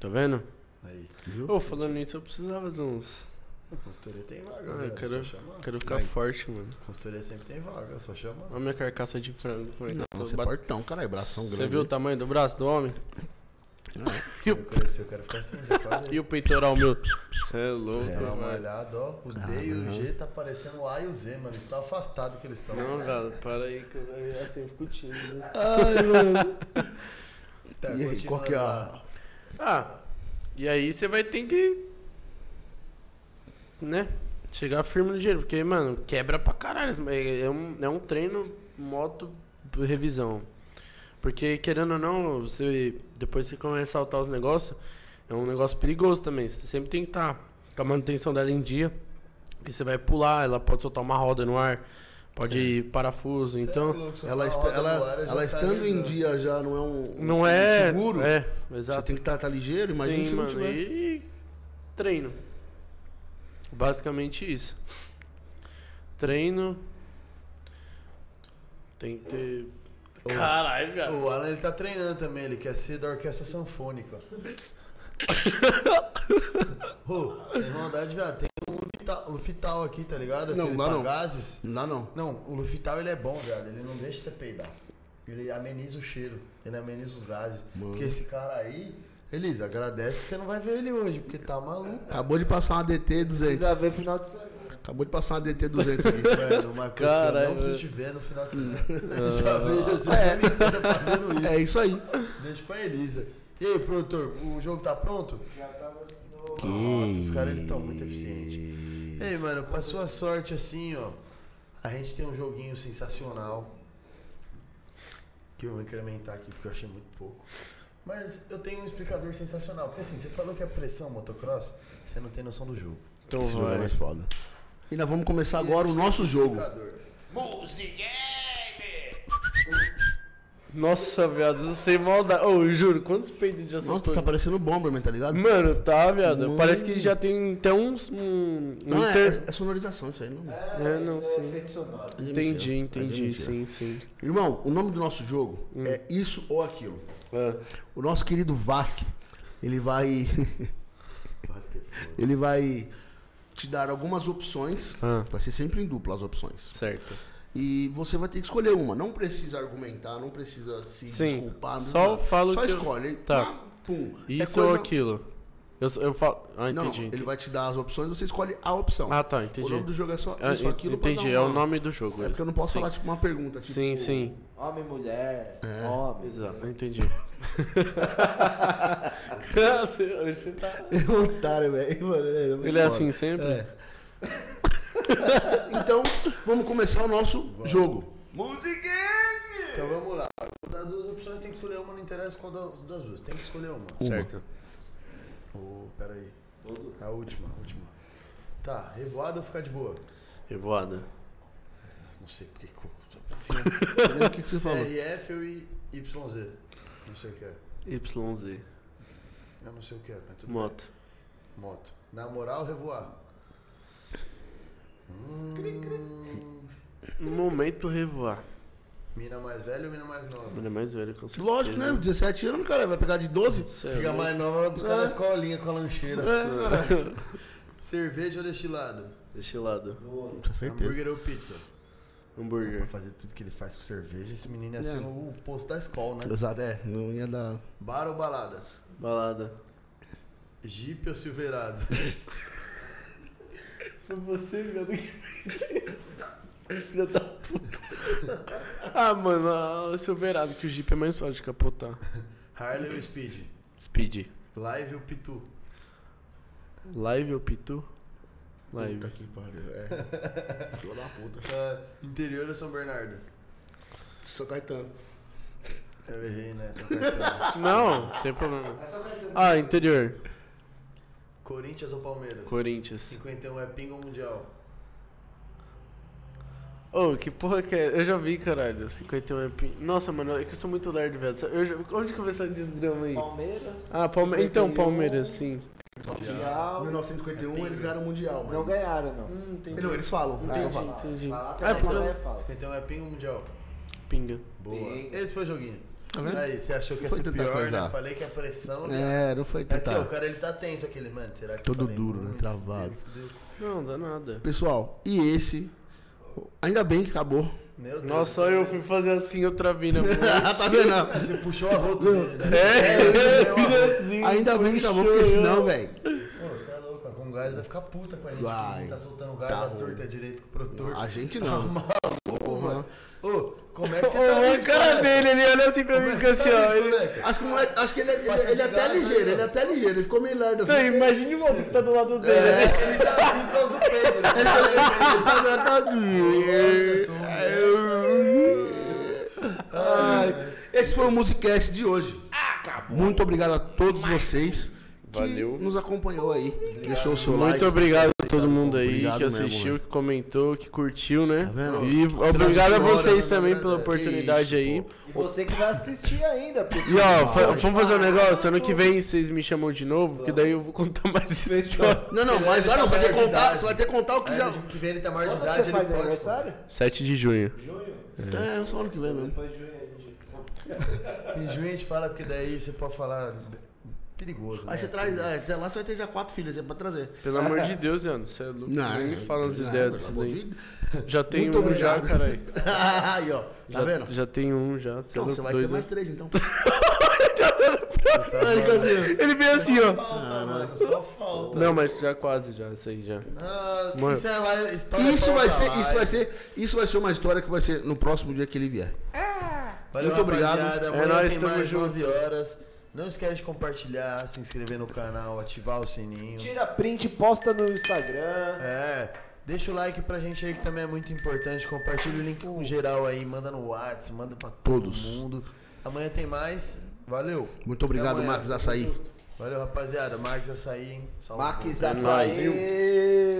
Speaker 4: Tá vendo?
Speaker 3: Aí.
Speaker 4: Ô, falando nisso, eu precisava de uns.
Speaker 3: A consultoria tem vaga,
Speaker 4: Ah,
Speaker 3: velho.
Speaker 4: eu
Speaker 3: Só
Speaker 4: quero-
Speaker 3: chamar.
Speaker 4: Quero ficar forte, mano.
Speaker 3: Consultoria sempre tem vaga, só chamar.
Speaker 4: Olha minha carcaça de frango. como é que
Speaker 2: Não,
Speaker 4: eu tô
Speaker 2: você é
Speaker 4: bat-
Speaker 2: fortão, caralho. Bração grande.
Speaker 4: Você viu o tamanho do braço do homem?
Speaker 3: Eu cresci, eu quero ficar assim, já falei.
Speaker 4: E o peitoral meu? Você é louco,
Speaker 3: É, dá uma
Speaker 4: mano.
Speaker 3: olhada, ó. O D e o G tá parecendo o A e o Z, mano. que Tá afastado que eles estão.
Speaker 4: Não, velho, para aí que eu assim eu fico tímido. né?
Speaker 3: Tá,
Speaker 2: E aí, qual que é a...
Speaker 4: Ah, e aí você vai ter que. Né? Chegar firme no dinheiro, porque, mano, quebra pra caralho. É é um, é um treino moto revisão. Porque, querendo ou não, você, depois que você começa a saltar os negócios, é um negócio perigoso também. Você sempre tem que estar com a manutenção dela em dia. Porque você vai pular, ela pode soltar uma roda no ar, pode ir parafuso. então,
Speaker 3: Tá
Speaker 2: Ela, está, ela, ela estando em dia já não é um...
Speaker 4: tá não é.
Speaker 2: Seguro.
Speaker 4: É,
Speaker 2: Você
Speaker 4: exato.
Speaker 2: tem que estar tá ligeiro, imagina
Speaker 4: Sim,
Speaker 2: se não
Speaker 4: mano,
Speaker 2: tiver.
Speaker 4: e treino. Basicamente isso. Treino. Tem que ter. Caralho, velho.
Speaker 3: O Alan ele tá treinando também, ele quer ser da orquestra sanfônica. Ô, sem maldade, velho. Tem um Lufital, Lufital aqui, tá ligado?
Speaker 2: Não,
Speaker 3: Aquele
Speaker 2: lá não.
Speaker 3: Pagases.
Speaker 2: Não dá, não.
Speaker 3: Não, o Lufital ele é bom, viado. Ele não deixa você peidar. Ele ameniza o cheiro. Ele ameniza os gases. Porque esse cara aí, Elis, agradece que você não vai ver ele hoje, porque tá maluco.
Speaker 2: Acabou de passar uma DT 200.
Speaker 5: Precisa ver final de semana.
Speaker 2: Acabou de passar uma DT 200 aqui.
Speaker 3: Mano, uma coisa que eu
Speaker 4: Caralho,
Speaker 3: não preciso te ver no final de semana. Já vejo essa
Speaker 2: É.
Speaker 3: menina fazendo isso.
Speaker 2: É isso aí.
Speaker 3: Deixa pra Elisa. E aí, produtor, o jogo tá pronto?
Speaker 5: Já tá no. no-
Speaker 3: Nossa, os caras estão muito eficientes. Ei, mano, pra sua sorte, assim, ó. A gente tem um joguinho sensacional. Que eu vou incrementar aqui, porque eu achei muito pouco. Mas eu tenho um explicador sensacional. Porque assim, você falou que é pressão motocross, você não tem noção do jogo.
Speaker 4: Então
Speaker 2: Esse jogo é
Speaker 4: vai.
Speaker 2: mais foda. E nós vamos começar agora o nosso jogo.
Speaker 3: Explicador.
Speaker 11: Music Game!
Speaker 4: Nossa, viado, eu sei maldade. Ô, eu juro, quantos peitos já
Speaker 2: Nossa, tu
Speaker 4: soltou?
Speaker 2: tá parecendo o Bomberman, tá ligado?
Speaker 4: Mano, tá, viado.
Speaker 2: Mano.
Speaker 4: Parece que já tem até uns. Um, um
Speaker 2: Não,
Speaker 4: inter-
Speaker 2: é, é sonorização isso aí, não.
Speaker 4: É, não,
Speaker 5: Isso é
Speaker 4: sim.
Speaker 5: efeito sonoro.
Speaker 4: Entendi,
Speaker 2: É
Speaker 4: entendi,
Speaker 2: mentira.
Speaker 4: sim, sim.
Speaker 2: Irmão, o nome do nosso jogo
Speaker 4: Hum.
Speaker 2: é Isso ou Aquilo.
Speaker 4: Ah,
Speaker 2: O nosso querido Vasque, ele vai. ele vai te dar algumas opções.
Speaker 4: Ah.
Speaker 2: Vai ser sempre em dupla as opções.
Speaker 4: certo.
Speaker 2: E você vai ter que escolher uma. Não precisa argumentar, não precisa se
Speaker 4: Sim.
Speaker 2: desculpar. não
Speaker 4: Só
Speaker 2: nada.
Speaker 4: falo
Speaker 2: Só
Speaker 4: que eu-
Speaker 2: escolhe.
Speaker 4: Tá.
Speaker 2: Ah, Pum. É
Speaker 4: Isso ou
Speaker 2: coisa-
Speaker 4: aquilo? Eu, eu falo. Ah,
Speaker 2: Não,
Speaker 4: entendi.
Speaker 2: ele vai te dar as opções, você escolhe a opção.
Speaker 4: Ah, tá,
Speaker 2: O nome do
Speaker 4: entendi.
Speaker 2: jogo é só
Speaker 4: Ah,
Speaker 2: Isso ou Aquilo. pra
Speaker 4: entendi,
Speaker 2: dar
Speaker 4: é o
Speaker 2: uma-
Speaker 4: nome do jogo.
Speaker 2: É porque eu não posso
Speaker 4: sim.
Speaker 2: falar, tipo, uma pergunta. Tipo,
Speaker 4: Sim, sim.
Speaker 5: Homem, mulher, homem.
Speaker 4: Exato, entendi. Você- Hoje você tá.
Speaker 12: É um Otário, velho. Mano, ele é muito
Speaker 4: Ele é
Speaker 12: foda.
Speaker 4: assim sempre?
Speaker 12: É.
Speaker 2: Então, vamos começar o nosso jogo.
Speaker 13: Musiquinha!
Speaker 3: Então vamos lá. Das duas opções tem que escolher uma, não interessa qual da- das duas. Tem que escolher uma.
Speaker 4: Certo.
Speaker 3: Ô, peraí. A última, a última. Tá, revoada ou ficar de boa?
Speaker 4: Revoada.
Speaker 3: Não sei porque.
Speaker 2: O que, que você falou?
Speaker 3: CRF ou I- YZ? Não sei o que é.
Speaker 4: YZ.
Speaker 3: Eu não sei o que é, mas tudo bem.
Speaker 4: Moto.
Speaker 3: Moto. Namorar ou revoar? Hum,
Speaker 4: No momento, revoar.
Speaker 3: Mina mais velha ou mina mais nova?
Speaker 4: Ele é mais velho que eu sou.
Speaker 2: Lógico, né? 17 anos, cara. Vai pegar de 12?
Speaker 3: Fica
Speaker 4: Sério.
Speaker 3: mais nova vai buscar na escolinha com a lancheira. Cerveja ou destilado?
Speaker 4: Deixa lado.
Speaker 2: Com certeza.
Speaker 3: Hambúrguer ou pizza? Pra
Speaker 4: Hambúrguer.
Speaker 3: fazer tudo que ele faz com cerveja, esse menino ia ser o posto da escola, né?
Speaker 2: Exato, é. Não ia dar.
Speaker 3: Bar ou balada?
Speaker 4: Balada.
Speaker 3: Jeep ou Silverado?
Speaker 4: Foi você, viado, que fez isso. Filha da puta. Ah, mano, ah, Silverado, que o Jeep é mais fácil de capotar.
Speaker 3: Harley ou Speed?
Speaker 4: Speed.
Speaker 3: Live ou Pitu?
Speaker 4: Live ou Pitu? Live.
Speaker 2: Puta que pariu. É. Filho da puta.
Speaker 3: Ah, interior ou São Bernardo?
Speaker 2: São Caetano.
Speaker 3: Eu errei, né? São Caetano.
Speaker 4: Não, tem problema.
Speaker 2: É
Speaker 4: Ah, interior.
Speaker 3: Corinthians ou Palmeiras?
Speaker 4: Corinthians.
Speaker 3: 51 é pinga ou mundial?
Speaker 4: Ô, que porra que é? Eu já vi, caralho. 51 é pin... Nossa, mano, é que eu sou muito nerd, velho. Eu já- Onde que eu vi essa desgrama aí?
Speaker 5: Palmeiras,
Speaker 4: Ah, Palme... então,
Speaker 5: 51.
Speaker 4: Palmeiras, sim.
Speaker 5: Mundial.
Speaker 2: 1951 eles ganharam o Mundial,
Speaker 5: Não
Speaker 2: mano.
Speaker 5: ganharam, não.
Speaker 4: Hum, entendi.
Speaker 2: Não, eles falam. Ah, eu falo.
Speaker 4: Entendi.
Speaker 5: Falar
Speaker 4: Ah, é
Speaker 5: também,
Speaker 4: porque...
Speaker 5: eu falo.
Speaker 3: 51 é pinga ou mundial?
Speaker 4: Pinga.
Speaker 3: Boa.
Speaker 5: Pinga.
Speaker 3: Esse foi o joguinho.
Speaker 2: Tá vendo?
Speaker 3: Aí, você achou que ia
Speaker 2: Foi
Speaker 3: ser
Speaker 2: tentar
Speaker 3: pior, né?
Speaker 2: coisar.
Speaker 3: Falei que a pressão...
Speaker 2: É, não foi
Speaker 3: É que, ó, o
Speaker 2: tentar.
Speaker 3: cara ele tá tenso aquele, mano. Será que eu
Speaker 2: Todo
Speaker 3: falei
Speaker 2: duro,
Speaker 3: muito?
Speaker 2: né? Travado.
Speaker 3: Deus, Deus.
Speaker 4: Não, dá nada.
Speaker 2: Pessoal, e esse? Ainda bem que acabou.
Speaker 3: Meu Deus.
Speaker 4: Nossa, só eu fui fazer assim, eu travei na mão.
Speaker 2: tá vendo?
Speaker 3: Ah, Você puxou a roupa dele, né?
Speaker 4: É, filhozinho.
Speaker 2: Ainda bem que acabou, porque senão, velho.
Speaker 3: Pô, você é louco, a Congás vai ficar puta com a gente.
Speaker 2: Vai.
Speaker 3: que não Tá soltando gás
Speaker 2: Tá
Speaker 3: da torta é direito com o produtor.
Speaker 2: A gente não.
Speaker 3: Porra. Ô, como é que você tá
Speaker 4: Olha a
Speaker 3: nisso,
Speaker 4: cara
Speaker 3: né?
Speaker 4: dele, ele olha assim pra
Speaker 3: Como
Speaker 4: mim
Speaker 3: é
Speaker 4: e
Speaker 3: que
Speaker 4: fica assim,
Speaker 3: você tá nisso,
Speaker 4: ó.
Speaker 3: né, cara?
Speaker 2: Acho que o moleque. Acho que ele, é- ele,
Speaker 3: Faixa
Speaker 2: ele é
Speaker 3: de
Speaker 2: até
Speaker 3: gás,
Speaker 2: ligeiro,
Speaker 3: né?
Speaker 2: ele é até ligeiro, ele ficou meio lerdo assim.
Speaker 4: Não, imagina o maluco que tá do lado dele. né?
Speaker 2: É.
Speaker 3: Ele tá assim por causa do Pedro. né?
Speaker 4: tá
Speaker 3: Nossa, sou um
Speaker 2: Ai, Esse foi o Musicast de hoje. Acabou. Muito obrigado a todos vocês que
Speaker 4: Valeu.
Speaker 2: nos acompanhou aí. Deixou o seu like.
Speaker 4: Muito obrigado a todo mundo aí
Speaker 2: Obrigado
Speaker 4: que
Speaker 2: mesmo,
Speaker 4: assistiu,
Speaker 2: velho.
Speaker 4: que comentou, que curtiu, né?
Speaker 2: vendo?
Speaker 4: E obrigado a
Speaker 2: assistiu
Speaker 4: vocês
Speaker 2: horas,
Speaker 4: também
Speaker 2: né?
Speaker 4: pela
Speaker 2: Que
Speaker 4: oportunidade
Speaker 2: isso,
Speaker 4: aí.
Speaker 2: pô.
Speaker 5: E você que vai assistir ainda,
Speaker 4: E
Speaker 5: pessoal.
Speaker 4: ó, fa- vamos fazer um negócio, ano que vem vocês me chamam de novo, porque daí eu vou contar mais história.
Speaker 2: Não, não, mas olha, você vai ter que contar, você vai ter que contar
Speaker 5: É,
Speaker 2: o que já.
Speaker 3: Ano que vem ele tá maior de
Speaker 5: Quando
Speaker 3: idade,
Speaker 5: você
Speaker 3: ele
Speaker 5: faz
Speaker 3: pode.
Speaker 5: aniversário?
Speaker 4: 7 de junho.
Speaker 2: É, só ano que vem mesmo.
Speaker 5: Depois de junho, a gente-
Speaker 3: E junho a gente fala, porque daí você pode falar perigoso, né?
Speaker 2: Aí você traz, é, até lá você vai ter já quatro filhas, é pra trazer.
Speaker 4: Pelo amor de Deus, Leandro, você é louco.
Speaker 2: Não,
Speaker 4: Nem me fala as
Speaker 2: não,
Speaker 4: ideias
Speaker 2: pelo
Speaker 4: disso
Speaker 2: amor
Speaker 4: daí.
Speaker 2: de-
Speaker 4: Já tem
Speaker 2: Muito
Speaker 4: um
Speaker 2: obrigado.
Speaker 4: já, caralho.
Speaker 2: Aí, ó, tá
Speaker 4: já,
Speaker 2: vendo?
Speaker 4: Já tem um já. você é
Speaker 2: Então,
Speaker 4: louco,
Speaker 2: você vai
Speaker 4: dois,
Speaker 2: ter mais
Speaker 4: né?
Speaker 2: três, então. Aí, fica assim,
Speaker 4: Ele veio assim, ó.
Speaker 2: Ah,
Speaker 3: Falta, mano. Só falta.
Speaker 4: Não, mas já quase já, isso aí já.
Speaker 3: Ah,
Speaker 4: Mano.
Speaker 3: isso é lá, história
Speaker 2: Isso
Speaker 3: pra
Speaker 2: vai
Speaker 3: outra
Speaker 2: ser,
Speaker 3: live.
Speaker 2: isso vai ser, isso vai ser uma história que vai ser no próximo dia que ele vier.
Speaker 3: Valeu,
Speaker 2: Muito obrigado.
Speaker 3: rapaziada.
Speaker 4: É
Speaker 3: Amanhã
Speaker 4: nóis,
Speaker 3: tem
Speaker 4: tamo
Speaker 3: mais
Speaker 4: junto.
Speaker 3: 9 horas. Não esquece de compartilhar, se inscrever no canal, ativar o sininho.
Speaker 5: Tira print, posta no Instagram.
Speaker 3: É. Deixa o like pra gente aí que também é muito importante. Compartilha o link com geral aí, manda no WhatsApp, manda pra todo
Speaker 2: Todos.
Speaker 3: mundo. Amanhã tem mais. Valeu.
Speaker 2: Muito obrigado,
Speaker 3: amanhã.
Speaker 2: Marcos Açaí.
Speaker 3: Valeu, rapaziada. Marques Açaí, hein? Salve.
Speaker 5: Marques
Speaker 3: É nóis.
Speaker 5: Açaí.